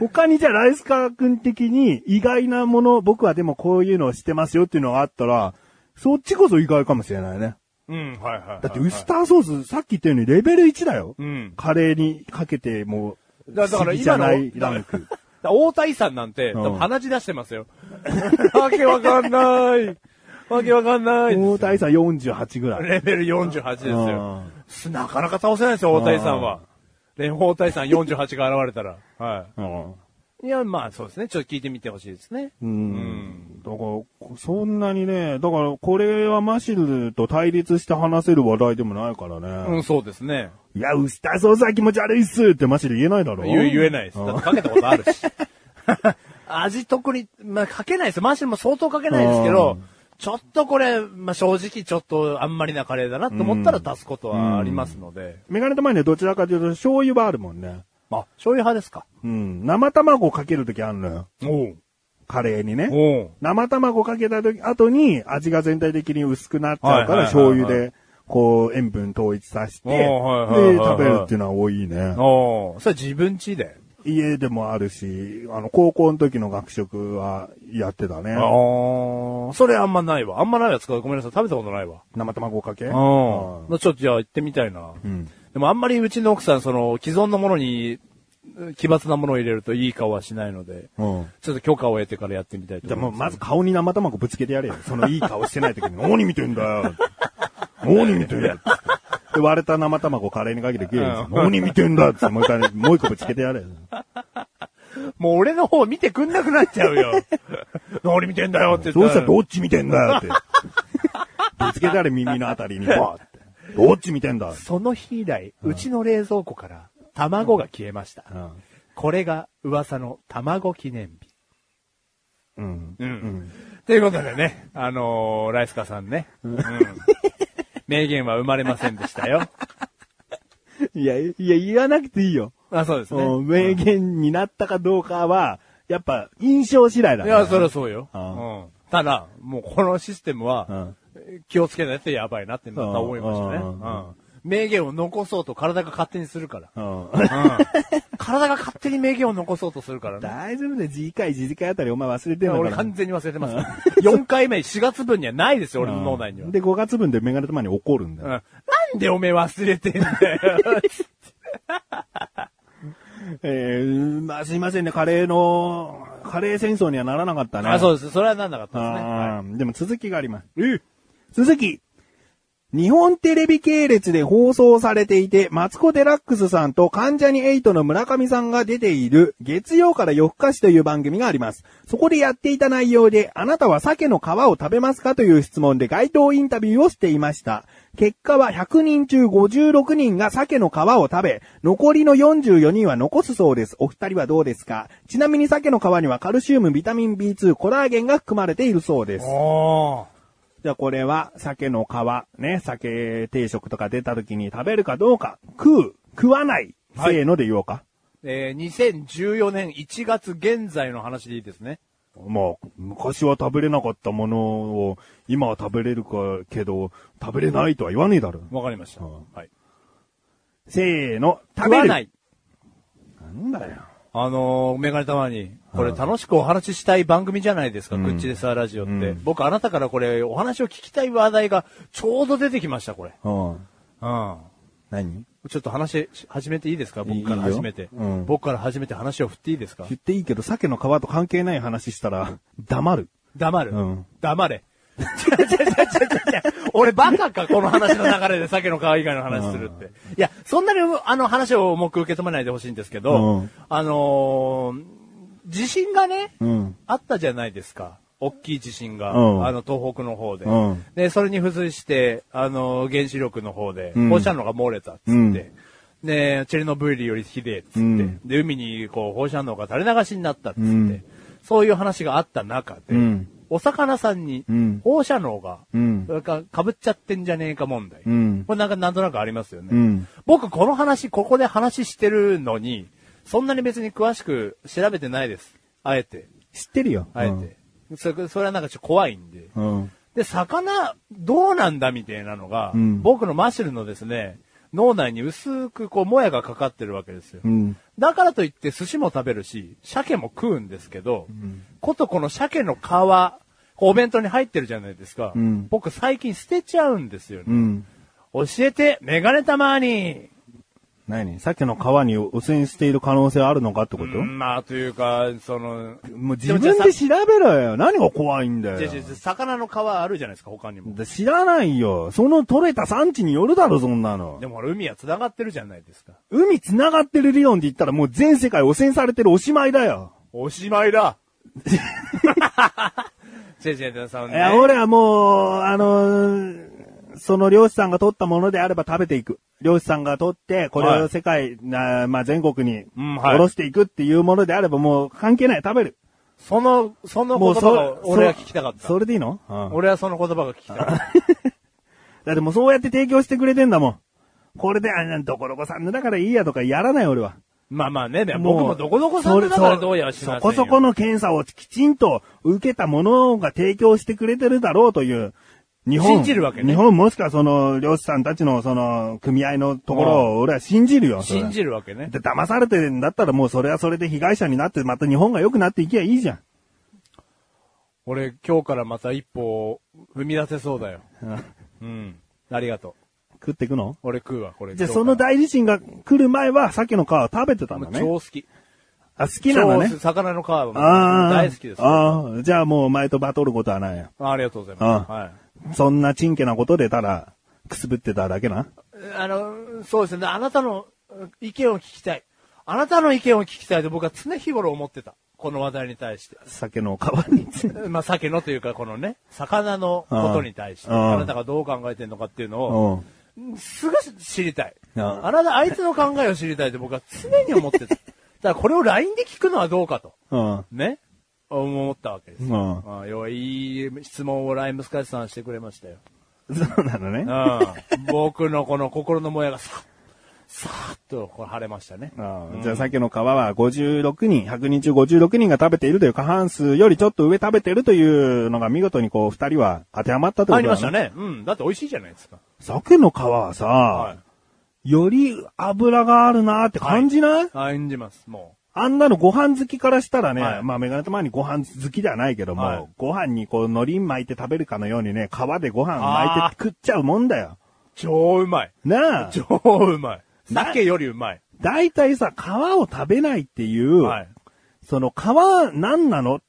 Speaker 3: 他にじゃあ、ライスカー君的に意外なもの、僕はでもこういうのをしてますよっていうのがあったら、そっちこそ意外かもしれないね。
Speaker 4: うん、はいはいはいはい。
Speaker 3: だって、ウスターソース、さっき言ったようにレベル1だよ。
Speaker 4: うん。
Speaker 3: カレーにかけても、
Speaker 4: だだから
Speaker 3: 不思議じゃ
Speaker 4: 今の
Speaker 3: ないランク。
Speaker 4: だ大谷さんなんて、
Speaker 3: うん
Speaker 4: 多分鼻血出してますよ。 わけわかんない。わけわかんない。
Speaker 3: 大谷さん48ぐらい。
Speaker 4: レベル48ですよ。すなかなか倒せないですよ、大谷さんは。連邦大谷さん48が現れたら。は
Speaker 3: うん
Speaker 4: い。いや、まあそうですね。ちょっと聞いてみてほしいですね。
Speaker 3: うんだから、そんなにね、だから、これはマシルと対立して話せる話題でもないから
Speaker 4: う
Speaker 3: ね。
Speaker 4: ん、そうですね。
Speaker 3: いや、ウスターソースは気持ち悪いっすってマシル言えないだろ
Speaker 4: 言え言えないです。
Speaker 3: うん
Speaker 4: だってかけたことあるし。 味特に、まあかけないです。マシュも相当かけないですけ
Speaker 3: う
Speaker 4: ど、ちょっとこれ、まあ正直ちょっとあんまりなカレーだなと思ったら出すことはありますので。
Speaker 3: メガネ玉にはどちらかというと醤油はあるもんね。
Speaker 4: あ、醤油派ですか。
Speaker 3: うん。生卵かけるときあるのよ。
Speaker 4: おう。
Speaker 3: カレーにね。
Speaker 4: おう。
Speaker 3: 生卵かけたとき、後に味が全体的に薄くなっちゃうから
Speaker 4: はいはいは
Speaker 3: 醤
Speaker 4: いはい
Speaker 3: 油でこう、塩分統一させて、
Speaker 4: おーはいはいはい
Speaker 3: で、
Speaker 4: はい
Speaker 3: 食べるっていうのは多いね。
Speaker 4: おーそれ自分家で。
Speaker 3: 家でもあるし、あの、高校の時の学食はやってたね
Speaker 4: あ。ーそれあんまないわ。あんまないやつか。ごめんなさい。食べたことないわ。
Speaker 3: 生卵かけ
Speaker 4: うん。
Speaker 3: う
Speaker 4: ちょっとじゃあ行ってみたいな。
Speaker 3: ん。
Speaker 4: でもあんまりうちの奥さん、その、既存のものに、奇抜なものを入れるといい顔はしないので、
Speaker 3: うん。
Speaker 4: ちょっと許可を得てからやってみたいと
Speaker 3: じゃあ
Speaker 4: 思
Speaker 3: も
Speaker 4: いうま
Speaker 3: ま
Speaker 4: す。
Speaker 3: ず顔に生卵ぶつけてやれよ。そのいい顔してない時に、何見てんだよ。 何見てんだよ。で、割れた生卵をカレーにかけて食えよ。何見てんだって、もう一回、もう一個ぶつけてやれよ。
Speaker 4: もう俺の方見てくんなくなっちゃ うよ。何見てんだよって
Speaker 3: そ
Speaker 4: 言
Speaker 3: う
Speaker 4: っ
Speaker 3: したた
Speaker 4: ら。
Speaker 3: らどっち見てんだよって。ぶつけたら耳のあたり にバーって。どっち見てんだって
Speaker 4: その日以来、うちの冷蔵庫から卵が消えました。
Speaker 3: うん
Speaker 4: これが噂の卵記念日。
Speaker 3: うん。
Speaker 4: うん。ということでね、あのーライスカさんね。うん。名言は生まれませんでした よ。
Speaker 3: いや、いや、言わなくていいよ。
Speaker 4: あ、そうですね。
Speaker 3: うん名言になったかどうかは、やっぱ、印象次第だ
Speaker 4: い
Speaker 3: ね。
Speaker 4: や、そりゃそうよ。
Speaker 3: う
Speaker 4: うんん。ただ、もうこのシステム
Speaker 3: う
Speaker 4: は
Speaker 3: ん、
Speaker 4: 気をつけないとやばいなってまた思いましたね。
Speaker 3: う
Speaker 4: うんん。名言を残そうと体が勝手にするから。
Speaker 3: うん。
Speaker 4: うん。体が勝手に名言を残そうとするからね。
Speaker 3: 大丈夫だよ、次回、次次回あたりお前忘れて
Speaker 4: い
Speaker 3: ん
Speaker 4: や
Speaker 3: の
Speaker 4: 俺
Speaker 3: かな
Speaker 4: 完。全に忘れてますから。4回目、4月分にはないですよ、俺の脳内には。
Speaker 3: で、5月分でメガネたまに怒るんだ
Speaker 4: うん
Speaker 3: よ。
Speaker 4: なんでおめえ忘れてんだよ。
Speaker 3: えー、まあすいませんね、カレーの、カレー戦争にはならなかったね。
Speaker 4: あ、そううです。それはなんなかったですね。はい
Speaker 3: でも続きがあります。続き。日本テレビ系列で放送されていて、マツコ・デラックスさんと関ジャニ8の村上さんが出ている、月曜から夜更かしという番組があります。そこでやっていた内容で、あなたは鮭の皮を食べますかという質問で街頭インタビューをしていました。結果は100人中56人が鮭の皮を食べ、残りの44人は残すそうです。お二人はどうですかちなみに鮭の皮にはカルシウム、ビタミン B2、コラーゲンが含まれているそうです。
Speaker 4: お
Speaker 3: じゃあこれは、鮭の皮、ね、鮭定食とか出た時に食べるかどうか、食う、食わない、
Speaker 4: はい
Speaker 3: せーので言おうか。
Speaker 4: ーえー、2014年1月現在の話でいいですね。
Speaker 3: まあ、昔は食べれなかったものを、今は食べれるかけど、食べれないとは言わねえだろ。
Speaker 4: わかりました。
Speaker 3: うん
Speaker 4: はい。
Speaker 3: せーの、食
Speaker 4: 食
Speaker 3: べ
Speaker 4: べ
Speaker 3: る。
Speaker 4: ない。
Speaker 3: なんだよ。
Speaker 4: あのーメガネたまに、これ楽しくお話ししたい番組じゃないですか、グッチレスアラジオって、僕あなたからこれ、お話を聞きたい話題がちょうど出てきました、これ。
Speaker 3: うん。
Speaker 4: うん。
Speaker 3: 何
Speaker 4: ちょっと話し始めていいですか僕から
Speaker 3: いいよ
Speaker 4: 初めて。
Speaker 3: うん
Speaker 4: 僕から初めて話を振っていいですか
Speaker 3: 言っていいけど、鮭の皮と関係ない話したら、黙る。
Speaker 4: 黙る。
Speaker 3: うん
Speaker 4: 黙れ。 違う違う違う違う違う俺バカか、この話の流れで酒の皮以外の話するって。いや、そんなにあの話を重く受け止めないでほしいんですけど、
Speaker 3: うん
Speaker 4: あのー地震がね、
Speaker 3: うん
Speaker 4: あったじゃないですか。大きい地震が、
Speaker 3: うん
Speaker 4: あの、東北の方で、
Speaker 3: うん
Speaker 4: で、それに付随して、あの、原子力の方で、
Speaker 3: ん
Speaker 4: 放射能が漏れたっ、つって、
Speaker 3: うん
Speaker 4: で、チェルノブイリよりひでえっ、つって、
Speaker 3: うん
Speaker 4: で、海に、こう、放射能が垂れ流しになったっ、つって、
Speaker 3: ん
Speaker 4: そういう話があった中で、
Speaker 3: うん
Speaker 4: お魚さんに
Speaker 3: うん、
Speaker 4: 放射能が、
Speaker 3: うん
Speaker 4: かかぶっちゃってんじゃねえか問題。
Speaker 3: うん
Speaker 4: これなんか、なんとなくありますよね。
Speaker 3: うん
Speaker 4: 僕、この話、ここで話してるのに、そんなに別に詳しく調べてないです。あえて。
Speaker 3: 知ってるよ。
Speaker 4: あえて。それ、それはなんかちょっと怖いんで。
Speaker 3: うん。うん。
Speaker 4: で、魚、どうなんだみたいなのが、
Speaker 3: うん
Speaker 4: 僕のマシュルのですね、脳内に薄くこう、もやがかかってるわけですよ。
Speaker 3: うん。
Speaker 4: だからといって寿司も食べるし、鮭も食うんですけど、ことこの鮭の皮、お弁当に入ってるじゃないですか。
Speaker 3: うん
Speaker 4: 僕最近捨てちゃうんですよ
Speaker 3: う
Speaker 4: ね。
Speaker 3: ん。
Speaker 4: 教えて、メガネたまに。
Speaker 3: 何鮭の皮に汚染している可能性あるのかってこと、
Speaker 4: うんまあ、というか、その、
Speaker 3: もう自分で調べろよ。何が怖いんだ
Speaker 4: 違う違う
Speaker 3: よ。
Speaker 4: 違う魚の皮あるじゃないですか、他にも。
Speaker 3: だ知らないよ。その取れた産地によるだろ、そんなの
Speaker 4: で。もほら海は繋がってるじゃないですか。
Speaker 3: 海繋がってる理論で言ったらもう全世界汚染されてるおしまいだよ。
Speaker 4: おしまいだ 違う違う、その
Speaker 3: い
Speaker 4: ね。
Speaker 3: や、俺はもう、あのーその漁師さんが取ったものであれば食べていく。漁師さんが取って、これ
Speaker 4: は
Speaker 3: を
Speaker 4: い
Speaker 3: 世界、なまあ、全国に、
Speaker 4: うんはい
Speaker 3: おろしていくっていうものであればもう関係ない。食べる。
Speaker 4: その、その
Speaker 3: も
Speaker 4: 言
Speaker 3: う
Speaker 4: 葉
Speaker 3: そ
Speaker 4: が、俺は聞きたかった。
Speaker 3: それでいいの、うん
Speaker 4: 俺はその言葉が聞きたかった。
Speaker 3: だってもうそうやって提供してくれてんだもん。これで、あ、なんどこどこさんのだからいいやとかやらない俺は。
Speaker 4: まあまあね、でも僕もどこどこさんのだ
Speaker 3: そ
Speaker 4: か
Speaker 3: れ
Speaker 4: らどうやらしませんよ
Speaker 3: そこそこの検査をきちんと受けたものが提供してくれてるだろうという、日本、
Speaker 4: 信じるわけね
Speaker 3: 日本もしくはその、漁師さんたちのその、組合のところを俺は信じるよ。
Speaker 4: 信じ
Speaker 3: る。
Speaker 4: るわけね。
Speaker 3: で、騙されてるんだったらもうそれはそれで被害者になって、また日本が良くなっていけばいいじゃん。
Speaker 4: 俺、今日からまた一歩踏み出せそうだよ。うん。ありがとう。
Speaker 3: 食っていくの
Speaker 4: 俺食うわ、これ。
Speaker 3: じゃあ
Speaker 4: 今
Speaker 3: そ
Speaker 4: 日か
Speaker 3: の
Speaker 4: ら
Speaker 3: 大地震が来る前は、鮭の皮を食べてたんだ
Speaker 4: もう
Speaker 3: ね。
Speaker 4: 超好き。
Speaker 3: あ、好きなのね
Speaker 4: 超。魚の皮はもう
Speaker 3: ああ。
Speaker 4: 大好きです。あ
Speaker 3: ああ、じゃあもうお前とバトることはないよ。
Speaker 4: ありがとうございます。
Speaker 3: あ
Speaker 4: はい。
Speaker 3: そんなチンケなことでたら、くすぶってただけな。
Speaker 4: あの、そうですね。あなたの意見を聞きたい。あなたの意見を聞きたいと僕は常日頃思ってた。この話題に対して。
Speaker 3: 鮭の皮につい て。
Speaker 4: まあ、鮭のというか、このね、魚のことに対して、
Speaker 3: うんうん
Speaker 4: あなたがどう考えてるのかっていうのを、
Speaker 3: うん。
Speaker 4: すぐ知りたい。
Speaker 3: うん
Speaker 4: あなた、あいつの考えを知りたいと僕は常に思 ってた。だからこれを LINE で聞くのはどうかと。
Speaker 3: うん。
Speaker 4: ね思ったわけですよ。
Speaker 3: う
Speaker 4: ああ要はいい質問をライムスカイさんしてくれましたよ。
Speaker 3: そうなのね。
Speaker 4: うん、僕のこの心のもやがさ、さーっとこう晴れましたね。
Speaker 3: ああじゃあ、鮭の皮は56人、100人中56人が食べているという過半数よりちょっと上食べてるというのが見事にこう、二人は当てはまったという
Speaker 4: あ
Speaker 3: こと
Speaker 4: り
Speaker 3: だ
Speaker 4: ました。ね。うん。だって美味しいじゃないですか。
Speaker 3: 鮭の皮はさ、
Speaker 4: は
Speaker 3: より油があるなって感じない、
Speaker 4: い。演じます、も
Speaker 3: あんなのご飯好きからしたらね、
Speaker 4: はい
Speaker 3: まあメガネと前にご飯好きではないけども、
Speaker 4: はい
Speaker 3: ご飯にこう海苔巻いて食べるかのようにね、皮でご飯巻いて食っちゃうもんだよ。
Speaker 4: う。超うまい。
Speaker 3: なあ。
Speaker 4: 超うまい。
Speaker 3: な
Speaker 4: 鮭よりうまい。
Speaker 3: 大体さ、皮を食べないっていう、
Speaker 4: はい。
Speaker 3: その皮何なの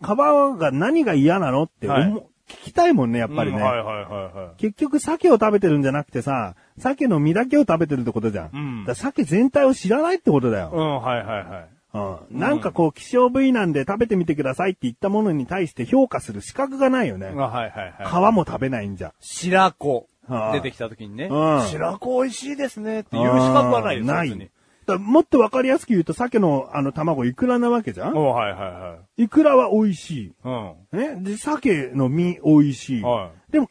Speaker 3: 皮が何が嫌なのって思う、
Speaker 4: はい
Speaker 3: 聞きたいもんね、やっぱりね。
Speaker 4: うんはいはいはいはい。
Speaker 3: 結局、鮭を食べてるんじゃなくてさ、鮭の身だけを食べてるってことじゃん。
Speaker 4: うん
Speaker 3: だから鮭全体を知らないってことだ
Speaker 4: う
Speaker 3: よ、
Speaker 4: ん、はいはいはい。
Speaker 3: うんなんかこう、希少部位なんで食べてみてくださいって言ったものに対して評価する資格がないよね。
Speaker 4: あはいはいはい。
Speaker 3: 皮も食べないんじゃ。
Speaker 4: 白子
Speaker 3: は。い
Speaker 4: 出てきた時にね。
Speaker 3: うん
Speaker 4: 白子美味しいですねっていう資格はないです
Speaker 3: うんな
Speaker 4: 別に
Speaker 3: い。だからもっとわかりやすく言うと、鮭のあの卵、イクラなわけじゃん
Speaker 4: おはいはいはい。
Speaker 3: イクラは美味しい。
Speaker 4: うん。
Speaker 3: ね、で、鮭の身美味しい。
Speaker 4: は
Speaker 3: でも皮、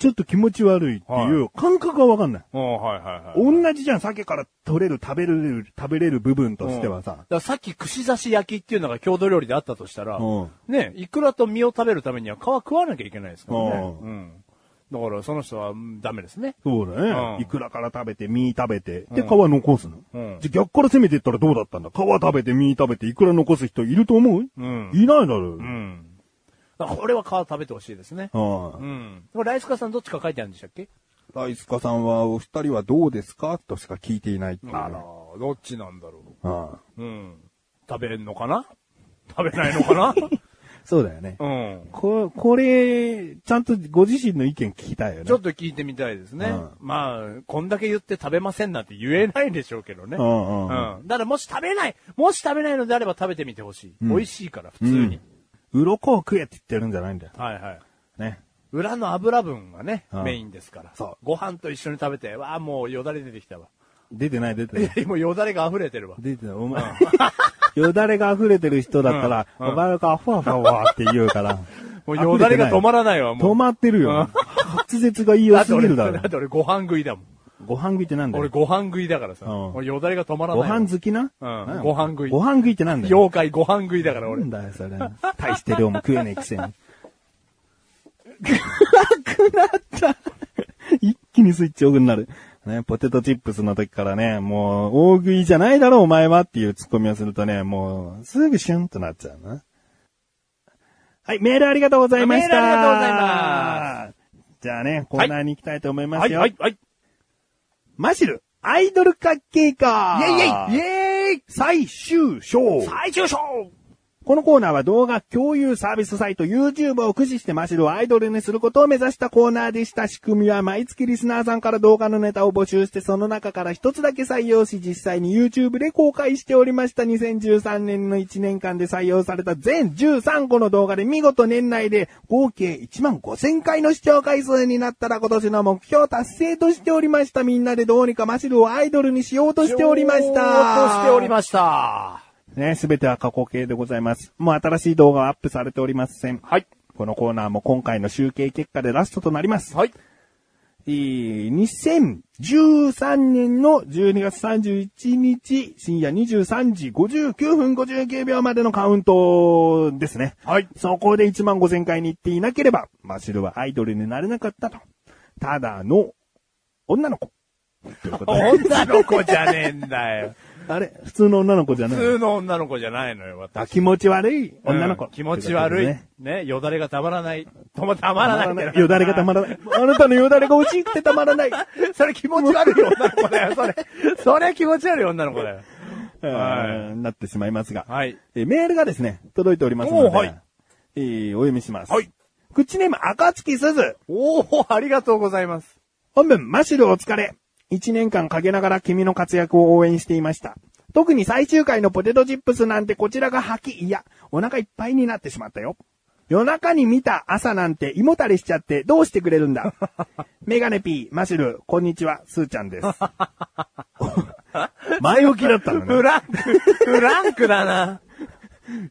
Speaker 3: ちょっと気持ち悪いっていう感覚がわかんない。
Speaker 4: おはいはいはい。
Speaker 3: 同じじゃん、鮭から取れる、食べれる、食べれる部分としては
Speaker 4: だ
Speaker 3: さ
Speaker 4: か。らさっき串刺し焼きっていうのが郷土料理であったとしたら、
Speaker 3: うん
Speaker 4: ね、イクラと身を食べるためには皮食わなきゃいけないですからね。
Speaker 3: う
Speaker 4: うん。だからその人はうんダメですね。
Speaker 3: そうだ
Speaker 4: うん
Speaker 3: ね。いくらから食べて、身食べて、で、皮残すの。
Speaker 4: うん
Speaker 3: じゃ、逆から攻めていったらどうだったんだ皮食べて、身食べて、いくら残す人いると思う、
Speaker 4: うん
Speaker 3: いないだろう。
Speaker 4: うん。だからこれは皮食べてほしいですね。
Speaker 3: あ
Speaker 4: う
Speaker 3: あ
Speaker 4: ん。これライスカさんどっちか書いてあるんでしたっけ
Speaker 3: ライスカさんは、お二人はどうですかとしか聞いていないっていうね
Speaker 4: あら、どっちなんだろ
Speaker 3: ああ
Speaker 4: う。うん。食べんのかな食べないの かな
Speaker 3: そうだよね。
Speaker 4: うん。
Speaker 3: ここれ、ちゃんとご自身の意見聞きたいよね。
Speaker 4: ちょっと聞いてみたいですね。
Speaker 3: うん
Speaker 4: まあ、こんだけ言って食べませんなんて言えないでしょうけどね。
Speaker 3: うんうんうん
Speaker 4: うん。だからもし食べない、もし食べないのであれば食べてみてほしい。
Speaker 3: ん
Speaker 4: 美味しいから、普通に。
Speaker 3: 鱗を食えって言ってるんじゃないんだよ。
Speaker 4: はいはい。
Speaker 3: ね。
Speaker 4: 裏の油分がね、
Speaker 3: うん
Speaker 4: メインですから。
Speaker 3: そう
Speaker 4: ご飯と一緒に食べて、わあ、もうよだれ出てきたわ。
Speaker 3: 出てない出てない。
Speaker 4: もうよだれが溢れてるわ。
Speaker 3: 出てない、お前。よだれが溢れてる人だったら、
Speaker 4: うんうん
Speaker 3: お前がふわふわふわって言うから。
Speaker 4: もうよだれが止まらないわ、もう。
Speaker 3: 止まってるよ。滑舌が良
Speaker 4: だっ
Speaker 3: す
Speaker 4: て
Speaker 3: ぎ
Speaker 4: 俺、
Speaker 3: るだ
Speaker 4: だ
Speaker 3: ろ
Speaker 4: っ。て俺ご飯食いだもん。
Speaker 3: ご飯食いってなんだ
Speaker 4: 俺
Speaker 3: よ。
Speaker 4: ご飯食いだからさ。
Speaker 3: うん
Speaker 4: もうよだれが止まら
Speaker 3: ご
Speaker 4: ないわ。
Speaker 3: 飯好きな
Speaker 4: うん
Speaker 3: なん
Speaker 4: ご飯食い
Speaker 3: ご飯食いってなんだよ。
Speaker 4: 妖怪ご飯食いだから
Speaker 3: な
Speaker 4: 俺
Speaker 3: ん。だよ、それ。大して量も食えねえくせ に。暗くなった。一気にスイッチオフになる。ね、ポテトチップスの時からね、もう、大食いじゃないだろ、お前はっていうツッコミをするとね、もう、すぐシュンとなっちゃうな。はい、メールありがとうございました。。
Speaker 4: メールありがとうございます
Speaker 3: じゃあね、コーナーに行きたいと思いま
Speaker 4: は
Speaker 3: す
Speaker 4: い、
Speaker 3: よ。
Speaker 4: はい、はい。
Speaker 3: マシル、アイドルかっけーか
Speaker 4: イェイイェイイ
Speaker 3: イェイ最終章
Speaker 4: 最終章
Speaker 3: このコーナーは動画共有サービスサイト YouTube を駆使してマシルをアイドルにすることを目指したコーナーでした。仕組みは毎月リスナーさんから動画のネタを募集してその中から一つだけ採用し実際に YouTube で公開しておりました2013年の1年間で採用された全13個の動画で見事年内で合計1万5000回の視聴回数になったら今年の目標達成としておりました。みんなでどうにかマシルをアイドルにしようとしておりました。
Speaker 4: としておりました。
Speaker 3: ね、すべては過去形でございます。もう新しい動画はアップされておりません。
Speaker 4: はい。
Speaker 3: このコーナーも今回の集計結果でラストとなります。
Speaker 4: はい。
Speaker 3: えー2013年の12月31日深夜23時59分59秒までのカウントですね。
Speaker 4: はい。
Speaker 3: そこで1万5000回に行っていなければ、マシルはアイドルになれなかったと。ただの、女の子。ということで
Speaker 4: 女の子じゃねえんだよ。
Speaker 3: あれ普通の女の子じゃな
Speaker 4: 普
Speaker 3: い。
Speaker 4: 通の女の子じゃないのよ、私。
Speaker 3: 気持ち悪い女の子。
Speaker 4: うん気持ち悪い。
Speaker 3: とうことでね
Speaker 4: ねよだれがたまらない。とも、たまらないんだ よな。
Speaker 3: よだれがたまらない。 あなたのよだれが欲しくてたまらない。
Speaker 4: それ気持ち悪い女の子だよ、それ。 それ気持ち悪い女の子だよ。
Speaker 3: はい、なってしまいますが。
Speaker 4: はい。
Speaker 3: えーメールがですね、届いておりますの
Speaker 4: お
Speaker 3: で、
Speaker 4: ーはい
Speaker 3: えーお読みします。
Speaker 4: はい。
Speaker 3: 口ネーム、赤月すず。
Speaker 4: おおありがとうございます。
Speaker 3: 本文、マシュルお疲れ。1年間かけながら君の活躍を応援していました。特に最終回のポテトチップスなんてこちらが吐き、いや、お腹いっぱいになってしまったよ。夜中に見た朝なんて胃もたれしちゃってどうしてくれるん だ。メガネピー、マシュル、こんにちは、スーちゃん です。前置きだったの
Speaker 4: フ。ランク、フランクだな。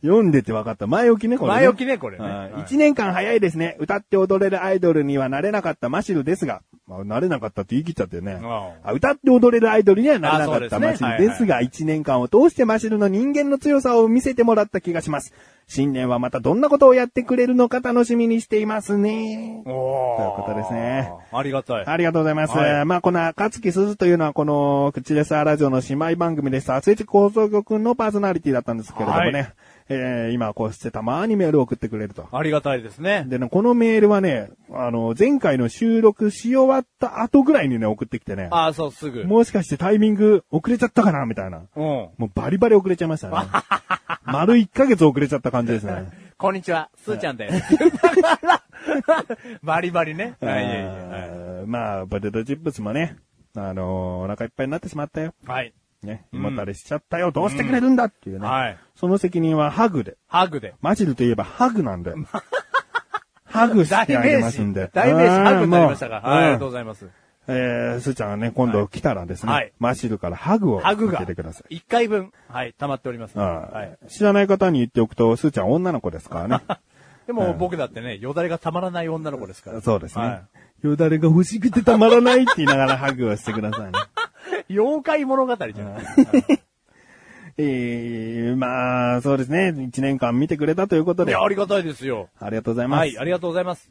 Speaker 3: 読んでて分かった。前置きね、これ、
Speaker 4: 前置きね、これね。
Speaker 3: はい
Speaker 4: はい
Speaker 3: 一年間早いですね。歌って踊れるアイドルにはなれなかったマシルですが、まあ、なれなかったって言い切っちゃったよね。
Speaker 4: うん
Speaker 3: あ歌って踊れるアイドルにはなれなかった
Speaker 4: あそう
Speaker 3: マ
Speaker 4: です
Speaker 3: シ
Speaker 4: ね
Speaker 3: ルですが、一年間を通してマシルの人間の強さを見せてもらった気がします。新年はまたどんなことをやってくれるのか楽しみにしていますね。
Speaker 4: おー
Speaker 3: ということですね。
Speaker 4: ありがたい。
Speaker 3: ありがとうございます。
Speaker 4: はい
Speaker 3: まあ、この赤月鈴というのは、この、口レスアラジオの姉妹番組でした。アスレチック放送局のパーソナリティだったんですけれどもね。
Speaker 4: は
Speaker 3: えー今、こうしてたまにメールを送ってくれると。
Speaker 4: ありがたいですね。
Speaker 3: でね、このメールはね、あの、前回の収録し終わった後ぐらいにね、送ってきてね、
Speaker 4: ああ、そう、すぐ。
Speaker 3: もしかしてタイミング遅れちゃったかなみたいな。
Speaker 4: うん。
Speaker 3: もうバリバリ遅れちゃいました ね。丸1ヶ月遅れちゃった感じですね。
Speaker 4: こんにちは、すーちゃんです。 バリバリね。はい、いえいえはい
Speaker 3: あーまあ、ポテトチップスもね、あのーお腹いっぱいになってしまったよ。
Speaker 4: はい。
Speaker 3: ね、胃もたれしちゃったよ、どうしてくれるんだっていうね。
Speaker 4: はい。
Speaker 3: その責任はハグで。
Speaker 4: ハグで。
Speaker 3: マジルといえばハグ なんだよ。ハグしてあげますんで。
Speaker 4: 代名詞ハグになりましたか
Speaker 3: うん
Speaker 4: ら。はい、ありがとう
Speaker 3: も
Speaker 4: ご
Speaker 3: う
Speaker 4: ざいます。
Speaker 3: えー、すーちゃんはね、今度来たらですね、
Speaker 4: はい
Speaker 3: マシルからハグを
Speaker 4: ハグ
Speaker 3: 受
Speaker 4: が
Speaker 3: けてください。
Speaker 4: 1回分、はい、溜まっております。
Speaker 3: うん
Speaker 4: はい。
Speaker 3: 知らない方に言っておくと、すーちゃん女の子です からね。
Speaker 4: でも僕だってね、よだれがたまらない女の子ですから。
Speaker 3: そうですね。
Speaker 4: は
Speaker 3: よだれが欲しくてたまらないって言いながらハグをしてくださいね。
Speaker 4: い。妖怪物語じゃない。
Speaker 3: えー、まあ、そうですね。1年間見てくれたということ
Speaker 4: い
Speaker 3: で、
Speaker 4: や、
Speaker 3: あ
Speaker 4: ありがたいですよ。
Speaker 3: りがとうございます。
Speaker 4: はい、ありがとうございます。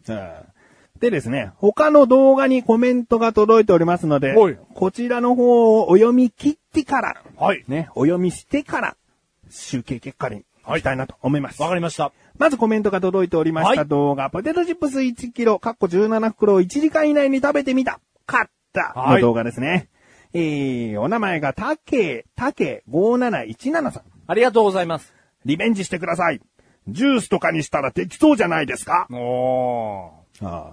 Speaker 3: でですね、他の動画にコメントが届いておりますので
Speaker 4: はい、
Speaker 3: こちらの方をお読み切ってから、
Speaker 4: はい。
Speaker 3: ね、お読みしてから、集計結果に行きたいなと思います。
Speaker 4: わかりました。
Speaker 3: まずコメントが届いておりまし
Speaker 4: は
Speaker 3: た
Speaker 4: い
Speaker 3: 動画、ポテトチップス1キロ、かっこ17袋を1時間以内に食べてみた、買った
Speaker 4: は
Speaker 3: の
Speaker 4: い
Speaker 3: 動画ですね。えー、お名前がたけ、たけ5717さん。
Speaker 4: ありがとうございます。
Speaker 3: リベンジしてください。ジュースとかにしたらできそうじゃないですか。
Speaker 4: お
Speaker 3: ああ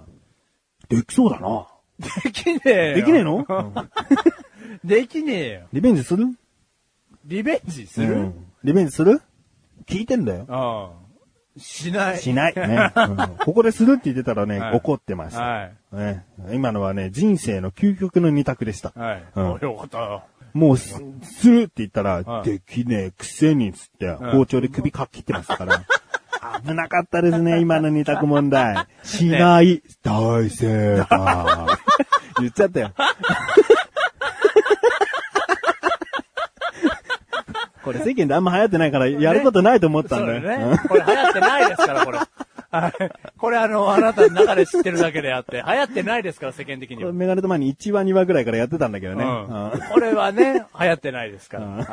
Speaker 3: できそうだな。
Speaker 4: ー。できねえよ。
Speaker 3: できねえの
Speaker 4: できねえよ。
Speaker 3: リベンジする
Speaker 4: リベンジす
Speaker 3: う
Speaker 4: る
Speaker 3: んリベンジする聞いてんだよ。
Speaker 4: ああ。しない。
Speaker 3: しない。ねうんここでするって言ってたらね、
Speaker 4: はい
Speaker 3: 怒ってました、
Speaker 4: は
Speaker 3: ね今のはね、人生の究極の二択でした。
Speaker 4: い。はい。
Speaker 3: うん
Speaker 4: およかったよ。
Speaker 3: もうす、するって言ったら、
Speaker 4: はい
Speaker 3: できねえくせにっつって、
Speaker 4: ん
Speaker 3: 包丁で首かっ切ってます から。危なかったですね、今の二択問題。しない、大正解。 言っちゃ ったよ。これ世間であんま流行ってないから、やることないと思ったん
Speaker 4: そう
Speaker 3: だ
Speaker 4: だ
Speaker 3: よ。
Speaker 4: よね。これ流行ってないですから、これ。 はい。これあの、あなたの中で知ってるだけであって、 流行ってないですから、世間的
Speaker 3: うん
Speaker 4: に
Speaker 3: これ
Speaker 4: は。
Speaker 3: メガネと前に1話2話ぐらいからやってたんだけど
Speaker 4: う
Speaker 3: ね。
Speaker 4: ん
Speaker 3: うん
Speaker 4: これはね、流行ってないですから。
Speaker 3: うん
Speaker 4: はい。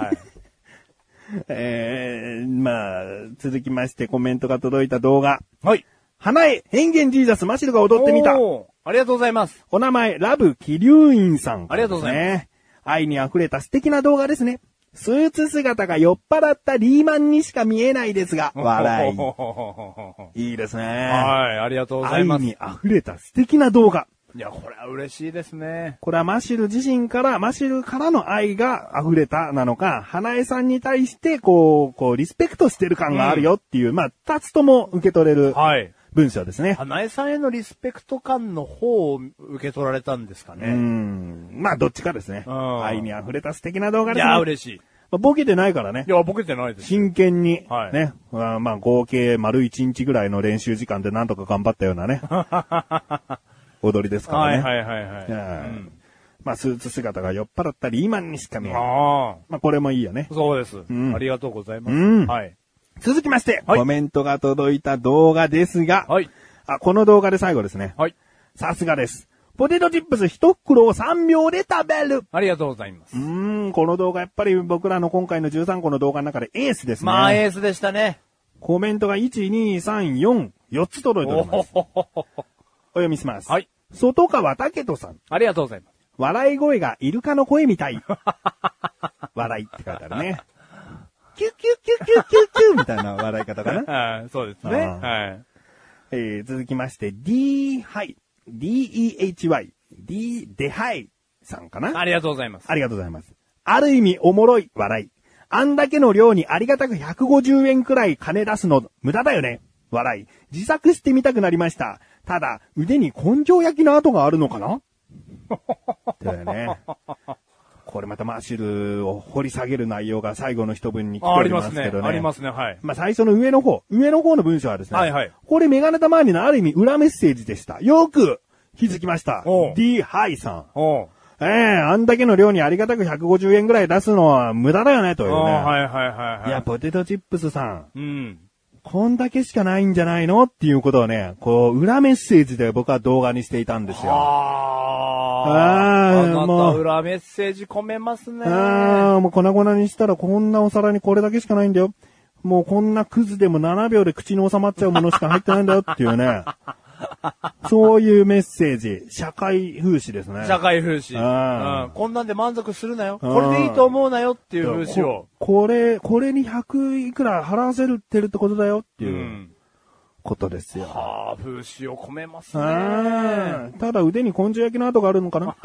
Speaker 3: えー、まあ、続きましてコメントが届いた動画。
Speaker 4: はい。
Speaker 3: 花江、変幻ジーザス、マシルが踊ってみた。
Speaker 4: おーありがとうございます。
Speaker 3: お名前、ラブ・キリュウインさん、
Speaker 4: ありがとうござい
Speaker 3: ます。愛に溢れた素敵な動画ですね。スーツ姿が酔っ払ったリーマンにしか見えないですが、笑
Speaker 4: ほ
Speaker 3: い。
Speaker 4: ほほほほほ
Speaker 3: いいですね。
Speaker 4: はい、ありがとうござい
Speaker 3: 愛
Speaker 4: ます。
Speaker 3: に溢れた素敵な動画。
Speaker 4: いや、これは嬉しいですね。
Speaker 3: これはマシル自身から、マシルからの愛が溢れたなのか、花江さんに対して、こう、こう、リスペクトしてる感があるよっていう、まあ、二つとも受け取れる
Speaker 4: はい。
Speaker 3: 文章ですね。
Speaker 4: 花江さんへのリスペクト感の方を受け取られたんですか
Speaker 3: う
Speaker 4: ね。
Speaker 3: ん。まあ、どっちかですね。
Speaker 4: うん
Speaker 3: 愛に溢れた素敵な動画
Speaker 4: い
Speaker 3: ですね。
Speaker 4: や、嬉しい。い
Speaker 3: まあボケてないからね。
Speaker 4: や、ボケてない です。
Speaker 3: 真剣に、
Speaker 4: はい
Speaker 3: ね、あーまあ合計丸1日ぐらいの練習時間でなんとか頑張ったようなね。踊りですから
Speaker 4: は
Speaker 3: ね。
Speaker 4: いはいはいはい。
Speaker 3: は
Speaker 4: う
Speaker 3: い
Speaker 4: ん、
Speaker 3: まあ、スーツ姿が酔っ払ったリーマンにしか見えない。
Speaker 4: あ
Speaker 3: まあ、これもいいよね
Speaker 4: あ、。そうです、
Speaker 3: ん
Speaker 4: ありがとうございます。
Speaker 3: うん
Speaker 4: はい。
Speaker 3: 続きまして、
Speaker 4: はい
Speaker 3: コメントが届いた動画ですが、
Speaker 4: はい。
Speaker 3: あ、この動画で最後ですね。
Speaker 4: はい。
Speaker 3: さすがです。ポテトチップス一袋を3秒で食べる。
Speaker 4: ありがとうございます。
Speaker 3: うーん、この動画やっぱり僕らの今回の13個の動画の中でエースですね。
Speaker 2: まあ、エースでしたね。
Speaker 3: コメントが1、2、3、4、4つ届いております。お読みします。
Speaker 4: はい。
Speaker 3: 外川武人さん。
Speaker 4: ありがとうございます。
Speaker 3: 笑い声がイルカの声みたい。笑いって書いてあるね。キュキュキュキュキュキュみたいな笑い方 かな。
Speaker 4: はい、そうですね。
Speaker 3: ああ
Speaker 4: はい。
Speaker 3: えー続きまして、D、はい。D-E-H-Y。D、デハイさんかな
Speaker 4: ありがとうございます。
Speaker 3: ありがとうございます。ある意味おもろい笑い。あんだけの量にありがたく150円くらい金出すの無駄だよね。笑い。自作してみたくなりました。ただ、腕に根性焼きの跡があるのかなだよね。これまたマッシュルを掘り下げる内容が最後の一文に来て
Speaker 4: あ
Speaker 3: お
Speaker 4: あり
Speaker 3: り
Speaker 4: ま
Speaker 3: ますす
Speaker 4: ね
Speaker 3: けどね。
Speaker 4: ありますね。はい。
Speaker 3: まあ、最初の上の方、上の方の文章はですね。
Speaker 4: はいはい
Speaker 3: これメガネタ周りのある意味裏メッセージでした。よく気づきました
Speaker 4: おう。
Speaker 3: D ハイさん。
Speaker 4: おう
Speaker 3: ええあんだけの量にありがたく150円ぐらい出すのは無駄だよね、という
Speaker 4: お
Speaker 3: ね。
Speaker 4: うはいはいはいはい。
Speaker 3: いや、ポテトチップスさん、
Speaker 4: うん。
Speaker 3: こんだけしかないんじゃないのっていうことをね、こう、裏メッセージで僕は動画にしていたんですよ。
Speaker 4: あ
Speaker 3: あー
Speaker 4: あな
Speaker 3: も
Speaker 4: た
Speaker 3: う
Speaker 4: 裏メッセージ込めますね。
Speaker 3: ああ、もう粉々にしたらこんなお皿にこれだけしかないんだよ。もうこんなクズでも7秒で口に収まっちゃうものしか入ってないんだよっていうね。そういうメッセージ、社会風刺ですね。
Speaker 4: 社会風刺。
Speaker 3: ああ
Speaker 4: うんこんなんで満足するなよ。
Speaker 3: うん
Speaker 4: これでいいと思うなよっていう風刺を
Speaker 3: こ。これ、これに100いくら払わせるってるってことだよって
Speaker 4: う
Speaker 3: いう。
Speaker 4: ん。
Speaker 3: ことですよ。
Speaker 4: ああ、風刺を込めますね。
Speaker 3: あーただ腕に根性焼きの跡があるのか な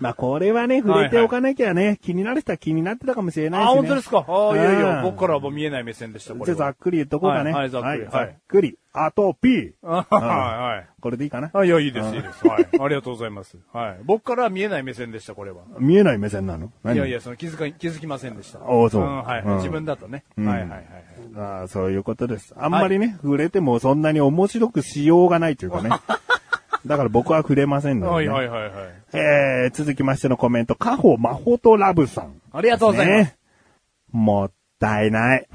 Speaker 3: まあこれはね、触れておかなきゃね、気になる人は気になってたかもしれないし、ね。
Speaker 4: ああ、本当ですか。ああ、いやいや、
Speaker 3: うん
Speaker 4: 僕からはもう見えない目線でした、
Speaker 3: じ
Speaker 4: これ
Speaker 3: ゃあざ
Speaker 4: は。
Speaker 3: っくり言っとこうかね。
Speaker 4: はいはいざっくり
Speaker 3: ざっくり。あと P。
Speaker 4: あー はいはい。
Speaker 3: これでいいかな
Speaker 4: あ、いや、いいです、いいです。はい。 ありがとうございます。はい。僕からは見えない目線でした、これは。
Speaker 3: 見えない目線なの
Speaker 4: いやい。や、その気づか、気づきませんでした。
Speaker 3: おーそうん
Speaker 4: はい
Speaker 3: うん。
Speaker 4: 自分だとね。
Speaker 3: う
Speaker 4: はい
Speaker 3: ん
Speaker 4: はいはい。
Speaker 3: 何あーそういうことです。あんまりね、触れてもそんなに面白くしようがないという かね。だから僕は触れませんの
Speaker 4: は
Speaker 3: で、
Speaker 4: い
Speaker 3: ね。
Speaker 4: はいはいはい。
Speaker 3: えー、続きましてのコメント、カホマホトラブさん。
Speaker 4: ありがとうございます。
Speaker 3: ね。もったいない。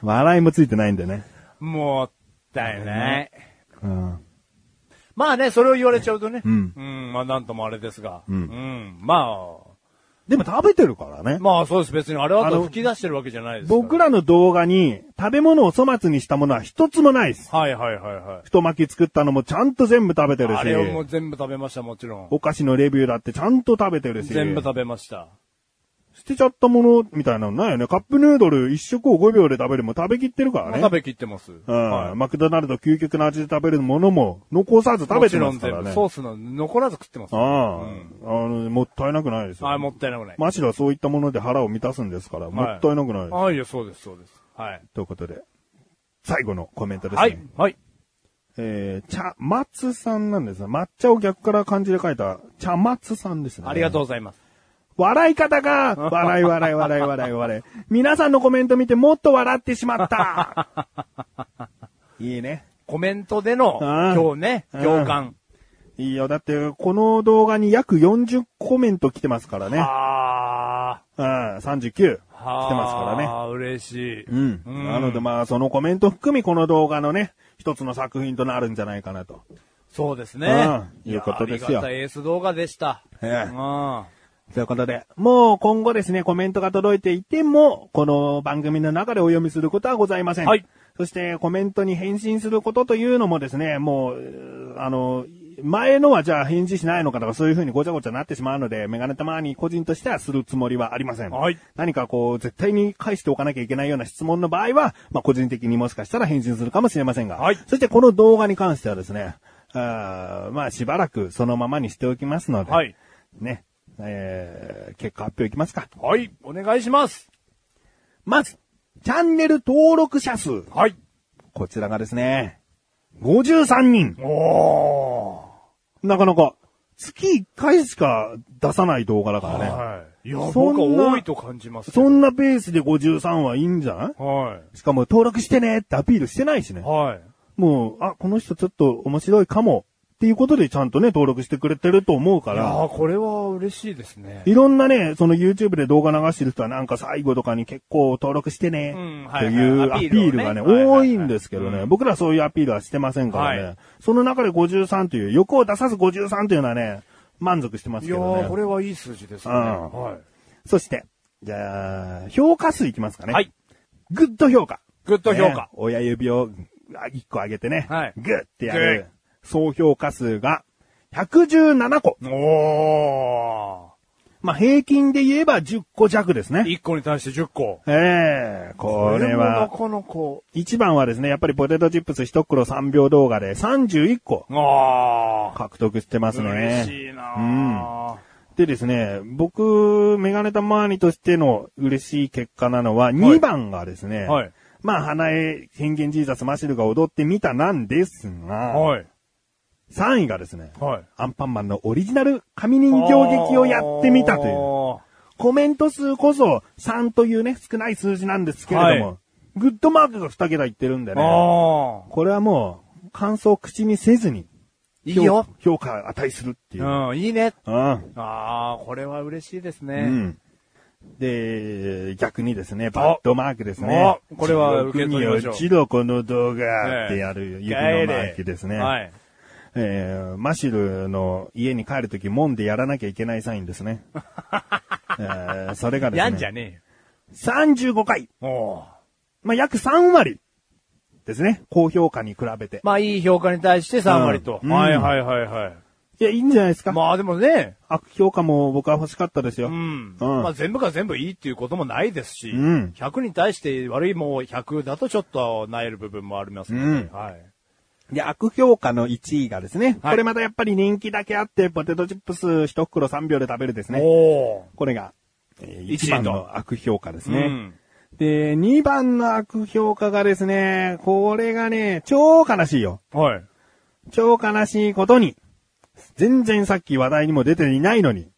Speaker 3: 笑いもついてないんだよね。
Speaker 4: もったいない。
Speaker 3: うん。
Speaker 4: まあね、それを言われちゃうとね。
Speaker 3: ん
Speaker 4: うん。まあ、なんともあれですが。うんん。ま
Speaker 3: でも食べてるからね
Speaker 4: あ、。まあそうです。別にあれは
Speaker 3: あの
Speaker 4: 吹き出してるわけじゃないです。
Speaker 3: 僕。らの動画に食べ物を粗末にしたものは一つもないです。
Speaker 4: はいはいはいは
Speaker 3: 太巻き作ったのもちゃんと全部食べて
Speaker 4: い。
Speaker 3: る
Speaker 4: あれをもう
Speaker 3: し、
Speaker 4: 全部食べました、もちろん。
Speaker 3: お菓子のレビューだってちゃんと食べてるし、
Speaker 4: 全部食べました。
Speaker 3: 捨てちゃったものみたいなのないよね。カップヌードル一食を5秒で食べるも食べきってるから
Speaker 4: まあ
Speaker 3: ね。
Speaker 4: 食べきってます。
Speaker 3: うん
Speaker 4: はい。
Speaker 3: マクドナルド究極の味で食べるものも残さず食べてますから
Speaker 4: もちろん全
Speaker 3: ね。
Speaker 4: 部ソースの残らず食ってます。
Speaker 3: ああ、
Speaker 4: うん
Speaker 3: あの、もったいなくないですよ。
Speaker 4: はい、もったいなくない。
Speaker 3: マシロはそういったもので腹を満たすんですから、もったいなくないです。
Speaker 4: はい、いや、そうです、そうです。はい。
Speaker 3: ということで、最後のコメントですね。
Speaker 4: はい、はい。
Speaker 3: えー、茶、松さんなんですね。抹茶を逆から漢字で書いた、茶松さんですね。
Speaker 4: ありがとうございます。
Speaker 3: 笑い方が、笑い笑い笑い笑い 笑い。皆さんのコメント見てもっと笑ってしまった。 いいね。
Speaker 4: コメントでの、
Speaker 3: うん
Speaker 4: 今日ね、
Speaker 3: うん
Speaker 4: 共感。
Speaker 3: いいよ。だって、この動画に約40コメント来てますからね。
Speaker 4: あ
Speaker 3: うん、39。来てます
Speaker 4: ー。
Speaker 3: からね。
Speaker 4: あー嬉しい。
Speaker 3: うん。なのでまあ、そのコメント含みこの動画のね、一つの作品となるんじゃないかなと。
Speaker 4: そうですね。
Speaker 3: うんいう
Speaker 4: や
Speaker 3: ことですよ
Speaker 4: ありがたいエース動画でした。
Speaker 3: ええ
Speaker 4: うん。
Speaker 3: ということで、もう今後ですね、コメントが届いていても、この番組の中でお読みすることはございません。
Speaker 4: はい。
Speaker 3: そして、コメントに返信することというのもですね、もううー、あの、前のはじゃあ返事しないのかとかそういう風にごちゃごちゃなってしまうので、メガネたまに個人としてはするつもりはありません。
Speaker 4: はい
Speaker 3: 何かこう、絶対に返しておかなきゃいけないような質問の場合は、まあ個人的にもしかしたら返信するかもしれませんが、
Speaker 4: はい
Speaker 3: そしてこの動画に関してはですね、あーまあしばらくそのままにしておきますので、
Speaker 4: はい。
Speaker 3: ね、えー、結果発表いきますか。
Speaker 4: はい、お願いします。
Speaker 3: まず、チャンネル登録者数。
Speaker 4: はい。
Speaker 3: こちらがですね、53人。
Speaker 4: おー。
Speaker 3: なかなか、月1回しか出さない動画だからね。
Speaker 4: はい。いや、
Speaker 3: そん
Speaker 4: 僕
Speaker 3: な
Speaker 4: は多いと感じますけど。
Speaker 3: そんなペースで53はいいんじゃない
Speaker 4: は
Speaker 3: しかも登録してねってアピールしてないしね
Speaker 4: い。。はい。
Speaker 3: もう、あ、この人ちょっと面白いかもっていうことでちゃんとね、登録してくれてると思うか
Speaker 4: いや
Speaker 3: ら、
Speaker 4: ーこれは嬉しいですね。
Speaker 3: いろんなね、その YouTube で動画流してる人はなんか最後とかに結構登録してね
Speaker 4: うん、
Speaker 3: っていう
Speaker 4: は
Speaker 3: ア
Speaker 4: いはい
Speaker 3: ピールがね、
Speaker 4: アピールをねはいはいはい
Speaker 3: 多いんですけどね、僕らはそういうアピールはしてませんから
Speaker 4: は
Speaker 3: ね、その中で53という、欲を出さず53というのはね、満足してます
Speaker 4: い
Speaker 3: け
Speaker 4: や
Speaker 3: ど
Speaker 4: ー
Speaker 3: ね。
Speaker 4: これはいい数字ですね。
Speaker 3: うん
Speaker 4: は
Speaker 3: そして、じゃあ、評価数いきますか
Speaker 4: い。
Speaker 3: ね。
Speaker 4: はい。
Speaker 3: グッド評価。
Speaker 4: グッド評
Speaker 3: ね
Speaker 4: 価。
Speaker 3: 親指をあ一個上げてね。
Speaker 4: はい
Speaker 3: グッってやる。総評価数が117個。
Speaker 4: お
Speaker 3: まあ、平均で言えば10個弱ですね。
Speaker 4: ー。1個に対して10個。
Speaker 3: ええこれは、
Speaker 4: これもなかなか。
Speaker 3: 一番はですね、やっぱりポテトチップス一袋3秒動画で31個
Speaker 4: ああ。
Speaker 3: 獲得してます
Speaker 4: 嬉
Speaker 3: ね。
Speaker 4: しいなー
Speaker 3: でですね、僕、メガネたまーにとしての嬉しい結果なのは、2番がですね、
Speaker 4: はい
Speaker 3: まあ、花江、変幻ジーザス、マシルが踊ってみたなんですが、
Speaker 4: はい。
Speaker 3: 3位がですね、
Speaker 4: はい。
Speaker 3: アンパンマンのオリジナル紙人形劇をやってみたという。コメント数こそ3というね、少ない数字なんですけれども、
Speaker 4: は
Speaker 3: グッドマークが2桁いってるんで
Speaker 4: あー
Speaker 3: ね、
Speaker 4: あ
Speaker 3: これはもう、感想を口にせずに、
Speaker 4: ー。いいよ。
Speaker 3: 評価値するっていう。
Speaker 4: うん、いいね。
Speaker 3: うん
Speaker 4: ああ、これは嬉しいです
Speaker 3: う
Speaker 4: ね。
Speaker 3: んで、逆にですね、バッドマークですね
Speaker 4: お。これは受け取りましょう
Speaker 3: 地獄に落ちろこの動画ってやる指のマークですね。
Speaker 4: はい。
Speaker 3: えーマシルの家に帰るとき、門でやらなきゃいけないサインです ね。えーそれがですね。
Speaker 4: やんじゃね
Speaker 3: 35回。
Speaker 4: えよ。おー
Speaker 3: まあ、約3割ですね。高評価に比べて。
Speaker 4: まあ、いい評価に対して3割と。
Speaker 3: うん
Speaker 4: はいはいはいはい。
Speaker 3: いや、いいんじゃないですか。
Speaker 4: まあでもね、
Speaker 3: 悪評価も僕は欲しかったですよ。
Speaker 4: うん。
Speaker 3: うん
Speaker 4: まあ全部が全部いいっていうこともないですし、
Speaker 3: うん
Speaker 4: 100に対して悪いもん100だとちょっと萎える部分もありますので、
Speaker 3: うん
Speaker 4: はい。
Speaker 3: で、悪評価の1位がですね。
Speaker 4: はい
Speaker 3: これまたやっぱり人気だけあって、ポテトチップス1袋3秒で食べるですね。
Speaker 4: おー。
Speaker 3: これが、え
Speaker 4: 一位
Speaker 3: 1
Speaker 4: と
Speaker 3: 番の悪評価です
Speaker 4: う
Speaker 3: ね。
Speaker 4: ん
Speaker 3: で、2番の悪評価がですね、これがね、超悲しいよ。
Speaker 4: はい。
Speaker 3: 超悲しいことに、全然さっき話題にも出ていないのに、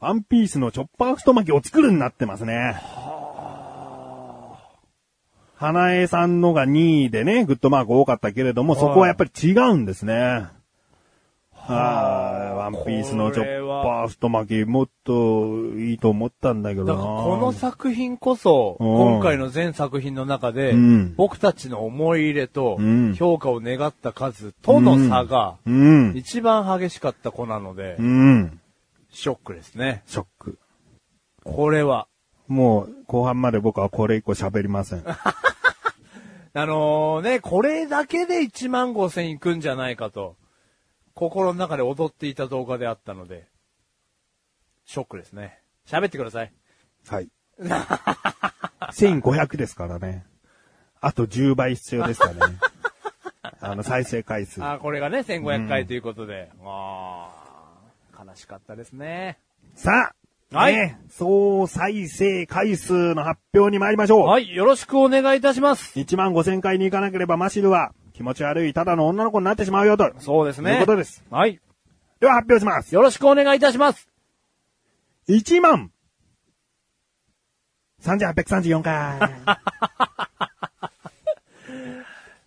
Speaker 3: ワンピースのチョッパー太巻きを作るになってますね。花江さんのが2位でね、グッドマーク多かったけれども、そこはやっぱり違うんですね。はい。ワンピースのチョッパー太巻き、もっといいと思ったんだけど
Speaker 4: だ
Speaker 3: な。
Speaker 4: からこの作品こそ、
Speaker 3: うん
Speaker 4: 今回の全作品の中で、
Speaker 3: うん
Speaker 4: 僕たちの思い入れと
Speaker 3: うん
Speaker 4: 評価を願った数との差が、
Speaker 3: うん。
Speaker 4: 一番激しかった子なので
Speaker 3: う、ん。
Speaker 4: ショックですね。
Speaker 3: ショック。
Speaker 4: これは。
Speaker 3: もう、後半まで僕はこれ以降喋りません。
Speaker 4: あのね、これだけで1万5千いくんじゃないかと、心の中で踊っていた動画であったので、ショックですね。喋ってください。
Speaker 3: はい。1500ですからね。あと10倍必要です かね。あの、再生回数。
Speaker 4: あーこれがね、1500回ということで。ああ、悲しかったですね。
Speaker 3: さあ、
Speaker 4: はい
Speaker 3: ね、総再生回数の発表に参りましょう。
Speaker 4: はい、よろしくお願いいたします。
Speaker 3: 1万5000回に行かなければマシルは気持ち悪いただの女の子になってしまうよと。
Speaker 4: そうですね。
Speaker 3: ということです。
Speaker 4: はい、
Speaker 3: では発表します。
Speaker 4: よろしくお願いいたします。
Speaker 3: 1万 !3834 回。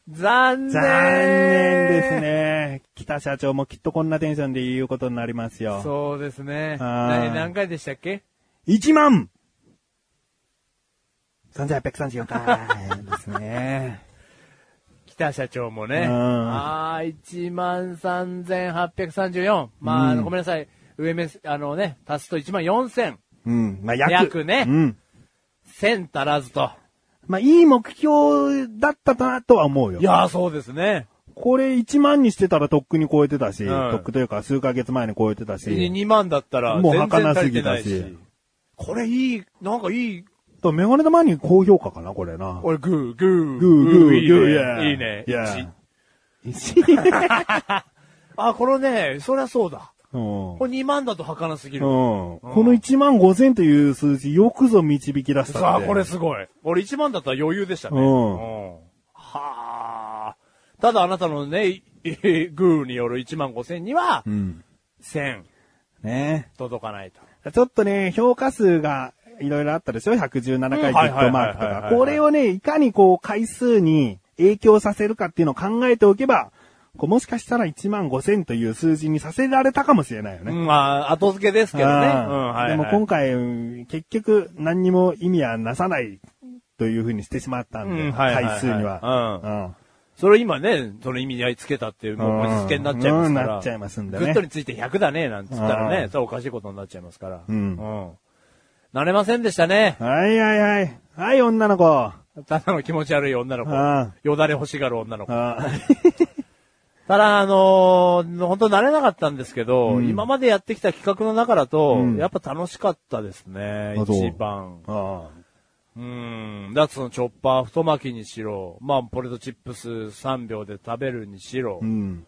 Speaker 4: 残念。
Speaker 3: 残念です。ね。北社長もきっとこんなテンションで言うことになりますよ。
Speaker 4: そうですね。
Speaker 3: あー
Speaker 4: 何何回でしたっけ
Speaker 3: 1万 !3834 回ですね。
Speaker 4: 北社長もね。
Speaker 3: うん
Speaker 4: ああ、13,834。まあ、あのごめんなさい。上目、あのね、足すと14,000。
Speaker 3: うん。まあ、約。
Speaker 4: 約ね
Speaker 3: うん。
Speaker 4: 1000足らずと。
Speaker 3: まあ、いい目標だったなとは思うよ。
Speaker 4: いやー、そうですね。
Speaker 3: これ1万にしてたらとっくに超えてたし、
Speaker 4: うん
Speaker 3: とっくというか数ヶ月前に超えてたし、
Speaker 4: 2万だったら、
Speaker 3: もう
Speaker 4: 全然
Speaker 3: 儚
Speaker 4: 足
Speaker 3: す
Speaker 4: りて
Speaker 3: ぎ
Speaker 4: な
Speaker 3: た
Speaker 4: い
Speaker 3: し
Speaker 4: し。これいい、なんかいい、
Speaker 3: とメガネ玉に高評価かな、これな。
Speaker 4: 俺、グー、
Speaker 3: グ
Speaker 4: グー、
Speaker 3: ーグーグー
Speaker 4: いいね。いいね。
Speaker 3: Yeah
Speaker 4: 一あ、これね、そりゃそうだ。
Speaker 3: うん。
Speaker 4: これ2万だと儚すぎる。
Speaker 3: うん、この1万5000という数字、よくぞ導き出した
Speaker 4: さあ、
Speaker 3: って
Speaker 4: これすごい。俺1万だったら余裕でしたね。
Speaker 3: うん
Speaker 4: うんはあ。 ただあなたのね、いグーによる1万5千には、
Speaker 3: うん。
Speaker 4: 1000、
Speaker 3: ね
Speaker 4: 届かないと。
Speaker 3: ちょっとね、評価数がいろいろあったでしょ ?117 回ヒットマークと
Speaker 4: はいはいはいはい
Speaker 3: か
Speaker 4: は。い
Speaker 3: これをね、いかにこう回数に影響させるかっていうのを考えておけば、こうもしかしたら1万5000という数字にさせられたかもしれないよね。
Speaker 4: まあ、後付けですけどね。
Speaker 3: あ
Speaker 4: うん、
Speaker 3: あ
Speaker 4: はい、は
Speaker 3: で
Speaker 4: い。
Speaker 3: も今回、うん結局何にも意味はなさないというふうにしてしまったんで、
Speaker 4: うんはいはいは
Speaker 3: 回
Speaker 4: い
Speaker 3: 数には。
Speaker 4: う
Speaker 3: うん
Speaker 4: それ今ね、その意味合いつけたっていう、もうぶしつけになっちゃいますから。
Speaker 3: うんうんなっちゃいますんでね
Speaker 4: グッドについて100だね、なんつったら
Speaker 3: う
Speaker 4: ね、
Speaker 3: ん
Speaker 4: それおかしいことになっちゃいますから。
Speaker 3: うん
Speaker 4: 慣れませんでしたね。
Speaker 3: はいはいはい。はい、女の子。あ
Speaker 4: ただの気持ち悪い女の子
Speaker 3: うん。
Speaker 4: よだれ欲しがる女の子。
Speaker 3: あ
Speaker 4: ただ、あのー、本当慣れなかったんですけど、
Speaker 3: うん
Speaker 4: 今までやってきた企画の中だと、
Speaker 3: うん
Speaker 4: やっぱ楽しかったですね、
Speaker 3: あそう
Speaker 4: 一番。
Speaker 3: あ
Speaker 4: うん。だってそのチョッパー太巻きにしろ、まあ、ポテトチップス3秒で食べるにしろ、
Speaker 3: うん。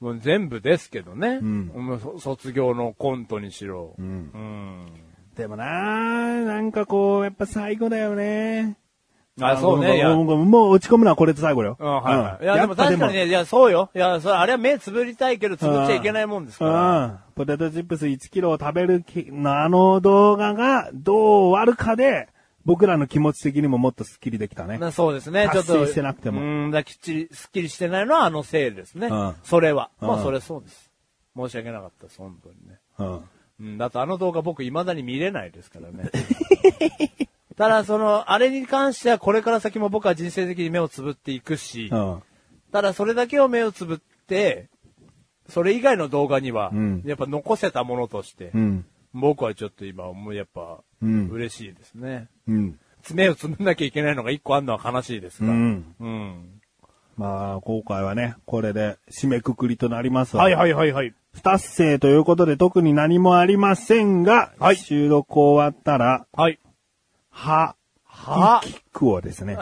Speaker 4: もう全部ですけどね。
Speaker 3: うん
Speaker 4: もうそ卒業のコントにしろ。
Speaker 3: う。
Speaker 4: うんん。
Speaker 3: でもなあなんかこう、やっぱ最後だよね。
Speaker 4: あ、そ
Speaker 3: ご
Speaker 4: う
Speaker 3: め
Speaker 4: ね。
Speaker 3: ん
Speaker 4: いや、
Speaker 3: ごめん
Speaker 4: うん、
Speaker 3: ごめんもう落ち込むのはこれで最後よ。
Speaker 4: は
Speaker 3: う
Speaker 4: い。
Speaker 3: ん
Speaker 4: いや、でも
Speaker 3: っぱ
Speaker 4: 確かにね、いや、そうよ。いや、それ、あれは目つぶりたいけど、つぶっちゃいけないもんですから。
Speaker 3: うん。ポテトチップス1キロを食べるきのあの動画がどう終わるかで、僕らの気持ち的にももっとスッキリできたね。
Speaker 4: なそうですね、ちょっと。
Speaker 3: 達成してなくても
Speaker 4: うん、だからきっちり、すっきりしてないのはあのせいですね。
Speaker 3: うん
Speaker 4: それは。ま
Speaker 3: うん
Speaker 4: あ、それはそうです。申し訳なかったです、本当にね。
Speaker 3: うん。
Speaker 4: うん、だとあの動画僕未だに見れないですか らね。ただ、その、あれに関しては、これから先も僕は人生的に目をつぶっていくし、
Speaker 3: うん。
Speaker 4: ただそれだけを目をつぶって、それ以外の動画には
Speaker 3: うん、
Speaker 4: やっぱ残せたものとして、
Speaker 3: うん。
Speaker 4: 僕はちょっと今、もうやっぱ、
Speaker 3: うん
Speaker 4: 嬉しいですね。
Speaker 3: うん。
Speaker 4: 目をつぶんなきゃいけないのが一個あるのは悲しいです
Speaker 3: う
Speaker 4: が。
Speaker 3: ん。
Speaker 4: うん。
Speaker 3: まあ、今回はね、これで締めくくりとなりますわ
Speaker 4: はいはいはいはい。
Speaker 3: 不達成ということで特に何もありませんが、
Speaker 4: はい
Speaker 3: 収録終わったら、
Speaker 4: はい。
Speaker 3: 歯、
Speaker 4: は
Speaker 3: キックをですね、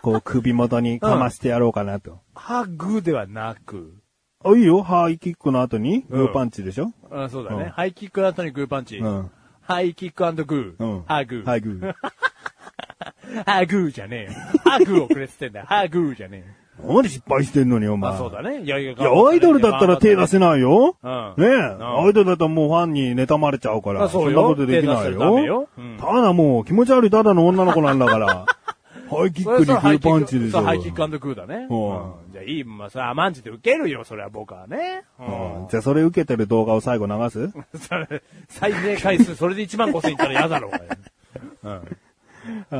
Speaker 3: こう首元にかましてやろうかなと。
Speaker 4: はぐではなく、
Speaker 3: あ、いいよ、歯キックの後に、
Speaker 4: う
Speaker 3: グ
Speaker 4: ん
Speaker 3: ーパンチでしょ
Speaker 4: あそうだ
Speaker 3: うん
Speaker 4: ね。ハイキックの後にグーパンチ。
Speaker 3: うん
Speaker 4: ハイキックグ
Speaker 3: うん。
Speaker 4: ー。ハグ
Speaker 3: はグー。
Speaker 4: ハグーじゃねえよ。ハグーをくれっつってんだよ。 ハグーじゃねえよ。
Speaker 3: なんで失敗してんのに、お前。
Speaker 4: まあそうだね。いやいや、い
Speaker 3: いや、アイドルだったら手出せないよ。
Speaker 4: うん
Speaker 3: ねえ、
Speaker 4: ん
Speaker 3: アイドルだったらもうファンに妬まれちゃうから。
Speaker 4: あそうよ
Speaker 3: んなことできない
Speaker 4: 手出したらダ
Speaker 3: よ。
Speaker 4: メようん
Speaker 3: ただもう気持ち悪いただの女の子なんだ から。ハイキックにグーパンチでし
Speaker 4: そ
Speaker 3: ょ。
Speaker 4: うハイキックグーだね。
Speaker 3: うん
Speaker 4: うんじゃあいい、まあそれ甘んじて受けるよ、それは僕はね。うん
Speaker 3: うんじゃあそれ受けてる動画を最後流す
Speaker 4: それ再生回数、それで1万5000いったら嫌だろ、お前
Speaker 3: う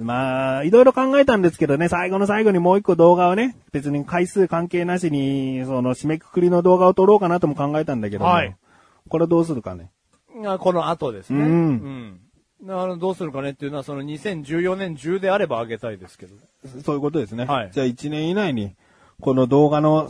Speaker 3: んまあ、いろいろ考えたんですけどね、最後の最後にもう一個動画をね、別に回数関係なしに、その締めくくりの動画を撮ろうかなとも考えたんだけども、
Speaker 4: はい
Speaker 3: これどうするかね。
Speaker 4: あこの後ですね。
Speaker 3: う
Speaker 4: うんん。あの、どうするかねっていうのは、その2014年中であればあげたいですけど。
Speaker 3: そういうことですね。
Speaker 4: はい
Speaker 3: じゃあ1年以内に、この動画の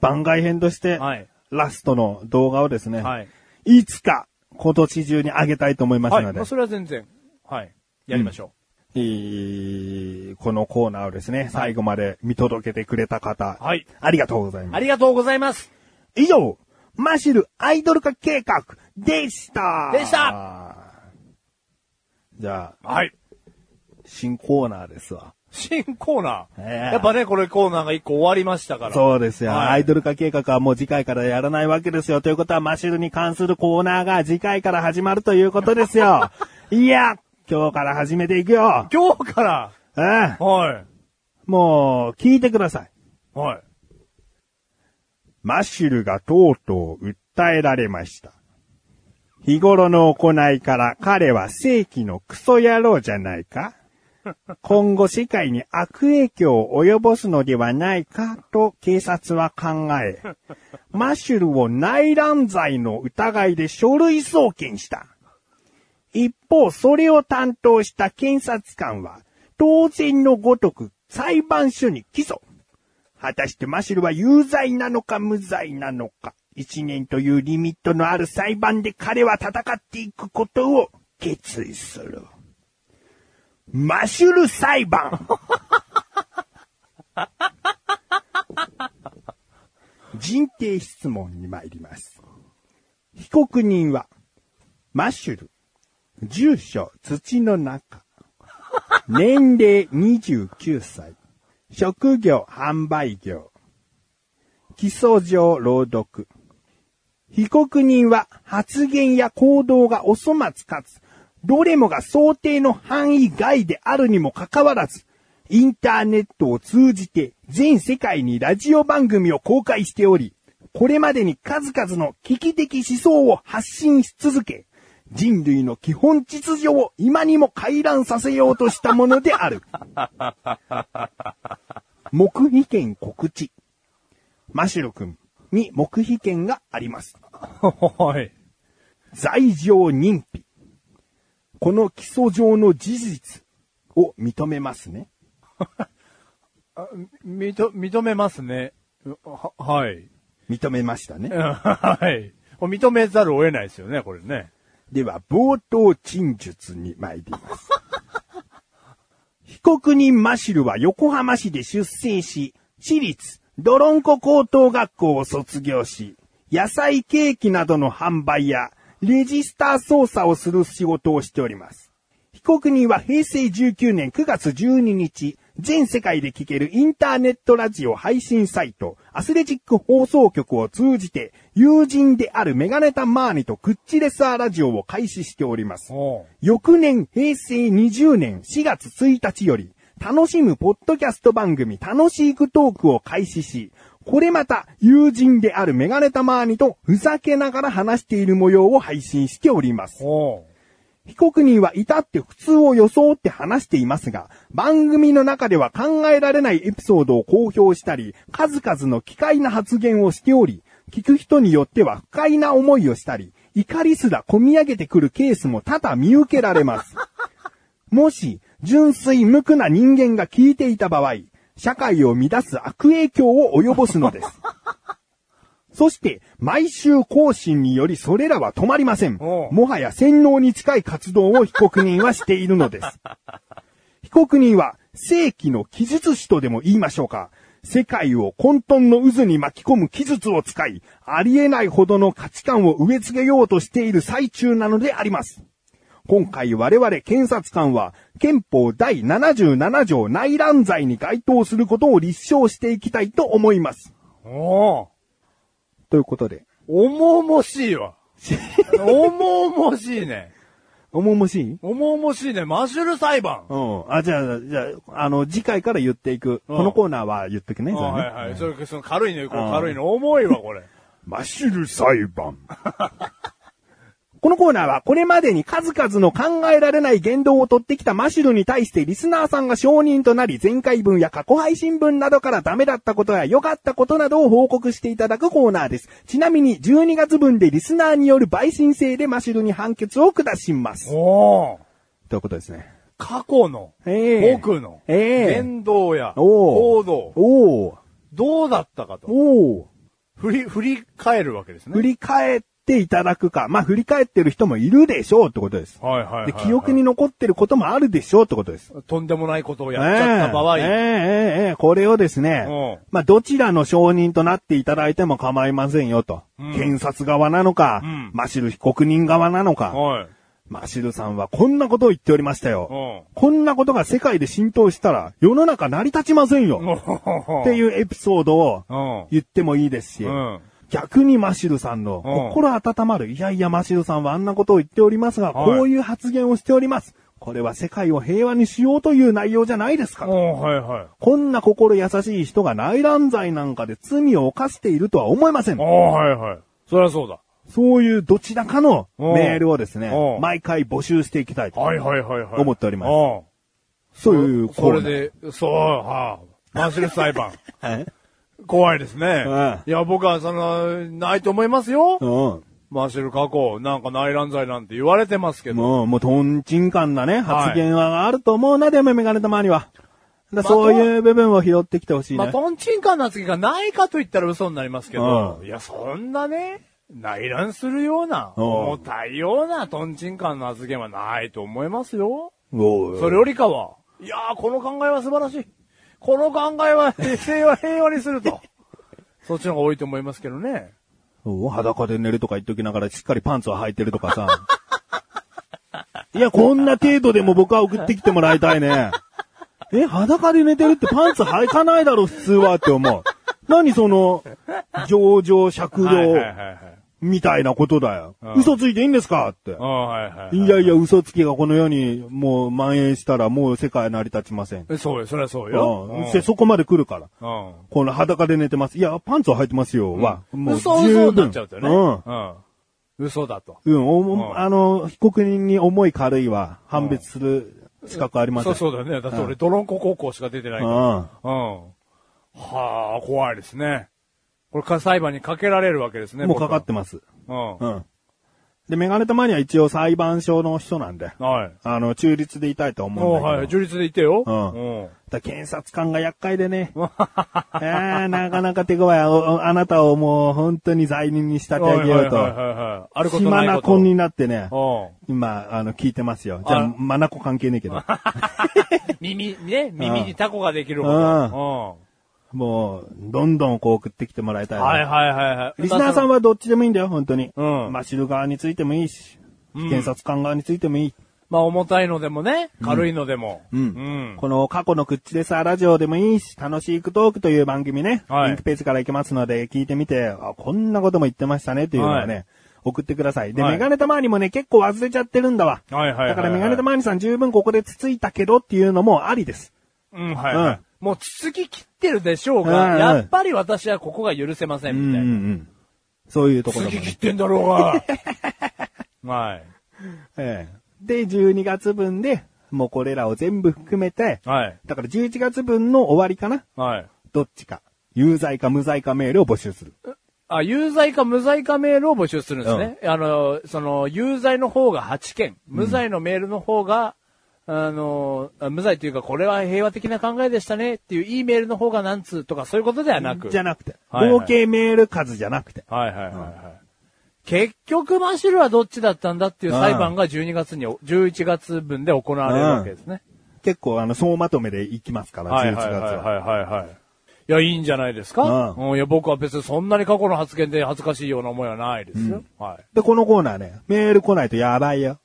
Speaker 3: 番外編として、
Speaker 4: はい
Speaker 3: ラストの動画をですね、
Speaker 4: はい。
Speaker 3: いつか今年中に上げたいと思います
Speaker 4: はい。
Speaker 3: ので、
Speaker 4: まあそれは全然。はい。やりましょ
Speaker 3: えーこのコーナーをですね、最後まで見届けてくれた方、
Speaker 4: はい。
Speaker 3: ありがとうございうま
Speaker 4: あ
Speaker 3: す。
Speaker 4: りがとうございます。
Speaker 3: 以上、マシルアイドル化計画でした
Speaker 4: でした
Speaker 3: じゃあ、
Speaker 4: はい。
Speaker 3: 新コーナーですわ。
Speaker 4: 新コーナー。
Speaker 3: ええ
Speaker 4: やっぱね、これコーナーが一個終わりましたから。
Speaker 3: そうですよ、
Speaker 4: はい
Speaker 3: アイドル化計画はもう次回からやらないわけですよ。ということは、マシュルに関するコーナーが次回から始まるということですよ。いや、今日から始めていくよ。
Speaker 4: 今日から。
Speaker 3: うん。
Speaker 4: はい。
Speaker 3: もう、聞いてください。
Speaker 4: はい。
Speaker 3: マッシュルがとうとう訴えられました。日頃の行いから彼は正規のクソ野郎じゃないか今後世界に悪影響を及ぼすのではないかと警察は考え、マッシュルを内乱罪の疑いで書類送検した。一方、それを担当した検察官は、当然のごとく裁判所に起訴。果たしてマシュルは有罪なのか無罪なのか。一年というリミットのある裁判で彼は戦っていくことを決意する。マシュル裁判人定質問に参ります。被告人は、マシュル、住所土の中、年齢29歳、職業販売業。基礎上朗読。被告人は発言や行動がお粗末かつ、どれもが想定の範囲外であるにもかかわらず、インターネットを通じて全世界にラジオ番組を公開しており、これまでに数々の危機的思想を発信し続け、人類の基本秩序を今にも回覧させようとしたものである。黙秘権告知。マシュロ君に黙秘権があります。
Speaker 4: はい。
Speaker 3: 罪状認否。この起訴状の事実を認めますね。
Speaker 4: みと、認めますね。は、はい。
Speaker 3: 認めましたね。
Speaker 4: はい。認めざるを得ないですよね、これね。
Speaker 3: では、冒頭陳述に参ります。被告人マシルは横浜市で出生し、私立ドロンコ高等学校を卒業し、野菜ケーキなどの販売やレジスター操作をする仕事をしております。被告人は平成19年9月12日、全世界で聴けるインターネットラジオ配信サイト、アスレチック放送局を通じて、友人であるメガネタマーニとクッチレサーラジオを開始しております。
Speaker 4: お
Speaker 3: 翌年平成20年4月1日より、楽しむポッドキャスト番組楽しいクトークを開始し、これまた友人であるメガネタマーニとふざけながら話している模様を配信しております。
Speaker 4: お
Speaker 3: 被告人は至って普通を装って話していますが、番組の中では考えられないエピソードを公表したり、数々の奇怪な発言をしており、聞く人によっては不快な思いをしたり、怒りすら込み上げてくるケースも多々見受けられます。もし、純粋無垢な人間が聞いていた場合、社会を乱す悪影響を及ぼすの です。そして、毎週更新によりそれらは止まりません。
Speaker 4: おう
Speaker 3: もはや洗脳に近い活動を被告人はしているの です。被告人は、世紀の記述師とでも言いましょうか。世界を混沌の渦に巻き込む記述を使い、ありえないほどの価値観を植え付けようとしている最中なのであります。今回我々検察官は憲法第77条内乱罪に該当することを立証していきたいと思います。
Speaker 4: お
Speaker 3: ということで。
Speaker 4: 重々 しいわ。重々しいね。
Speaker 3: 重々しい
Speaker 4: 重々しいね。マシュル裁判。
Speaker 3: うん。あ、じゃあ、じゃあ、あの、次回から言っていく。
Speaker 4: うん
Speaker 3: このコーナーは言っとくね。
Speaker 4: あ
Speaker 3: それね
Speaker 4: はいはい。それ、その軽いね、こう
Speaker 3: うん
Speaker 4: 軽いの。重いわ、これ。
Speaker 3: マシュル裁判。 このコーナーはこれまでに数々の考えられない言動をとってきたマシュルに対してリスナーさんが承認となり前回分や過去配信分などからダメだったことや良かったことなどを報告していただくコーナーです。ちなみに12月分でリスナーによる陪審制でマシュルに判決を下します。
Speaker 4: お
Speaker 3: ということですね。
Speaker 4: 過去の、
Speaker 3: ええ
Speaker 4: 僕の、
Speaker 3: ええ
Speaker 4: 言動や、
Speaker 3: お
Speaker 4: 行
Speaker 3: う
Speaker 4: 動、
Speaker 3: おー
Speaker 4: どうだったかと。
Speaker 3: おー
Speaker 4: 振り、振り返るわけですね。
Speaker 3: 振り返っていただくか。まあ、振り返ってる人もいるでしょうってことです。
Speaker 4: はいはいはい
Speaker 3: で、
Speaker 4: はい
Speaker 3: 記憶に残ってることもあるでしょうってことです。
Speaker 4: とんでもないことをやっちゃった場合。
Speaker 3: ええええええこれをですね、
Speaker 4: うん
Speaker 3: まあ、どちらの証人となっていただいても構いませんよと。
Speaker 4: うん
Speaker 3: 検察側なのか、
Speaker 4: うん
Speaker 3: マシル被告人側なのか、
Speaker 4: はい。
Speaker 3: マシルさんはこんなことを言っておりましたよ。
Speaker 4: う
Speaker 3: こんなことが世界で浸透したら世の中成り立ちませんよ。
Speaker 4: ん。っ。
Speaker 3: っていううエピソードを
Speaker 4: うん。
Speaker 3: 言ってもいいですし、
Speaker 4: うん。
Speaker 3: 逆にマシルさんの
Speaker 4: うん
Speaker 3: 心温まる、いやいやマシルさんはあんなことを言っておりますが、
Speaker 4: はい
Speaker 3: こういう発言をしております。これは世界を平和にしようという内容じゃないですか。
Speaker 4: うん、はいはい。
Speaker 3: こんな心優しい人が内乱罪なんかで罪を犯しているとは思えません
Speaker 4: あ。あ、はいはい。そりゃそうだ。
Speaker 3: そういうどちらかの
Speaker 4: うん
Speaker 3: メールをですね
Speaker 4: う、ん
Speaker 3: 毎回募集していきたいと。
Speaker 4: はいはいはいはい。
Speaker 3: 思っております
Speaker 4: す。
Speaker 3: そう
Speaker 4: う。
Speaker 3: いうんコ
Speaker 4: そ
Speaker 3: ーナ
Speaker 4: れ
Speaker 3: ー。
Speaker 4: で、そう、はあ。マシル裁 判。
Speaker 3: はい
Speaker 4: 怖いですね
Speaker 3: うん。
Speaker 4: いや、僕はその、ないと思いますよ。
Speaker 3: うん。
Speaker 4: マシル過去、なんか内乱罪なんて言われてますけど。
Speaker 3: もう、もう、とんちんかんなね、
Speaker 4: はい
Speaker 3: 発言はあると思うな、でも、メガネ玉には。だ
Speaker 4: あ
Speaker 3: そういう部分を拾ってきてほしい
Speaker 4: ま
Speaker 3: ね
Speaker 4: あ、。トンチンカンな次がないかと言ったら嘘になりますけど
Speaker 3: う、ん
Speaker 4: いや、そんなね、内乱するような、
Speaker 3: うん
Speaker 4: 重たいようなトンチンカンの発言はないと思いますよ。
Speaker 3: おう
Speaker 4: それよりかは、いやー、この考えは素晴らしい。この考えは平和、平和にすると。 そっちの方が多いと思いますけどね。
Speaker 3: お裸で寝るとか言っときながらしっかりパンツは履いてるとかさ。 いや、こんな程度でも僕は送ってきてもらいたいね。 え、裸で寝てるってパンツ履かないだろ、普通はって思う。何その、上場、尺
Speaker 4: はい
Speaker 3: 度
Speaker 4: はいはいはい。
Speaker 3: みたいなことだよ
Speaker 4: うん。
Speaker 3: 嘘ついていいんですかって
Speaker 4: あ。あ、はいはいはい。
Speaker 3: いやいや、嘘つきがこの世にもう蔓延したらもう世界成り立ちません。
Speaker 4: えそうよ、そりゃそうよ。
Speaker 3: うん。でそこまで来るから。
Speaker 4: うん。
Speaker 3: この裸で寝てます。いや、パンツは履いてますよ。は、もう十
Speaker 4: 嘘
Speaker 3: 分。
Speaker 4: 嘘になっちゃうとね。
Speaker 3: うん。
Speaker 4: うん。嘘だと。
Speaker 3: うん、おも
Speaker 4: うん
Speaker 3: あの、被告人に重い軽いは判別する資格ありません。
Speaker 4: そうそうだね。だって
Speaker 3: う
Speaker 4: 俺、ドロンコ高校しか出てないから。
Speaker 3: うん。
Speaker 4: うん。はあ、怖いですね。これか裁判にかけられるわけですね。
Speaker 3: もうかかって
Speaker 4: ま
Speaker 3: ます。
Speaker 4: す。うん。
Speaker 3: うん。で、メガネたまには一応裁判所の人なんで、
Speaker 4: はい。
Speaker 3: あの、中立でいたいと思
Speaker 4: も
Speaker 3: う
Speaker 4: うん
Speaker 3: だけど。
Speaker 4: はい、中立で言ってよ。
Speaker 3: うん
Speaker 4: うん。
Speaker 3: だから検察官が厄介で ね。ああ、なかなか手強い。おあなたをもう本当に罪人に仕立て上げよう
Speaker 4: はいはい
Speaker 3: と。
Speaker 4: はいはいはい。あること
Speaker 3: 血
Speaker 4: な
Speaker 3: ま
Speaker 4: い
Speaker 3: な
Speaker 4: こと。
Speaker 3: こになってね。
Speaker 4: う
Speaker 3: 今、あの、聞いてますよ。じゃ
Speaker 4: あ
Speaker 3: あ、まなこ関係ねえ けど。
Speaker 4: ん。耳、ね、耳にタコができるほど。う
Speaker 3: うん
Speaker 4: ん。
Speaker 3: もう、どんどんこう送ってきてもらいたいな。
Speaker 4: はいはいはいはい。
Speaker 3: リスナーさんはどっちでもいいんだよ、本当に。
Speaker 4: うん
Speaker 3: マシル側についてもいいし、
Speaker 4: うん
Speaker 3: 検察官側についてもいい。
Speaker 4: まあ重たいのでもね、軽いのでも。
Speaker 3: うん
Speaker 4: うん。
Speaker 3: この過去のくっちでさ、ラジオでもいいし、楽しいクトークという番組ね、
Speaker 4: はい
Speaker 3: リンクページから行けますので、聞いてみて、あ、こんなことも言ってましたね、というのはね、
Speaker 4: は
Speaker 3: 送ってください。で、
Speaker 4: はい
Speaker 3: メガネたまわりもね、結構忘れちゃってるんだわ。
Speaker 4: はいはいはいはい
Speaker 3: だからメガネたまわりさん十分ここでつついたけどっていうのもありです。
Speaker 4: うん、はいは
Speaker 3: う
Speaker 4: い
Speaker 3: ん。
Speaker 4: もうつつき切ってるでし
Speaker 3: う
Speaker 4: ょう
Speaker 3: んう
Speaker 4: が、
Speaker 3: ん
Speaker 4: やっぱり私はここが許せません、みたいな。
Speaker 3: ん。そういうところ
Speaker 4: つつ
Speaker 3: も
Speaker 4: き切っ
Speaker 3: ね。
Speaker 4: てんだろ うが。はい。
Speaker 3: ええで、12月分で、もうこれらを全部含めて、
Speaker 4: はい。
Speaker 3: だから11月分の終わりかな
Speaker 4: はい。
Speaker 3: どっちか。有罪か無罪かメールを募集する。
Speaker 4: あ、有罪か無罪かメールを募集するんですね。あの、その、有罪の方が8件、無罪のメールの方が、あの、あ無罪というか、これは平和的な考えでしたねっていう、いいメールの方が何通とか、そういうことではなく。
Speaker 3: じゃなくて。
Speaker 4: はいは
Speaker 3: 合
Speaker 4: い
Speaker 3: 計メール数じゃなくて。
Speaker 4: はいはいはいはい。結局、マシルはどっちだったんだっていう裁判が12月に、11月分で行われるわけですね。
Speaker 3: 結構、あの、総まとめでいきますから、
Speaker 4: はい
Speaker 3: 11
Speaker 4: は
Speaker 3: 月
Speaker 4: いはいはい
Speaker 3: は。
Speaker 4: はいはい。いや、いいんじゃないですか、
Speaker 3: う
Speaker 4: うん、いや、僕は別にそんなに過去の発言で恥ずかしいような思いはないですよ。はい。
Speaker 3: で、このコーナーね、メール来ないとやばいよ。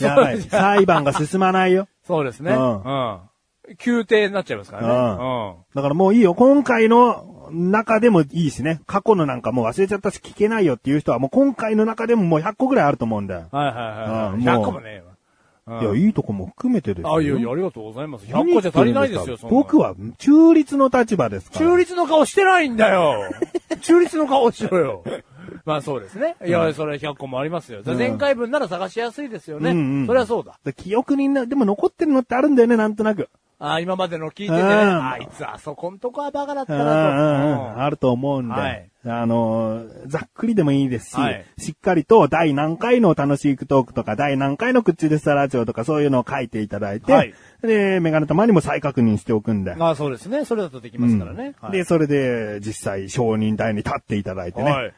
Speaker 3: やばい。裁判が進まないよ。
Speaker 4: そうですね。う。
Speaker 3: うん
Speaker 4: 宮廷になっちゃいますからね。
Speaker 3: うん
Speaker 4: うん。
Speaker 3: だからもういいよ。今回の中でもいいしね。過去のなんかもう忘れちゃったし聞けないよっていう人はもう今回の中でももう100個ぐらいあると思うんだよ。
Speaker 4: はいはいはいは
Speaker 3: う
Speaker 4: い。
Speaker 3: ん
Speaker 4: 100
Speaker 3: もう
Speaker 4: 個もねえよ。
Speaker 3: いや、いいとこも含めてですよ。
Speaker 4: あ、いやいや、ありがとうございます。100個じゃ足りないですよ、そんなの
Speaker 3: 僕は中立の立場ですから。
Speaker 4: 中立の顔してないんだ よ中立の顔しろよ まあそうですね。いや、それ100個もありますよ。前回分なら探しやすいですよね。
Speaker 3: うんうん
Speaker 4: それはそうだ。
Speaker 3: で記憶にな、でも残ってるのってあるんだよね、なんとなく。
Speaker 4: あ今までの聞いててね、
Speaker 3: うん
Speaker 4: あいつあそこんとこはバカだった
Speaker 3: うんう
Speaker 4: なん
Speaker 3: うん
Speaker 4: と。
Speaker 3: あると思うんで、
Speaker 4: はい
Speaker 3: あのー、ざっくりでもいいですし、
Speaker 4: はい
Speaker 3: しっかりと第何回の楽しいクトークとか、第何回の口でさラジオとか、そういうのを書いていただいて、
Speaker 4: はい
Speaker 3: で、メガネたまにも再確認しておくんで。
Speaker 4: あそうですね。それだとできますからね。はい
Speaker 3: で、それで、実際、承認台に立っていただいてね、
Speaker 4: はい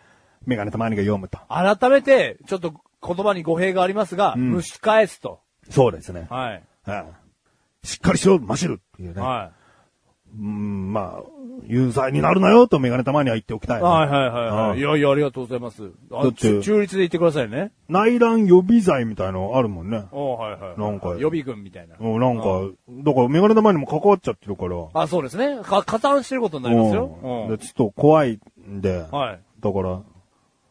Speaker 3: メガネたまにが読むと。
Speaker 4: 改めて、ちょっと言葉に語弊がありますが、
Speaker 3: ん
Speaker 4: 蒸し返すと。
Speaker 3: そうですね。
Speaker 4: はい。
Speaker 3: うんしっかりしろ、マシルっていうね。
Speaker 4: は
Speaker 3: うん、まあ、有罪になるなよとメガネたまには言っておきたい
Speaker 4: い。
Speaker 3: ね、
Speaker 4: はいはいはいは
Speaker 3: う
Speaker 4: い。
Speaker 3: ん
Speaker 4: いやいや、ありがとうございます。あ
Speaker 3: だって
Speaker 4: ち中立で言ってくださいね。
Speaker 3: 内乱予備罪みたいのあるもんね。
Speaker 4: おはいはい。
Speaker 3: なんか
Speaker 4: 予備軍みたいな。
Speaker 3: うんなんか、だからメガネ玉にも関わっちゃってるから。
Speaker 4: あ、そうですね。か、加担してることになりますよ。
Speaker 3: うんでちょっと怖いんで、
Speaker 4: はい。
Speaker 3: だから、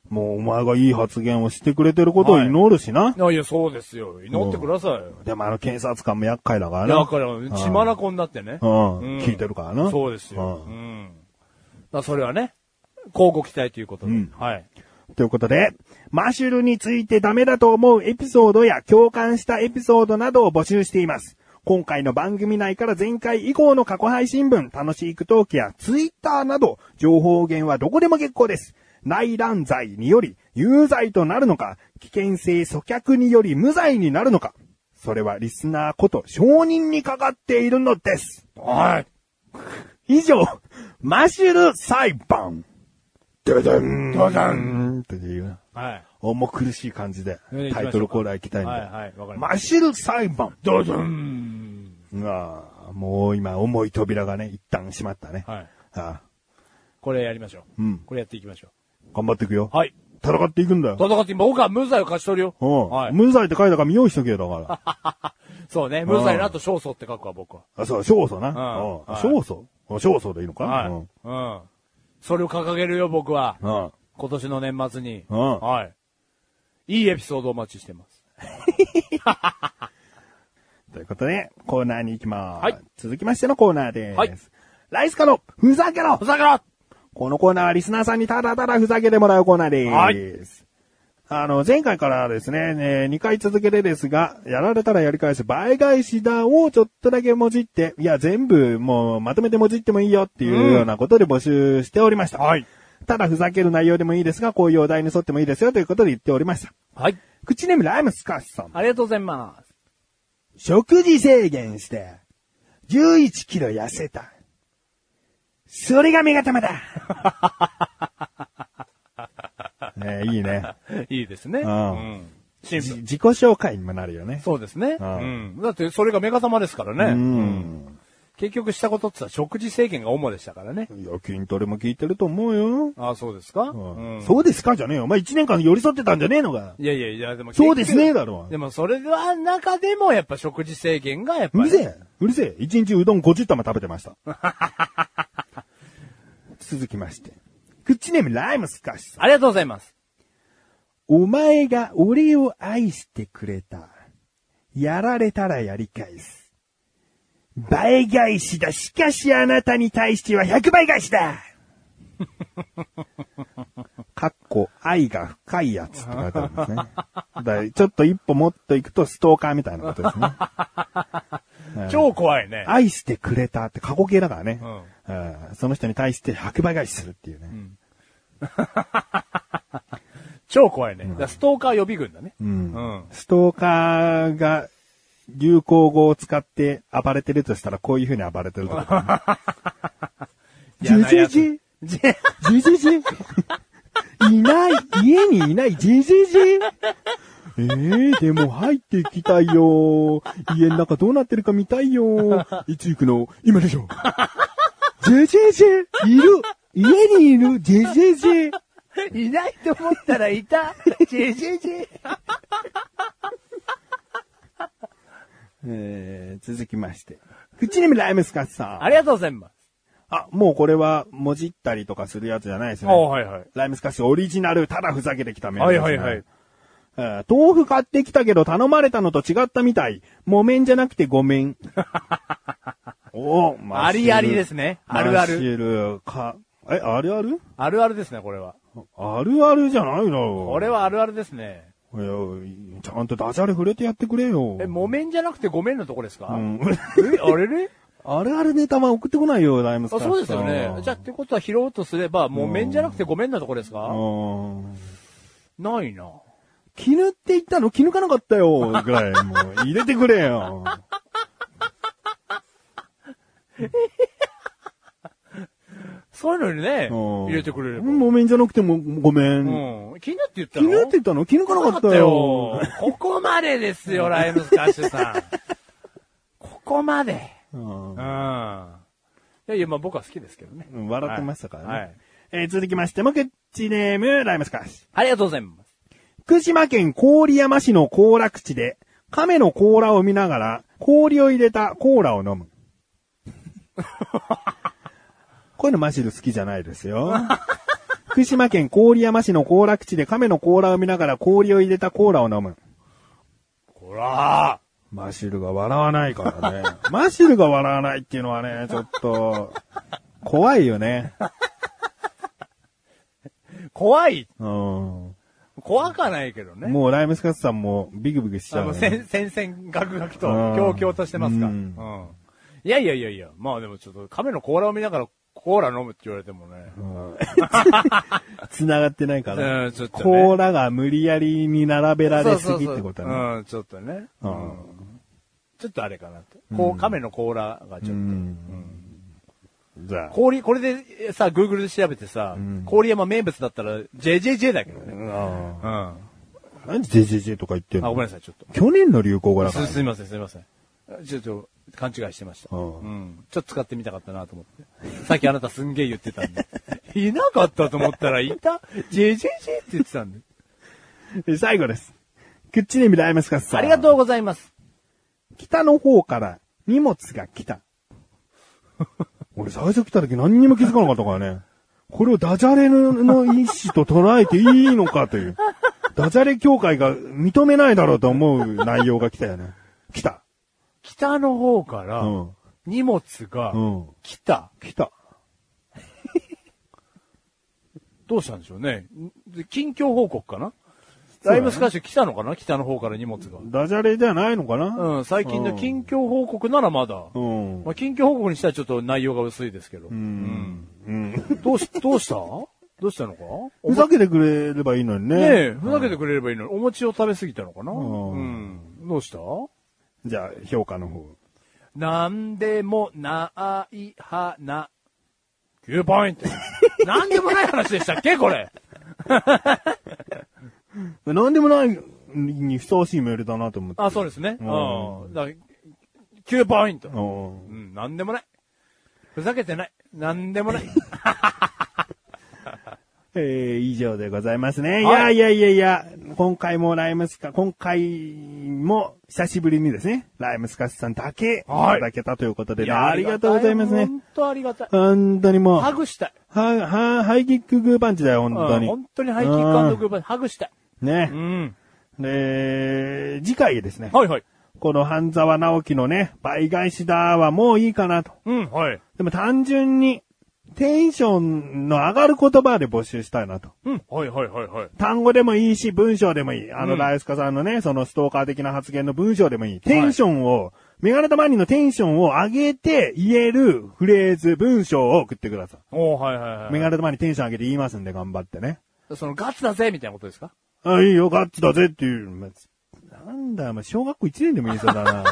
Speaker 3: もうお前がいい発言をしてくれてることを祈るしな。
Speaker 4: いやいや、そうですよ。祈ってくださいよ。
Speaker 3: でもあの検察官も厄介だからな。
Speaker 4: だから、血まなこになってね。
Speaker 3: うん
Speaker 4: うん
Speaker 3: 聞いてるからな。
Speaker 4: そうですよ。うんん。だからそれはね、交互期待ということで
Speaker 3: うん。
Speaker 4: はい。
Speaker 3: ということで、マシュルについてダメだと思うエピソードや共感したエピソードなどを募集しています。今回の番組内から前回以降の過去配信分、楽しいクトークやツイッターなど、情報源はどこでも結構です。内乱罪により有罪となるのか、危険性阻却により無罪になるのか、それはリスナーこと承認にかかっているのです。
Speaker 4: はい。
Speaker 3: 以上、マシュル裁判。ドドン。ドドン。という。
Speaker 4: はい。
Speaker 3: 重苦しい感じで
Speaker 4: ね、
Speaker 3: タイトルコーナー行きたいんで。
Speaker 4: はいはい。わかりま
Speaker 3: マシル裁判
Speaker 4: した。ドドン。
Speaker 3: ああもう今、重い扉がね、一旦閉まったね。
Speaker 4: はい。
Speaker 3: ああ
Speaker 4: これやりましょう。
Speaker 3: うん
Speaker 4: これやっていきましょ
Speaker 3: 頑張っていくよ
Speaker 4: う。。はい。
Speaker 3: 戦っていくんだよ。
Speaker 4: 戦って、僕は無罪を勝ち取るよ。
Speaker 3: うん
Speaker 4: はい。
Speaker 3: 無罪って書いたから見ようしとけよ、だから。
Speaker 4: そうね。無罪の後、勝訴って書くわ、僕は。
Speaker 3: あ、そう、勝訴な。
Speaker 4: ん
Speaker 3: うん
Speaker 4: はい
Speaker 3: 勝訴あ勝訴でいいのか
Speaker 4: はい。
Speaker 3: うん
Speaker 4: うん。それを掲げるよ、僕は。
Speaker 3: うん
Speaker 4: 今年の年末に。
Speaker 3: うん
Speaker 4: はい。いいエピソードお待ちしてます。
Speaker 3: ということで、コーナーに行きます。
Speaker 4: はい
Speaker 3: 続きましてのコーナーです。
Speaker 4: はい
Speaker 3: ライスカのふざけろふざけろこのコーナーはリスナーさんにただただふざけてもらうコーナーです。
Speaker 4: はい
Speaker 3: あの、前回からですね、え2回続けてですが、やられたらやり返す倍返しだをちょっとだけもじって、いや、全部もうまとめてもじってもいいよっていうようなことで募集しておりました。
Speaker 4: はい
Speaker 3: ただふざける内容でもいいですが、こういうお題に沿ってもいいですよということで言っておりました。
Speaker 4: はい。
Speaker 3: 口ネームライムスカッシュさん。
Speaker 4: ありがとうございます。
Speaker 1: 食事制限して、11キロ痩せた。それが目が玉 だ。
Speaker 3: ねいいね。
Speaker 4: いいですね。
Speaker 3: うん
Speaker 4: うん。シンプ
Speaker 3: じ
Speaker 4: ル。
Speaker 3: 自己紹介にもなるよね。
Speaker 4: そうですね。う
Speaker 3: ああ
Speaker 4: ん。だって、それがメガ様ですからね。
Speaker 3: うん。
Speaker 4: 結局したことってさ、食事制限が主でしたからね。
Speaker 3: いや、筋トレも効いてると思うよ。
Speaker 4: ああ、そうですか、
Speaker 3: うん
Speaker 4: うん
Speaker 3: そうですかじゃねえよ。お前一年間寄り添ってたんじゃねえのか。
Speaker 4: いやいやいや、でも結
Speaker 3: そ
Speaker 4: 局
Speaker 3: うですね、だろ。
Speaker 4: でもそれは中でもやっぱ食事制限がやっぱ
Speaker 3: う
Speaker 4: り。
Speaker 3: るせえ。うるせえ。一日うどん50玉食べてました。 続きまして。クッチネームライムスカッシュさん。
Speaker 4: ありがとうございます。
Speaker 3: お前が俺を愛してくれた。やられたらやり返す。倍返しだ。しかしあなたに対しては100倍返し だかっこ、愛が深いやつって書いてあるんですね。だからちょっと一歩もっと行くとストーカーみたいなことですね。
Speaker 4: 超怖いね。
Speaker 3: 愛してくれたって過去形だからね。
Speaker 4: う
Speaker 3: う
Speaker 4: ん
Speaker 3: んその人に対して100倍返しするっていうね。
Speaker 4: 超怖いね。だからストーカー予備軍だね。うんうん。
Speaker 3: ストーカーが流行語を使って暴れてるとしたらこういう風に暴れてるとか。
Speaker 4: 嫌なや つ
Speaker 3: じじ
Speaker 4: じ
Speaker 3: じじじいない、家にいない、じじじええでも入っていきたいよ。家の中どうなってるか見たいよ。いつ行くの今でしょ。じじじいる家にいるじじじ
Speaker 4: いないと思ったらいた。じじじ。
Speaker 3: えー続きまして。口にもライムスカッツさん。
Speaker 4: ありがとうございます。
Speaker 3: あ、もうこれは、もじったりとかするやつじゃないですね。
Speaker 4: あはいはい。
Speaker 3: ライムスカッシュオリジナル、ただふざけてきたメール
Speaker 4: はい
Speaker 3: です、ね。
Speaker 4: はいはい。
Speaker 3: えー。豆腐買ってきたけど頼まれたのと違ったみたい。木綿じゃなくてごめ ん。おーマッシュル
Speaker 4: ありありですねあるある
Speaker 3: マッシュルか、え、あるある
Speaker 4: あるあるですね、これは。
Speaker 3: あるあるじゃないの。
Speaker 4: これはあるあるですね。
Speaker 3: いやちゃんとダジャレ触れてやってくれよ。
Speaker 4: え、木綿じゃなくてごめんのとこですか、
Speaker 3: うん
Speaker 4: え、あれれ
Speaker 3: あるあるネタは送ってこないよ、ライムスカ
Speaker 4: あ
Speaker 3: ッシュ
Speaker 4: そうですよね。じゃあ、ってことは拾おうとすれば、木綿じゃなくてごめんのとこです
Speaker 3: あ
Speaker 4: か、
Speaker 3: うん。
Speaker 4: ないな。
Speaker 3: 絹って言ったの絹かなかったよ、ぐらい、もう、入れてくれ よ。
Speaker 4: そういうのにね、
Speaker 3: うん
Speaker 4: 入れてくれれば。うん。
Speaker 3: ごめんじゃなくても、ごめん。
Speaker 4: 気になって言ったの
Speaker 3: 絹って言ったの絹かなかったよ。。
Speaker 4: ここまでですよ、ライムスカッシュさん。ここまで。
Speaker 3: うん
Speaker 4: うん。いやいや、まあ僕は好きですけどね。
Speaker 3: 笑ってましたからね。
Speaker 4: はいはい
Speaker 3: えー続きましても、クッチネーム、ライムスカッシュ。
Speaker 4: ありがとうございます。
Speaker 3: 福島県郡山市の行楽地で、亀の甲羅を見ながら、氷を入れたコーラを 飲む。こういうのマシル好きじゃないですよ。福島県郡山市の行楽地で亀の甲羅を見ながら氷を入れたコーラを飲む。
Speaker 4: こら
Speaker 3: マシルが笑わないからね。マシルが笑わないっていうのはね、ちょっと、怖いよね。
Speaker 4: 怖い。
Speaker 3: うん。も
Speaker 4: 怖かないけどね。
Speaker 3: うライムスカッツさんもビクビクしち
Speaker 4: あ
Speaker 3: ゃう
Speaker 4: の、
Speaker 3: よね、
Speaker 4: 戦、戦々ガクガクと、
Speaker 3: うん
Speaker 4: 強々としてますか。
Speaker 3: う
Speaker 4: うんん。いやいやいやいや、まあでもちょっと、亀の甲羅を見ながらコーラ飲むって言われてもね。
Speaker 3: 繋がってないから。
Speaker 4: うん、ちょっと、ね。
Speaker 3: 甲羅が無理やりに並べられすぎってこと
Speaker 4: そうそう
Speaker 3: ね。
Speaker 4: そううん、ちょっとね。
Speaker 3: う
Speaker 4: うんちょっとあれかなと。こう、亀の甲羅がちょっと。
Speaker 3: ん。じゃあ。
Speaker 4: 氷、これでえさ、Google で調べてさ、氷山名物だったら JJJ だけどね。うん。
Speaker 3: あ
Speaker 4: あ、
Speaker 3: あなんで JJJ とか言ってん
Speaker 4: ごめん
Speaker 3: の
Speaker 4: なさい、ちょっと。
Speaker 3: 去年の流行語だから
Speaker 4: す、。すいません、すいません。ちょっと、勘違いしてました。
Speaker 3: うん
Speaker 4: うん。ちょっと使ってみたかったなと思って。さっきあなたすんげえ言ってた んで。いなかったと思ったら、いた ?JJJ って言ってたんで。
Speaker 3: 最後です。くっちり見られますかさ
Speaker 4: ありがとうございます。
Speaker 3: 北の方から 荷物が来た。俺最初来た時何にも気づかなかったからね。これをダジャレのの一種と捉えていいのかと いう。ダジャレ協会が認めないだろうと思う内容が来たよね。来た。
Speaker 4: 北の方から
Speaker 3: うん、
Speaker 4: 荷物が
Speaker 3: うん。
Speaker 4: 来た。
Speaker 3: 来た。
Speaker 4: どうしたんでしょうね。で近況報告かな
Speaker 3: そうだ
Speaker 4: ラ
Speaker 3: ね
Speaker 4: イブスカッシュ来たのかな北の方から荷物が。
Speaker 3: ダジャレじゃないのかな
Speaker 4: うん、最近の近況報告ならまだ。
Speaker 3: うん。
Speaker 4: まあ、近況報告にしたらちょっと内容が薄いですけど。
Speaker 3: うん。うん。
Speaker 4: どうし、 どうしたどうしたのか
Speaker 3: ふざけてくれればいいのにね。
Speaker 4: ねえ、ふざけてくれればいいのに、お餅を食べ過ぎたのかなうんん。どうした
Speaker 3: じゃあ、評価の方。
Speaker 4: なんでもない花。9 ポイント。なんでもない話でしたっけこれ。
Speaker 3: なんでもないにふさわしいメールだなと思って。
Speaker 4: あ、そうですね。う
Speaker 3: うん
Speaker 4: ん。だから9ポイント。
Speaker 3: うん。
Speaker 4: うん、なんでもない。ふざけてない。なんで もない。
Speaker 3: えー、以上でございますね。いや
Speaker 4: はい
Speaker 3: いやいやいや、今回もライムスカ、今回も久しぶりにですね、ライムスカスさんだけい
Speaker 4: はい
Speaker 3: ただけたということで
Speaker 4: い
Speaker 3: ね、
Speaker 4: や
Speaker 3: ありがとうございますね。
Speaker 4: 本当ありがたい。
Speaker 3: 本当にもう、
Speaker 4: ハ
Speaker 3: は、
Speaker 4: グしたい。
Speaker 3: は、ハイキックグーパンチだよ、本当
Speaker 4: うん
Speaker 3: に。
Speaker 4: 本当にハイキックアンドグーパン、ハグしたい。
Speaker 3: ね
Speaker 4: う。ん。
Speaker 3: で、次回ですね、
Speaker 4: はいはい。
Speaker 3: この半沢直樹のね、倍返しだはもういいかなと。
Speaker 4: うん、はい。
Speaker 3: でも単純に、テンションの上がる言葉で募集したいなと。
Speaker 4: うん、はいはいはいはい。
Speaker 3: 単語でもいいし、文章でもいい。あの、
Speaker 4: うん
Speaker 3: ライスカさんのね、そのストーカー的な発言の文章でもいい。テンションを、メガネタマニのテンションを上げて言えるフレーズ、文章を送ってくださ
Speaker 4: おーはいはいはい
Speaker 3: い。メガネタマニテンション上げて言いますんで頑張ってね。
Speaker 4: そのガッツだぜみたいなことですか
Speaker 3: あ、いいよ、ガッツだぜっていう。まなんだよ、ま小学校1年でもいいそうだ な。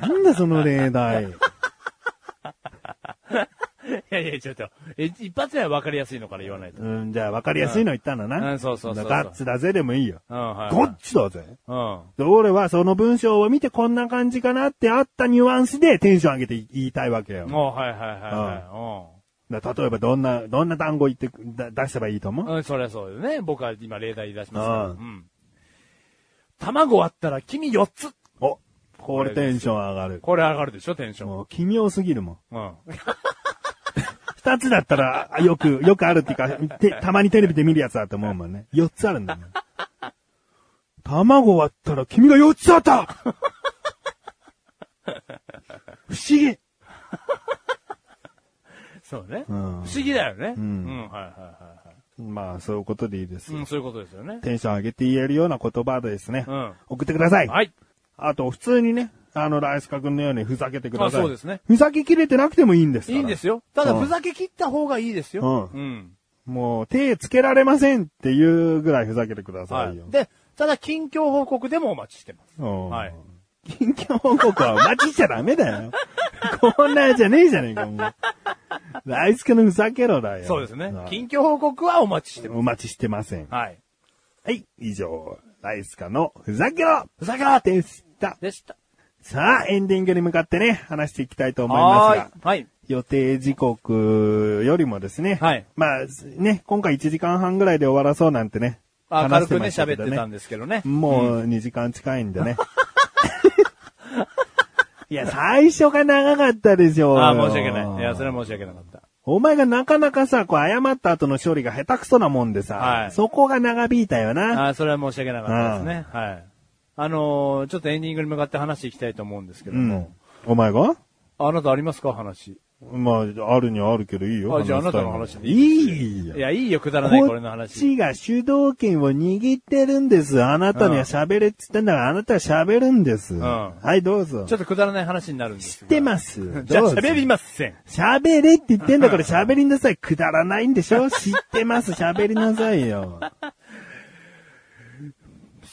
Speaker 3: なんだその例題。
Speaker 4: いやいや、ちょっと、え一発目は分かりやすいのから言わないと。
Speaker 3: うん、じゃあ分かりやすいの言ったんだ
Speaker 4: うん
Speaker 3: な。
Speaker 4: うんそうそうそうそう
Speaker 3: ガッツだぜでもいいよ。
Speaker 4: うん、はい。
Speaker 3: ゴッチだぜ。
Speaker 4: うん。
Speaker 3: で俺はその文章を見てこんな感じかなってあったニュアンスでテンション上げて言いたいわけよ。
Speaker 4: おーはいはいは
Speaker 3: だ例えばどんな、どんな単語言ってだ出せばいいと思
Speaker 4: い。
Speaker 3: う
Speaker 4: うん。うん、そりゃそうだね。僕は今例題出しましたから。
Speaker 3: う
Speaker 4: うんん。卵割ったら君4つ。
Speaker 3: お、これテンション上がる。
Speaker 4: これ上がるでしょ、テンション。
Speaker 3: もう奇妙すぎるもん。
Speaker 4: うん。
Speaker 3: 二つだったらあよ く、よくあるっていうか、てたまにテレビで見るやつだと思うもんね。四つあるんだよ、ね。卵割ったら君が四つあった 不思議
Speaker 4: そうね。
Speaker 3: う
Speaker 4: 不
Speaker 3: ん
Speaker 4: 思議だよね。うんうん、はいはいはいはい。
Speaker 3: まあ、そういうことでいいですよ。
Speaker 4: うん、そういうことですよね。
Speaker 3: テンション上げて言えるような言葉ですね。
Speaker 4: うん
Speaker 3: 送ってください。
Speaker 4: はい。
Speaker 3: あと、普通にね、あの、ライスカ君のようにふざけてください。
Speaker 4: あそうですね。
Speaker 3: ふざけきれてなくてもいいんですか
Speaker 4: い
Speaker 3: ら
Speaker 4: いんですよ。ただ、
Speaker 3: うん
Speaker 4: ふざけ切った方がいいですよ。
Speaker 3: う
Speaker 4: うん。
Speaker 3: もう、手つけられませんっていうぐらいふざけてくださ
Speaker 4: はい
Speaker 3: よ。
Speaker 4: い。で、ただ、近況報告でもお待ちしてます。
Speaker 3: うん
Speaker 4: はい。
Speaker 3: 近況報告はお待ちしちゃダメだよ。 こんなんじゃねえじゃねえか、もう。ライスカのふざけろだよ。
Speaker 4: そうですね
Speaker 3: は。い
Speaker 4: 近況報告はお待ちしてま
Speaker 3: お待ちしてません。
Speaker 4: す。はい。
Speaker 3: はい、以上、ライスカのふざけろふざけろでした。
Speaker 4: でした。
Speaker 3: さあ、エンディングに向かってね、話していきたいと思いますが。
Speaker 4: はーい。はい。
Speaker 3: 予定時刻よりもですね。
Speaker 4: はい
Speaker 3: まあ、ね、今回1時間半ぐらいで終わらそうなんてね。
Speaker 4: あ軽くね、
Speaker 3: 話してましたけ
Speaker 4: 喋
Speaker 3: ど
Speaker 4: ってたんですけどね。
Speaker 3: もう2時間近いん でね。いや、最初が長かったでしょうよ
Speaker 4: ああ、申し訳ない。いや、それは申し訳なかった。
Speaker 3: お前がなかなかさ、こう、謝った後の処理が下手くそなもんでさ、
Speaker 4: はい
Speaker 3: そこが長引いたよな。
Speaker 4: ああ、それは申し訳なかったですね。はい。あのー、ちょっとエンディングに向かって話していきたいと思うんですけど
Speaker 3: う
Speaker 4: も
Speaker 3: ん。。お前が
Speaker 4: あなたありますか話。
Speaker 3: まあ、あるにはあるけどいいよ。
Speaker 4: あ、じゃああ
Speaker 3: 話し
Speaker 4: な
Speaker 3: い
Speaker 4: たの話で
Speaker 3: いいよ
Speaker 4: い。や、いいよ、くだらない、これの
Speaker 3: こっ
Speaker 4: 話。
Speaker 3: ちが主導権を握ってるんです。あなたには喋れって言ったんだから、あなたは喋るんです。はい、どうぞ。
Speaker 4: ちょっとくだらない話になるんです。
Speaker 3: 知ってますす。
Speaker 4: じゃあ
Speaker 3: どうぞ
Speaker 4: 喋りません。
Speaker 3: 喋れって言ってんだから喋りなさい。くだらないんでし ょ知ってます。喋りなさいよ。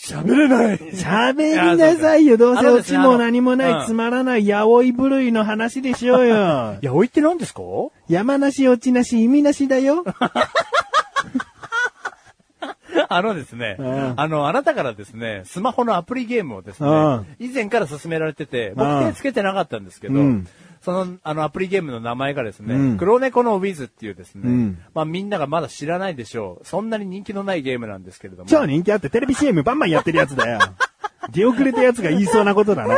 Speaker 4: 喋れない。
Speaker 3: 喋りなさいよ。どうせ
Speaker 4: あの
Speaker 3: オ
Speaker 4: です
Speaker 3: チ
Speaker 4: ね
Speaker 3: も何もな
Speaker 4: あのう
Speaker 3: い、
Speaker 4: ん。
Speaker 3: つまらない、やおい部類の話でしょうよ
Speaker 4: や、おいって何ですか
Speaker 3: 山なし、オチなし、意味なしだよ。
Speaker 4: あのですね、
Speaker 3: うん
Speaker 4: あの、あなたからですね、スマホのアプリゲームをです
Speaker 3: う
Speaker 4: ね
Speaker 3: ん、
Speaker 4: 以前から勧められてて、
Speaker 3: うん
Speaker 4: 僕手つけてなかったんですけど
Speaker 3: うん、
Speaker 4: その、あの、アプリゲームの名前がです
Speaker 3: うん
Speaker 4: ね、黒猫のウィズっていうです
Speaker 3: う
Speaker 4: ね
Speaker 3: ん、
Speaker 4: まあみんながまだ知らないでしょう。そんなに人気のないゲームなんですけれども。
Speaker 3: 超人気あってテレビ CM バンバンやってるやつだよ。出遅れたやつが言いそうなことだな。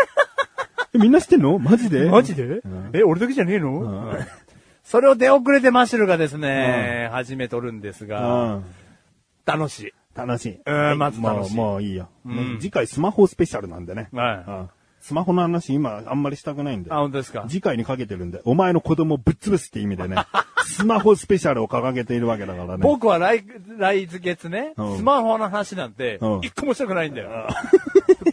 Speaker 3: えみんな知ってんのマジで
Speaker 4: マジでえ、俺だけじゃねえのうんそれを出遅れてマシュルがですね、始めとるんです
Speaker 3: う
Speaker 4: が、
Speaker 3: ん。
Speaker 4: 楽しい。
Speaker 3: 楽しい。
Speaker 4: うんまず楽しい
Speaker 3: もう、もういいよ。
Speaker 4: うん
Speaker 3: もう次回スマホスペシャルなんでね。
Speaker 4: はい
Speaker 3: うんスマホの話今あんまりしたくないんで
Speaker 4: あ、。本当ですか。
Speaker 3: 次回にかけてるんで、お前の子供ぶっ潰すって意味で ね、スマホスペシャルを掲げているわけだからね。
Speaker 4: 僕は来、来月ね、
Speaker 3: うん
Speaker 4: スマホの話なんて
Speaker 3: うん、
Speaker 4: 一個もしたくないんだよ。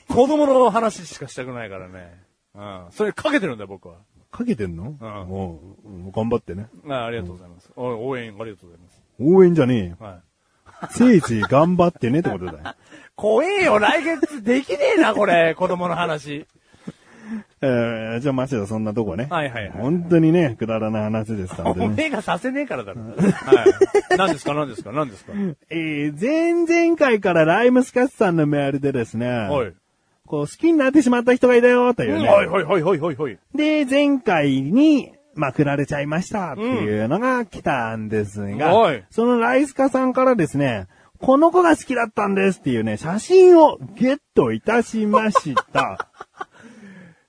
Speaker 4: 子供の話しかしたくないからね。うん。それかけてるんだよ、僕は。
Speaker 3: かけてんの
Speaker 4: うん
Speaker 3: もううん頑張ってね。
Speaker 4: あありがとうございます。お応援ありがとうございます。
Speaker 3: 応援じゃねえよ。
Speaker 4: はい。
Speaker 3: せいぜい頑張ってねってことだよ。
Speaker 4: 怖えよ、来月できねえな、これ、子供の話。
Speaker 3: えー、じゃあ、マシだ、そんなとこね。
Speaker 4: はいはいはい
Speaker 3: 本当にね、くだらない話でしたんで ね。
Speaker 4: おめえがさせねえからだろ。はい。何ですか、何ですか、何ですか。
Speaker 3: えー、前々回からライムスカスさんのメールでですね、
Speaker 4: はい。
Speaker 3: こう、好きになってしまった人がいたよ、というね。
Speaker 4: はいはいはいはいはいはい。
Speaker 3: で、前回に、まあ、振られちゃいましたっていうのが来たんですが、
Speaker 4: はい
Speaker 3: そのライスカさんからですね、この子が好きだったんですっていうね、写真をゲットいたしま した。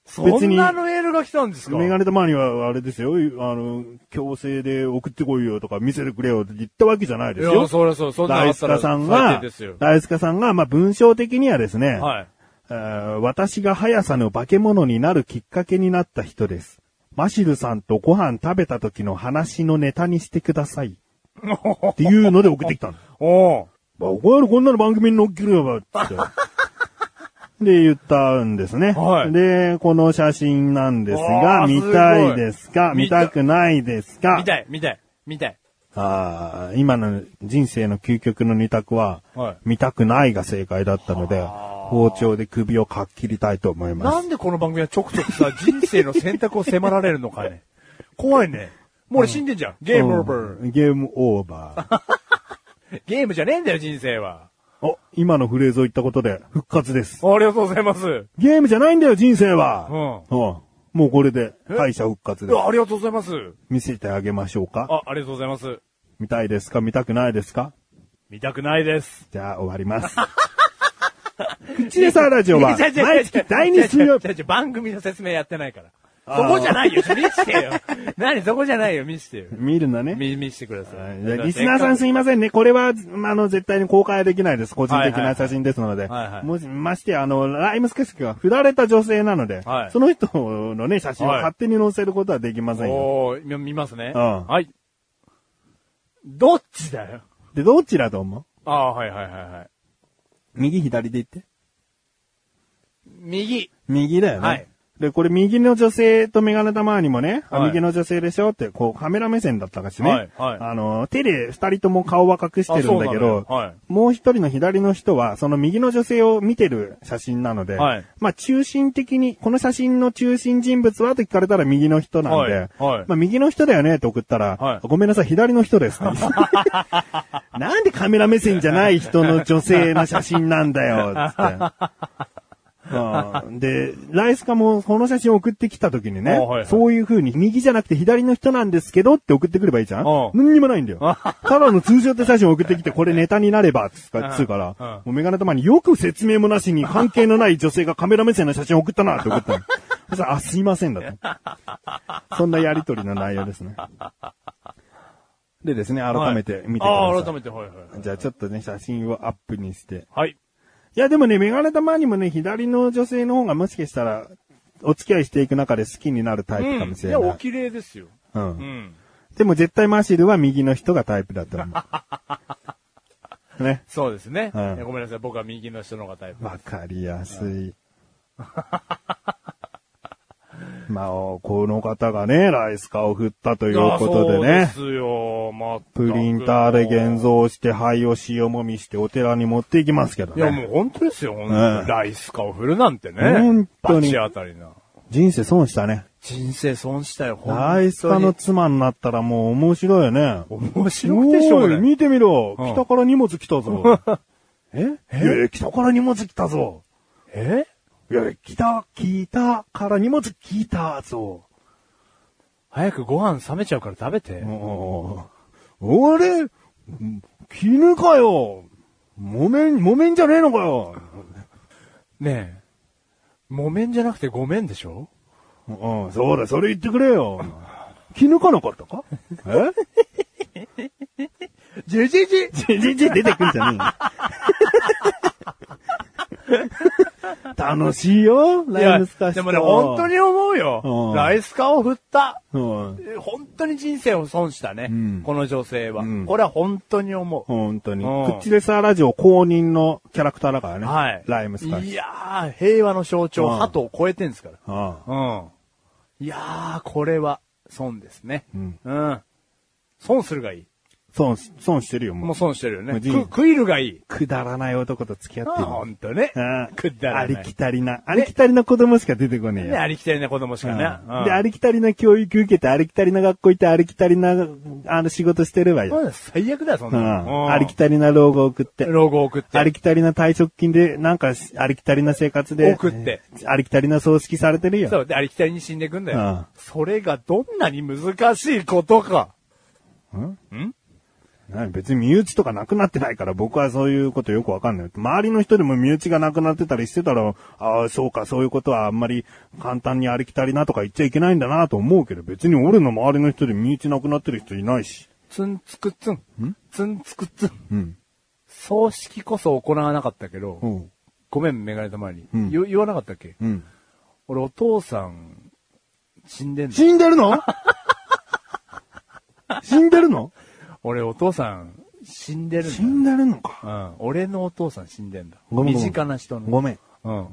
Speaker 4: そ
Speaker 3: 別に
Speaker 4: んなメールが来たんですか
Speaker 3: メガネとマニはあれですよ、あの、強制で送ってこいよとか見せてくれよって言ったわけじゃないです
Speaker 4: い
Speaker 3: よ
Speaker 4: や、。そりゃそう、そんな
Speaker 3: ラ
Speaker 4: のあ
Speaker 3: イ
Speaker 4: っ
Speaker 3: ス
Speaker 4: たら
Speaker 3: カさん
Speaker 4: 最
Speaker 3: が
Speaker 4: 低ですよ、
Speaker 3: ライスカさんが、まあ、文章的にはですね、
Speaker 4: はい。
Speaker 3: えー私が速さの化け物になるきっかけになった人です。マシルさんとご飯食べた時の話のネタにしてください。っていうので送ってきたの。
Speaker 4: おう
Speaker 3: まあ、お前らこんなの番組に乗っけるよ、 って。で、言ったんですね。
Speaker 4: はい
Speaker 3: で、この写真なんですが、
Speaker 4: わあ
Speaker 3: 見
Speaker 4: すごい
Speaker 3: たいですか見
Speaker 4: 見た
Speaker 3: たくないですか
Speaker 4: 見たい、見たい、見たい。
Speaker 3: あー今の人生の究極の二択は、
Speaker 4: はい
Speaker 3: 見たくないが正解だったので、包丁で首をかっきりたいと思います。
Speaker 4: なんでこの番組はちょくちょくさ、人生の選択を迫られるのかね。怖いね。もう俺死んでんじゃん。ゲームオーバー。
Speaker 3: うんゲームオーバ ー。
Speaker 4: ゲームじゃねえんだよ、人生は。
Speaker 3: お、今のフレーズを言ったことで復活です。
Speaker 4: ありがとうございます。う
Speaker 3: ゲームじゃないんだよ、人生は。
Speaker 4: う
Speaker 3: うんもうこれで敗者復活で
Speaker 4: わありがとうございます。
Speaker 3: 見せてあげましょうか。
Speaker 4: あ、ありがとうございます。
Speaker 3: 見たいですか見たくないですか
Speaker 4: 見たくないです。
Speaker 3: じゃあ終わります。口でさ、ラジオは
Speaker 4: 違う違う違う違う
Speaker 3: 毎月第2水曜日
Speaker 4: 違う違う違う番組の説明やってないから。そこじゃないよ。見してよ。 何そこじゃないよ。見してよ。
Speaker 3: 見るんだね。
Speaker 4: 見、見してください。
Speaker 3: じゃあリスナーさんすいませんね。これは、まああの、絶対に公開はできないです。個人的
Speaker 4: はいは
Speaker 3: ない
Speaker 4: はい
Speaker 3: 写真ですので。
Speaker 4: はいはい
Speaker 3: もし、ましてや、あの、ライムスケスケは振られた女性なので、
Speaker 4: はい
Speaker 3: その人のね、写真を
Speaker 4: はい
Speaker 3: 勝手に載せることはできませんよ。
Speaker 4: おー、み見ますね。
Speaker 3: うん
Speaker 4: はい。どっちだよ。
Speaker 3: で、どっちだと思う
Speaker 4: ああ、はいはいはいはい。
Speaker 3: 右左で言って。
Speaker 4: 右。
Speaker 3: 右だよね。
Speaker 4: はい
Speaker 3: で、これ右の女性とメガネ玉にもね、あ
Speaker 4: はい
Speaker 3: 右の女性でしょって、こうカメラ目線だったかしね。
Speaker 4: はいはい
Speaker 3: あの、手で二人とも顔は隠してるんだけど
Speaker 4: あそうなのよ、はい
Speaker 3: もう一人の左の人は、その右の女性を見てる写真なので、
Speaker 4: はい
Speaker 3: まあ中心的に、この写真の中心人物はと聞かれたら右の人なんで、
Speaker 4: はいはい
Speaker 3: まあ右の人だよねって送ったら、
Speaker 4: はい
Speaker 3: ごめんなさい、左の人ですって。 なんでカメラ目線じゃない人の女性の写真なんだよ、つって。 うんで、ライスカもこの写真を送ってきた時にね、
Speaker 4: あはいはい
Speaker 3: そういう風に右じゃなくて左の人なんですけどって送ってくればいいじゃん
Speaker 4: うん
Speaker 3: 何にもないんだよ。ただの通常って写真を送ってきてこれネタになれば、つかつうか
Speaker 4: うん
Speaker 3: ら、もうメガネ玉によく説明もなしに関係のない女性がカメラ目線の写真を送ったなって送った の。そしたら、あ、すいませんだと。そんなやりとりの内容ですね。でですね、改めて見てください。
Speaker 4: ああ、改めて、はいはい。
Speaker 3: じゃあちょっとね、写真をアップにして。
Speaker 4: はい。
Speaker 3: いや、でもね、メガネ玉にもね、左の女性の方がもしかしたら、お付き合いしていく中で好きになるタイプかもしれない。
Speaker 4: や、お綺麗ですよ。
Speaker 3: う。
Speaker 4: うんん。
Speaker 3: でも絶対マシルは右の人がタイプだと思 う。ね。
Speaker 4: そうですね、
Speaker 3: うん
Speaker 4: いやごめんなさい。僕は右の人の方がタイプ。
Speaker 3: わかりやすい。 まあ、この方がね、ライスカを振ったということで
Speaker 4: いや
Speaker 3: ね。
Speaker 4: そうですよ。まったく
Speaker 3: プリンターで現像して灰を塩もみしてお寺に持っていきますけど
Speaker 4: いや、
Speaker 3: ね。
Speaker 4: もう本当ですよ。本当
Speaker 3: うん
Speaker 4: にライスカを振るなんてね。
Speaker 3: 本当に
Speaker 4: バチ当たりな。
Speaker 3: 人生損したね。
Speaker 4: 人生損したよ、本当に。
Speaker 3: ライスカの妻になったらもう面白いよね。
Speaker 4: 面白くてしょ
Speaker 3: お
Speaker 4: う
Speaker 3: い
Speaker 4: がない。
Speaker 3: 見てみろ、
Speaker 4: うん
Speaker 3: 北から荷物来た ぞ。えいやいや、北から荷物来たぞ。
Speaker 4: え
Speaker 3: いやいや、北、北から荷物来たぞ。
Speaker 4: 早くご飯冷めちゃうから食べて。
Speaker 3: おーあれ絹かよ木綿、木綿じゃねえのかよ
Speaker 4: ねえ。木綿じゃなくてごめんでしょ
Speaker 3: うん、そうだ、それ言ってくれよ。気抜かなかったかえ
Speaker 2: ジェジェジェ
Speaker 3: 全然出てくんじゃねえよ楽しいよ、ライムスカ
Speaker 4: い
Speaker 3: ッシュ
Speaker 4: やでもね、本当
Speaker 3: に。
Speaker 4: に思うよ。
Speaker 3: うん
Speaker 4: ライスカを振った。
Speaker 3: うん
Speaker 4: 本当に人生を損したね。
Speaker 3: うん
Speaker 4: この女性は、
Speaker 3: うん
Speaker 4: これは本当に思う。
Speaker 3: 本当に。ク
Speaker 4: うん
Speaker 3: ッチレサーラジオ公認のキャラクターだからね。
Speaker 4: はい。
Speaker 3: ライムスカッシュ。
Speaker 4: いやー、平和の象徴、
Speaker 3: うん
Speaker 4: 鳩を超えてんですから。
Speaker 3: ああ
Speaker 4: うん。いやー、これは、損ですね。
Speaker 3: うん
Speaker 4: うん。損するがいい。
Speaker 3: 損し、損してるよ、
Speaker 4: も
Speaker 3: も
Speaker 4: う
Speaker 3: う。
Speaker 4: 損してるよね。
Speaker 3: もう人
Speaker 4: くクイルがいい。
Speaker 3: くだらない男と付き合ってる。
Speaker 4: ほんとね。
Speaker 3: ああ
Speaker 4: くだらない
Speaker 3: ありきたりな。ありきたりな子供しか出てこねえよ。
Speaker 4: ねありきたりな子供しかね。
Speaker 3: う
Speaker 4: うんん
Speaker 3: で、ありきたりな教育受けて、ありきたりな学校行って、ありきたりな、あの、仕事してればよ。
Speaker 4: うん最悪だよ、そん
Speaker 3: う。
Speaker 4: なんの。
Speaker 3: ありきたりな老後送って。
Speaker 4: ロゴ送って。
Speaker 3: ありきたりな退職金で、なんか、ありきたりな生活で。
Speaker 4: 送って
Speaker 3: えー。ありきたりな葬式されてるよ。
Speaker 4: そう、で、ありきたりに死んでいくんだよ。
Speaker 3: うん
Speaker 4: それがどんなに難しいことか。
Speaker 3: なに別に身内とかなくなってないから、僕はそういうことよくわかんない。周りの人でも身内がなくなってたりしてたら、ああ、そうか、そういうことはあんまり簡単にありきたりなとか言っちゃいけないんだなと思うけど、別に俺の周りの人で身内なくなってる人いないし。
Speaker 4: ツンツクツン。ツンツクツン。
Speaker 3: うん。
Speaker 4: 葬式こそ行わなかったけど、
Speaker 3: うん。
Speaker 4: ごめん、メガネたまに、
Speaker 3: うん
Speaker 4: 言。言わなかったっけ
Speaker 3: うん。
Speaker 4: 俺、お父さん、死んでんの
Speaker 3: 死んでる の死んでるの
Speaker 4: 俺、お父さん、死んでるんだ。
Speaker 3: 死んでるのか。
Speaker 4: うん。俺のお父さん死んでんだ。
Speaker 3: ごめんごめん
Speaker 4: 身近な人の。
Speaker 3: ごめん。
Speaker 4: うん。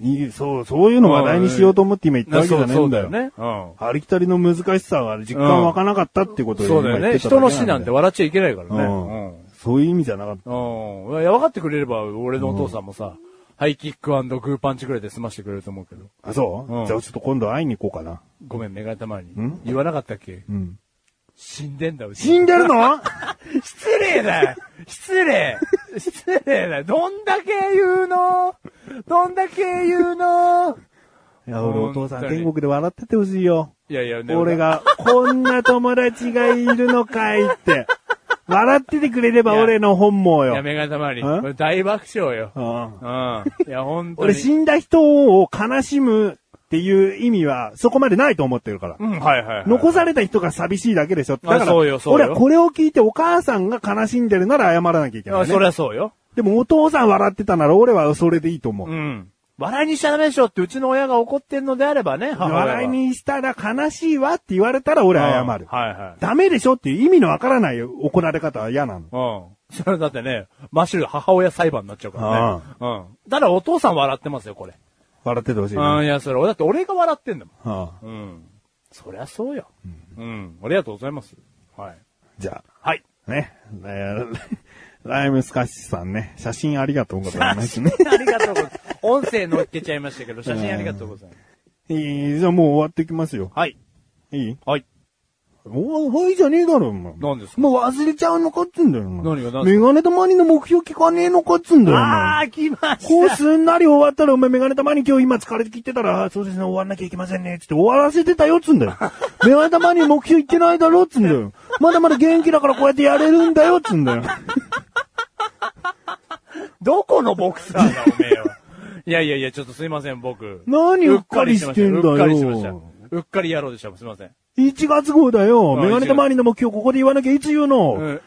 Speaker 3: いいそう、そういうの話題にしようと思って今言ったわけじゃないんだよ。
Speaker 4: ね。うん。
Speaker 3: ありきたりの難しさは実感湧かなかったってことを
Speaker 4: そうだよ
Speaker 3: 今言
Speaker 4: ね。
Speaker 3: ってた
Speaker 4: 人の
Speaker 3: け
Speaker 4: 死なんて笑っちゃいけないからね。
Speaker 3: うん
Speaker 4: うん
Speaker 3: そういう意味じゃなかっ
Speaker 4: うん。いや、分かってくれれば、俺のお父さんもさ、ハイキックグーパンチくらいで済ましてくれると思うけど。
Speaker 3: た。あ、そう、
Speaker 4: うん
Speaker 3: じゃあちょっと今度会いに行こうかな。
Speaker 4: ごめん、メガネたまに
Speaker 3: ん。
Speaker 4: 言わなかったっけ
Speaker 3: うん。
Speaker 4: 死んでんだ、うち
Speaker 3: 死んでるの
Speaker 4: 失礼だよ失礼失礼だよどんだけ言うのどんだけ言うの
Speaker 3: いや、俺お父さん
Speaker 4: 本当に
Speaker 3: 天国で笑っててほしいよ。
Speaker 4: いやいや、ね
Speaker 3: 俺。が、こんな友達がいるのかいって。笑っててくれれば俺の本望
Speaker 4: い
Speaker 3: よ
Speaker 4: や、。メガネたまに。
Speaker 3: うん
Speaker 4: これ大爆笑よ。
Speaker 3: うん
Speaker 4: うん。いや、本当に。
Speaker 3: 俺死んだ人を悲しむっていう意味はそこまでないと思ってるから。
Speaker 4: うん、はいはい、はい。
Speaker 3: 残された人が寂しいだけでしょ。だから、
Speaker 4: そうよそうよ
Speaker 3: 俺はこれを聞いてお母さんが悲しんでるなら謝らなきゃいけない、
Speaker 4: あ
Speaker 3: ね。
Speaker 4: そりゃそうよ。
Speaker 3: でもお父さん笑ってたなら俺はそれでいいと思う。
Speaker 4: うん。笑いにしちゃダメでしょってうちの親が怒ってんのであればね、母親は
Speaker 3: 笑いにしたら悲しいわって言われたら俺は謝る。
Speaker 4: はいはい。
Speaker 3: ダメでしょっていう意味のわからない怒られ方は嫌なの。
Speaker 4: うん。それだってね、マッシュル母親裁判になっちゃうからね。うん。ただお父さん笑ってますよ、これ。
Speaker 3: 笑っててほしいね、
Speaker 4: うん、いや、それ、だって俺が笑ってんだも
Speaker 3: はあ
Speaker 4: ん。うん。そりゃそうよ。うん。ありがとうございます。はい。
Speaker 3: じゃ
Speaker 4: はい。
Speaker 3: あ、ね。えーライムスカッシュさんね、写真ありがとうござい
Speaker 4: あ
Speaker 3: ますね。
Speaker 4: りがとうございます。音声乗っけちゃいましたけど、写真ありがとうござい ます。
Speaker 3: いい、じゃあもう終わっていきますよ。
Speaker 4: はい。
Speaker 3: いい
Speaker 4: はい。
Speaker 3: おはいじゃねえだろ、お前。
Speaker 4: 何ですか
Speaker 3: もう忘れちゃうのかっつうんだよ、お前
Speaker 4: 何が何
Speaker 3: メガネたまにの目標聞かねえのかっつうんだよ、お
Speaker 4: あ
Speaker 3: 前。
Speaker 4: ー、来まし
Speaker 3: こう
Speaker 4: た。
Speaker 3: すんなり終わったら、お前メガネたまに今日今疲れてきてたら、あーそうですね、終わんなきゃいけませんね、つって終わらせてたよ、っつうんだよ。 メガネたまに目標言ってないだろ、っつうんだよ。まだまだ元気だからこうやってやれるんだよ、っつうんだよ。
Speaker 4: どこのボクサーだ、おめ えは。いやいやいや、ちょっとすいません、僕。
Speaker 3: 何うっかりしてんだよ
Speaker 4: うっかりしました。うっかりやろうでした。すいません。
Speaker 3: 1月号だよ。
Speaker 4: うん
Speaker 3: メガネたまにの目標ここで言わなきゃいつ言うの、
Speaker 4: うん。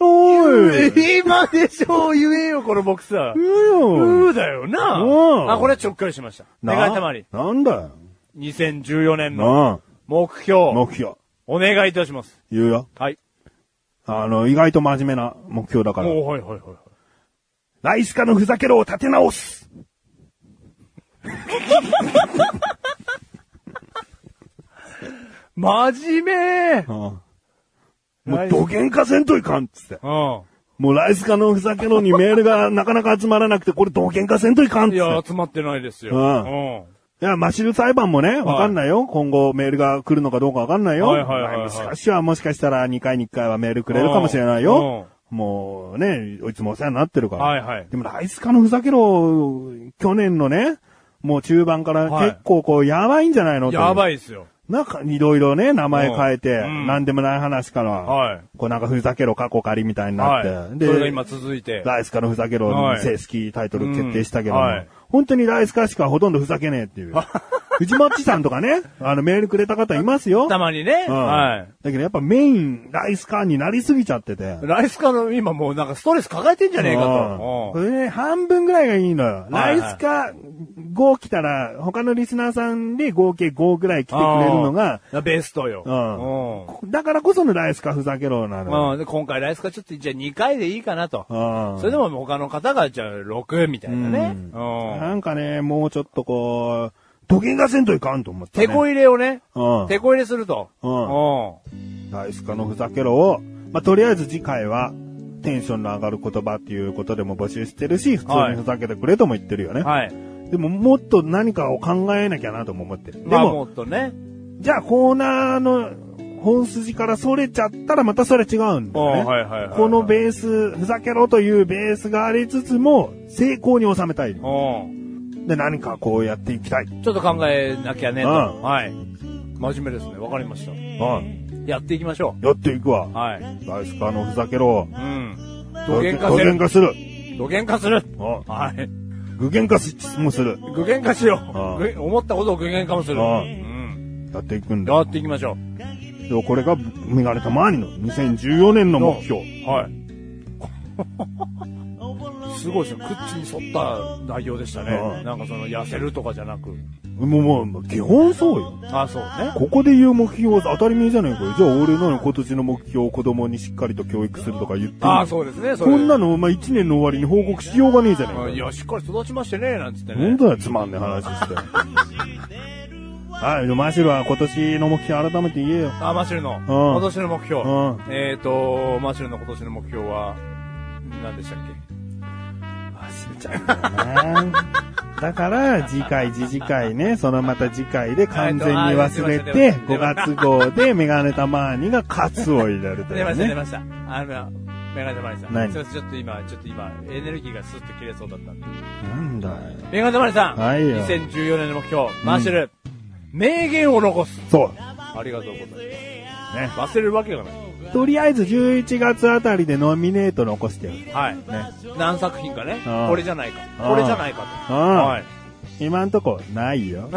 Speaker 3: おーい。
Speaker 4: 今でしょう、言えよ、このボクサー。
Speaker 3: 言うよ。
Speaker 4: うーだよな。
Speaker 3: うん
Speaker 4: あ、これはちょっかりしました。
Speaker 3: な
Speaker 4: 願いたまに。
Speaker 3: なんだよ。
Speaker 4: 2014年の
Speaker 3: な
Speaker 4: 目
Speaker 3: あ、
Speaker 4: 標、
Speaker 3: 目標。
Speaker 4: お願いいたします。
Speaker 3: 言うよ。
Speaker 4: はい。
Speaker 3: あの、意外と真面目な目標だから。
Speaker 4: もう、はいはいはい。
Speaker 3: ライスカのふざけろを立て直す。
Speaker 4: 真面目
Speaker 3: も
Speaker 4: ラ
Speaker 3: う
Speaker 4: イス
Speaker 3: どげんかせんといかんっつって。
Speaker 4: う
Speaker 3: もうライスカのふざけろにメールがなかなか集まらなくて、これどげんかせんといかんっ
Speaker 4: ん。
Speaker 3: つ
Speaker 4: い
Speaker 3: って。
Speaker 4: や、集まってないですよ。
Speaker 3: う
Speaker 4: うんん。
Speaker 3: いや、マシル裁判もね、わかんないよ、今後メールが来るのかどうかわかんないよ。
Speaker 4: はいはいはいはい
Speaker 3: しかしはもしかしたら2回に1回はメールくれるかもしれないよ。
Speaker 4: う
Speaker 3: もうね、いつもお世話になってるから。
Speaker 4: はいはい
Speaker 3: でもライスカのふざけろ、去年のね、もう中盤から
Speaker 4: はい
Speaker 3: 結構こう、やばいんじゃないの
Speaker 4: や
Speaker 3: い。
Speaker 4: ばいですよ。
Speaker 3: なんか、いろいろね、名前変えて、
Speaker 4: うんうん
Speaker 3: なんでもない話から、
Speaker 4: はい
Speaker 3: こうなんかふざけろ過去仮みたいになって、
Speaker 4: はい。それが今続いて。
Speaker 3: ライスカのふざけろ
Speaker 4: は
Speaker 3: の
Speaker 4: い
Speaker 3: 正式タイトル決定したけども、
Speaker 4: うんはい
Speaker 3: 本当にライスカしかほとんどふざけねえっていう。藤マッチさんとかね、あの、メールくれた方います よ。
Speaker 4: たまにね。
Speaker 3: うん
Speaker 4: はい。
Speaker 3: だけどやっぱメイン、ライスカーになりすぎちゃってて。
Speaker 4: ライスカの今もうなんかストレス抱えてんじゃねえ
Speaker 3: う
Speaker 4: か
Speaker 3: ん
Speaker 4: と。
Speaker 3: こ
Speaker 4: うん
Speaker 3: れね、半分ぐらいがいいのよ。ラ
Speaker 4: はい
Speaker 3: イスカ5来たら、他のリスナーさんで合計5ぐらい来てくれるのが、
Speaker 4: あーベストよ。
Speaker 3: うん
Speaker 4: うん
Speaker 3: だからこそのライスカふざけろなのよ。
Speaker 4: まあ、で今回ライスカちょっと、じゃあ2回でいいかなと。
Speaker 3: うん
Speaker 4: それでも他の方が、じゃあ6みたいなね。う。
Speaker 3: なんんかね、もうちょっとこう、土下座せんといかんと思って、ね。
Speaker 4: 手こ入れをね、
Speaker 3: うん
Speaker 4: 手こ入れすると。
Speaker 3: うライスカのふざけろを、まあ、とりあえず次回は、テンションの上がる言葉っていうことでも募集してるし、普通
Speaker 4: は
Speaker 3: に
Speaker 4: い
Speaker 3: ふざけてくれとも言ってるよね。
Speaker 4: うん。はい。
Speaker 3: でももっと何かを考えなきゃなとも思ってる。で
Speaker 4: まあ、も
Speaker 3: も、
Speaker 4: っとね。
Speaker 3: じゃあコーナーの本筋からそれちゃったらまたそれ違うんだよね。
Speaker 4: うんはいはいはいはい
Speaker 3: このベース、ふざけろというベースがありつつも、成功に収めたい。
Speaker 4: うん。
Speaker 3: で、何かこうやっていきたい。
Speaker 4: ちょっと考えなきゃねと。
Speaker 3: うん
Speaker 4: はい。真面目ですね。わかりました。
Speaker 3: うん。
Speaker 4: やっていきましょ
Speaker 3: やっていくわ
Speaker 4: う。。はい。
Speaker 3: ライスカーのふざけろ。
Speaker 4: うん。土幻化
Speaker 3: 土
Speaker 4: す
Speaker 3: 幻
Speaker 4: る。
Speaker 3: 化する。
Speaker 4: 土幻化する。
Speaker 3: うん
Speaker 4: はい。
Speaker 3: 具現化すもする。
Speaker 4: 具現化しよ
Speaker 3: ああ
Speaker 4: う。具思ったことを具現化もする。う
Speaker 3: ああ
Speaker 4: ん。
Speaker 3: やっていくんだ。
Speaker 4: やっていきましょ
Speaker 3: でもこれが、メガネたまわりの2014年の目標。
Speaker 4: う。 はい。すごいですね。口に沿った内容でした
Speaker 3: ああ
Speaker 4: ね。なんかその、痩せるとかじゃなく。
Speaker 3: もうもう、もう基本そうよ。
Speaker 4: ああ、そうね。
Speaker 3: ここで言う目標当たり前じゃないかよ。じゃあ俺の今年の目標を子供にしっかりと教育するとか言って
Speaker 4: ああ、
Speaker 3: る。
Speaker 4: そうですね。それ
Speaker 3: こんなのお前1年の終わりに報告しようがねえじゃないか
Speaker 4: うんい
Speaker 3: よ。
Speaker 4: や、しっかり育ちましてね、なんつってね。
Speaker 3: 本当だよ、つまんねえ話 して。はい、でマシルは今年の目標改めて言えよ。
Speaker 4: あ、マシュルの、今年の目標。
Speaker 3: うん
Speaker 4: えっ、ー、と、マシュルの今年の目標は、何でしたっけ
Speaker 3: 忘れちゃうんだよな。だから、次回、次々回ね、そのまた次回で完全に忘 れて、5月号でメガネたまーにがカツを入れると
Speaker 4: 出
Speaker 3: い
Speaker 4: ま
Speaker 3: う
Speaker 4: した、出
Speaker 3: ね。
Speaker 4: ました。あの、メガネたまりさん。
Speaker 3: 何
Speaker 4: すいません、ちょっと今、ちょっと今、エネルギーがスッと切れそうだったんで。
Speaker 3: なんだよ。
Speaker 4: メガネたまりさん。
Speaker 3: はいよ
Speaker 4: 2014年の目標、マシュル、名言を残す。
Speaker 3: そう。
Speaker 4: ありがとうございます。ね。忘れるわけがない。
Speaker 3: とりあえず11月あたりでノミネート残してる。
Speaker 4: はい。
Speaker 3: ね。
Speaker 4: 何作品かね。
Speaker 3: ああ
Speaker 4: これじゃないか。
Speaker 3: ああ
Speaker 4: これじゃないかと。は
Speaker 3: ああ
Speaker 4: い。
Speaker 3: 今んとこ、ない よ。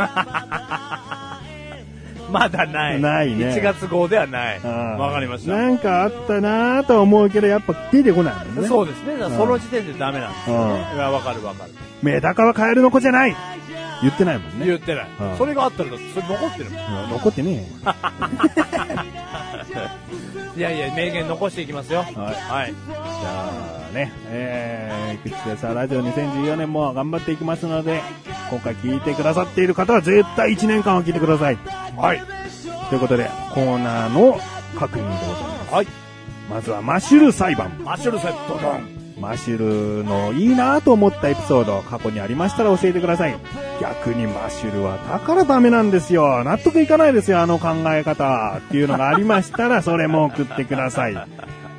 Speaker 4: まだない。
Speaker 3: ないね
Speaker 4: 1月号ではない。
Speaker 3: ああ
Speaker 4: わかりました。
Speaker 3: なんかあったなぁとは思うけど、やっぱ出てこないもんね。
Speaker 4: そう
Speaker 3: う。
Speaker 4: ですね。だか
Speaker 3: ん
Speaker 4: らその時点でダメなんですよね。いや、わかるわかる。
Speaker 3: メダカはカエルの子じゃない言ってないもんね。
Speaker 4: 言ってな
Speaker 3: うん
Speaker 4: い。それがあったら、それ残ってるもん。
Speaker 3: うん残ってねえよ。
Speaker 4: いやいや、名言残していきますよ。
Speaker 3: はい
Speaker 4: はい。
Speaker 3: じゃあね、えー、口でさラジオ2014年も頑張っていきますので、今回聞いてくださっている方は絶対1年間は聞いてください。
Speaker 4: はい。
Speaker 3: ということで、コーナーの確認でございます。
Speaker 4: はい。
Speaker 3: まずはマッシュル裁判。
Speaker 4: マッシュルセットドン。
Speaker 3: マッシュルのいいなぁと思ったエピソード、過去にありましたら教えてください。逆にマッシュルはだからダメなんですよ。納得いかないですよ、あの考え方。っていうのがありましたら、それも送ってください。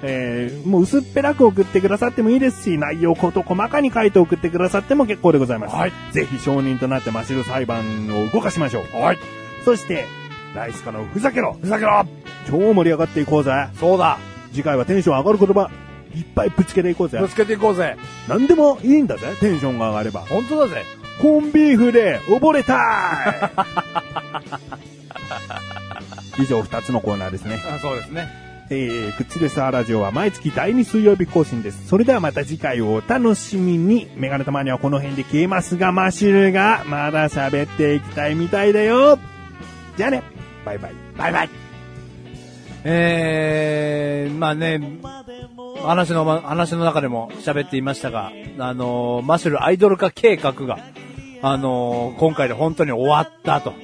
Speaker 3: えー、もう薄っぺらく送ってくださってもいいですし、内容をこと細かに書いて送ってくださっても結構でございます。
Speaker 4: はい
Speaker 3: ぜひ証人となってマッシュル裁判を動かしましょう。
Speaker 4: はい。
Speaker 3: そして、ライスカのふざけろふざけろ超盛り上がっていこうぜ
Speaker 4: そうだ。
Speaker 3: 次回はテンション上がる言葉、いっぱいぶつけていこうぜ
Speaker 4: ぶつけていこうぜ。
Speaker 3: 何でもいいんだぜ、テンションが上がれば。
Speaker 4: 本当だぜ。
Speaker 3: コンビーフで溺れたい以上2つのコーナーですね。
Speaker 4: あそうですね。
Speaker 3: えー、グッチレスアラジオは毎月第2水曜日更新です。それではまた次回をお楽しみに。メガネたまにはこの辺で消えますが、マシュルがまだ喋っていきたいみたいだよ。じゃあね、バイバイ。
Speaker 4: バイバイ。えー、まあね、話のま、話の中でも喋っていましたが、あのーマシュルアイドル化計画が、あのー今回で本当に終わったと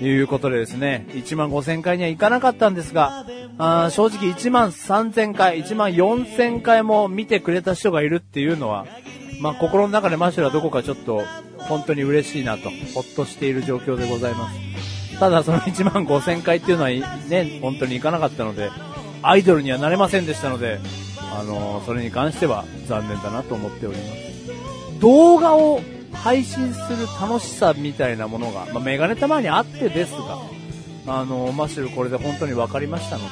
Speaker 4: いうことでですね、1万5000回にはいかなかったんですが、あー正直1万3000回、1万4000回も見てくれた人がいるっていうのは、まあ心の中でマシュルはどこかちょっと本当に嬉しいなと、ほっとしている状況でございます。ただその1万5000回っていうのはね、本当にいかなかったので、アイドルにはなれませんでしたので、あのそれに関しては残念だなと思っております。動画を配信する楽しさみたいなものが、まあ、メガネたまにあってですが、あのマッシュルこれで本当に分かりましたので、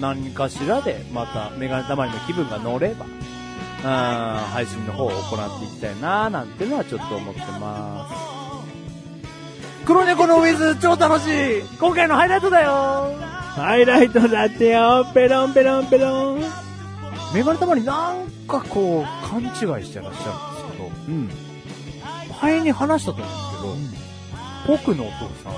Speaker 4: 何かしらでまたメガネたまりの気分が乗れば、あー配信の方を行っていきたいななんてのはちょっと思ってます。黒猫のウィズ超楽しい今回のハイライトだよ
Speaker 3: ハイライトだってよ、ペロンペロンペロン。
Speaker 4: メガネたまになんかこう、勘違いしてらっしゃるんですけ
Speaker 3: うん。
Speaker 4: ど、前に話したと思うんですけど、僕のお父さん、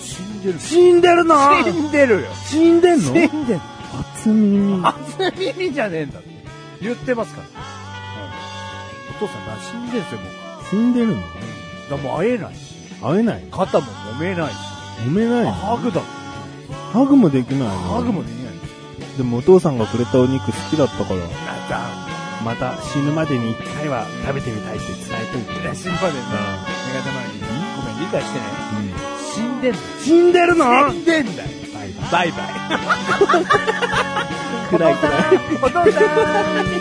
Speaker 4: 死んでる。
Speaker 3: 死んでるな
Speaker 4: 死んでるよ。
Speaker 3: 死んでんの
Speaker 4: 死んでる。
Speaker 3: 初耳。
Speaker 4: 初耳じゃねえんだって。言ってますから。お父さんな、死んでるんですよ、もう。
Speaker 3: 死んでるの
Speaker 4: だからもう会えないし、
Speaker 3: 会えない
Speaker 4: 肩も揉めないし、
Speaker 3: 揉めないの
Speaker 4: ハグだ。
Speaker 3: ハグもできないの
Speaker 4: ハグもできない。
Speaker 3: でもお父さんがくれたお肉好きだったから、
Speaker 4: なんだ、
Speaker 3: また死ぬまでに一回は食べてみたいって伝えといて。
Speaker 4: いや死ぬまでな、目がたまに、ごめん、理解してね。死んでんだよ。
Speaker 3: 死んでる の
Speaker 4: 死んでんだよ。バイバイ。
Speaker 3: 暗い暗い。
Speaker 4: お父さん。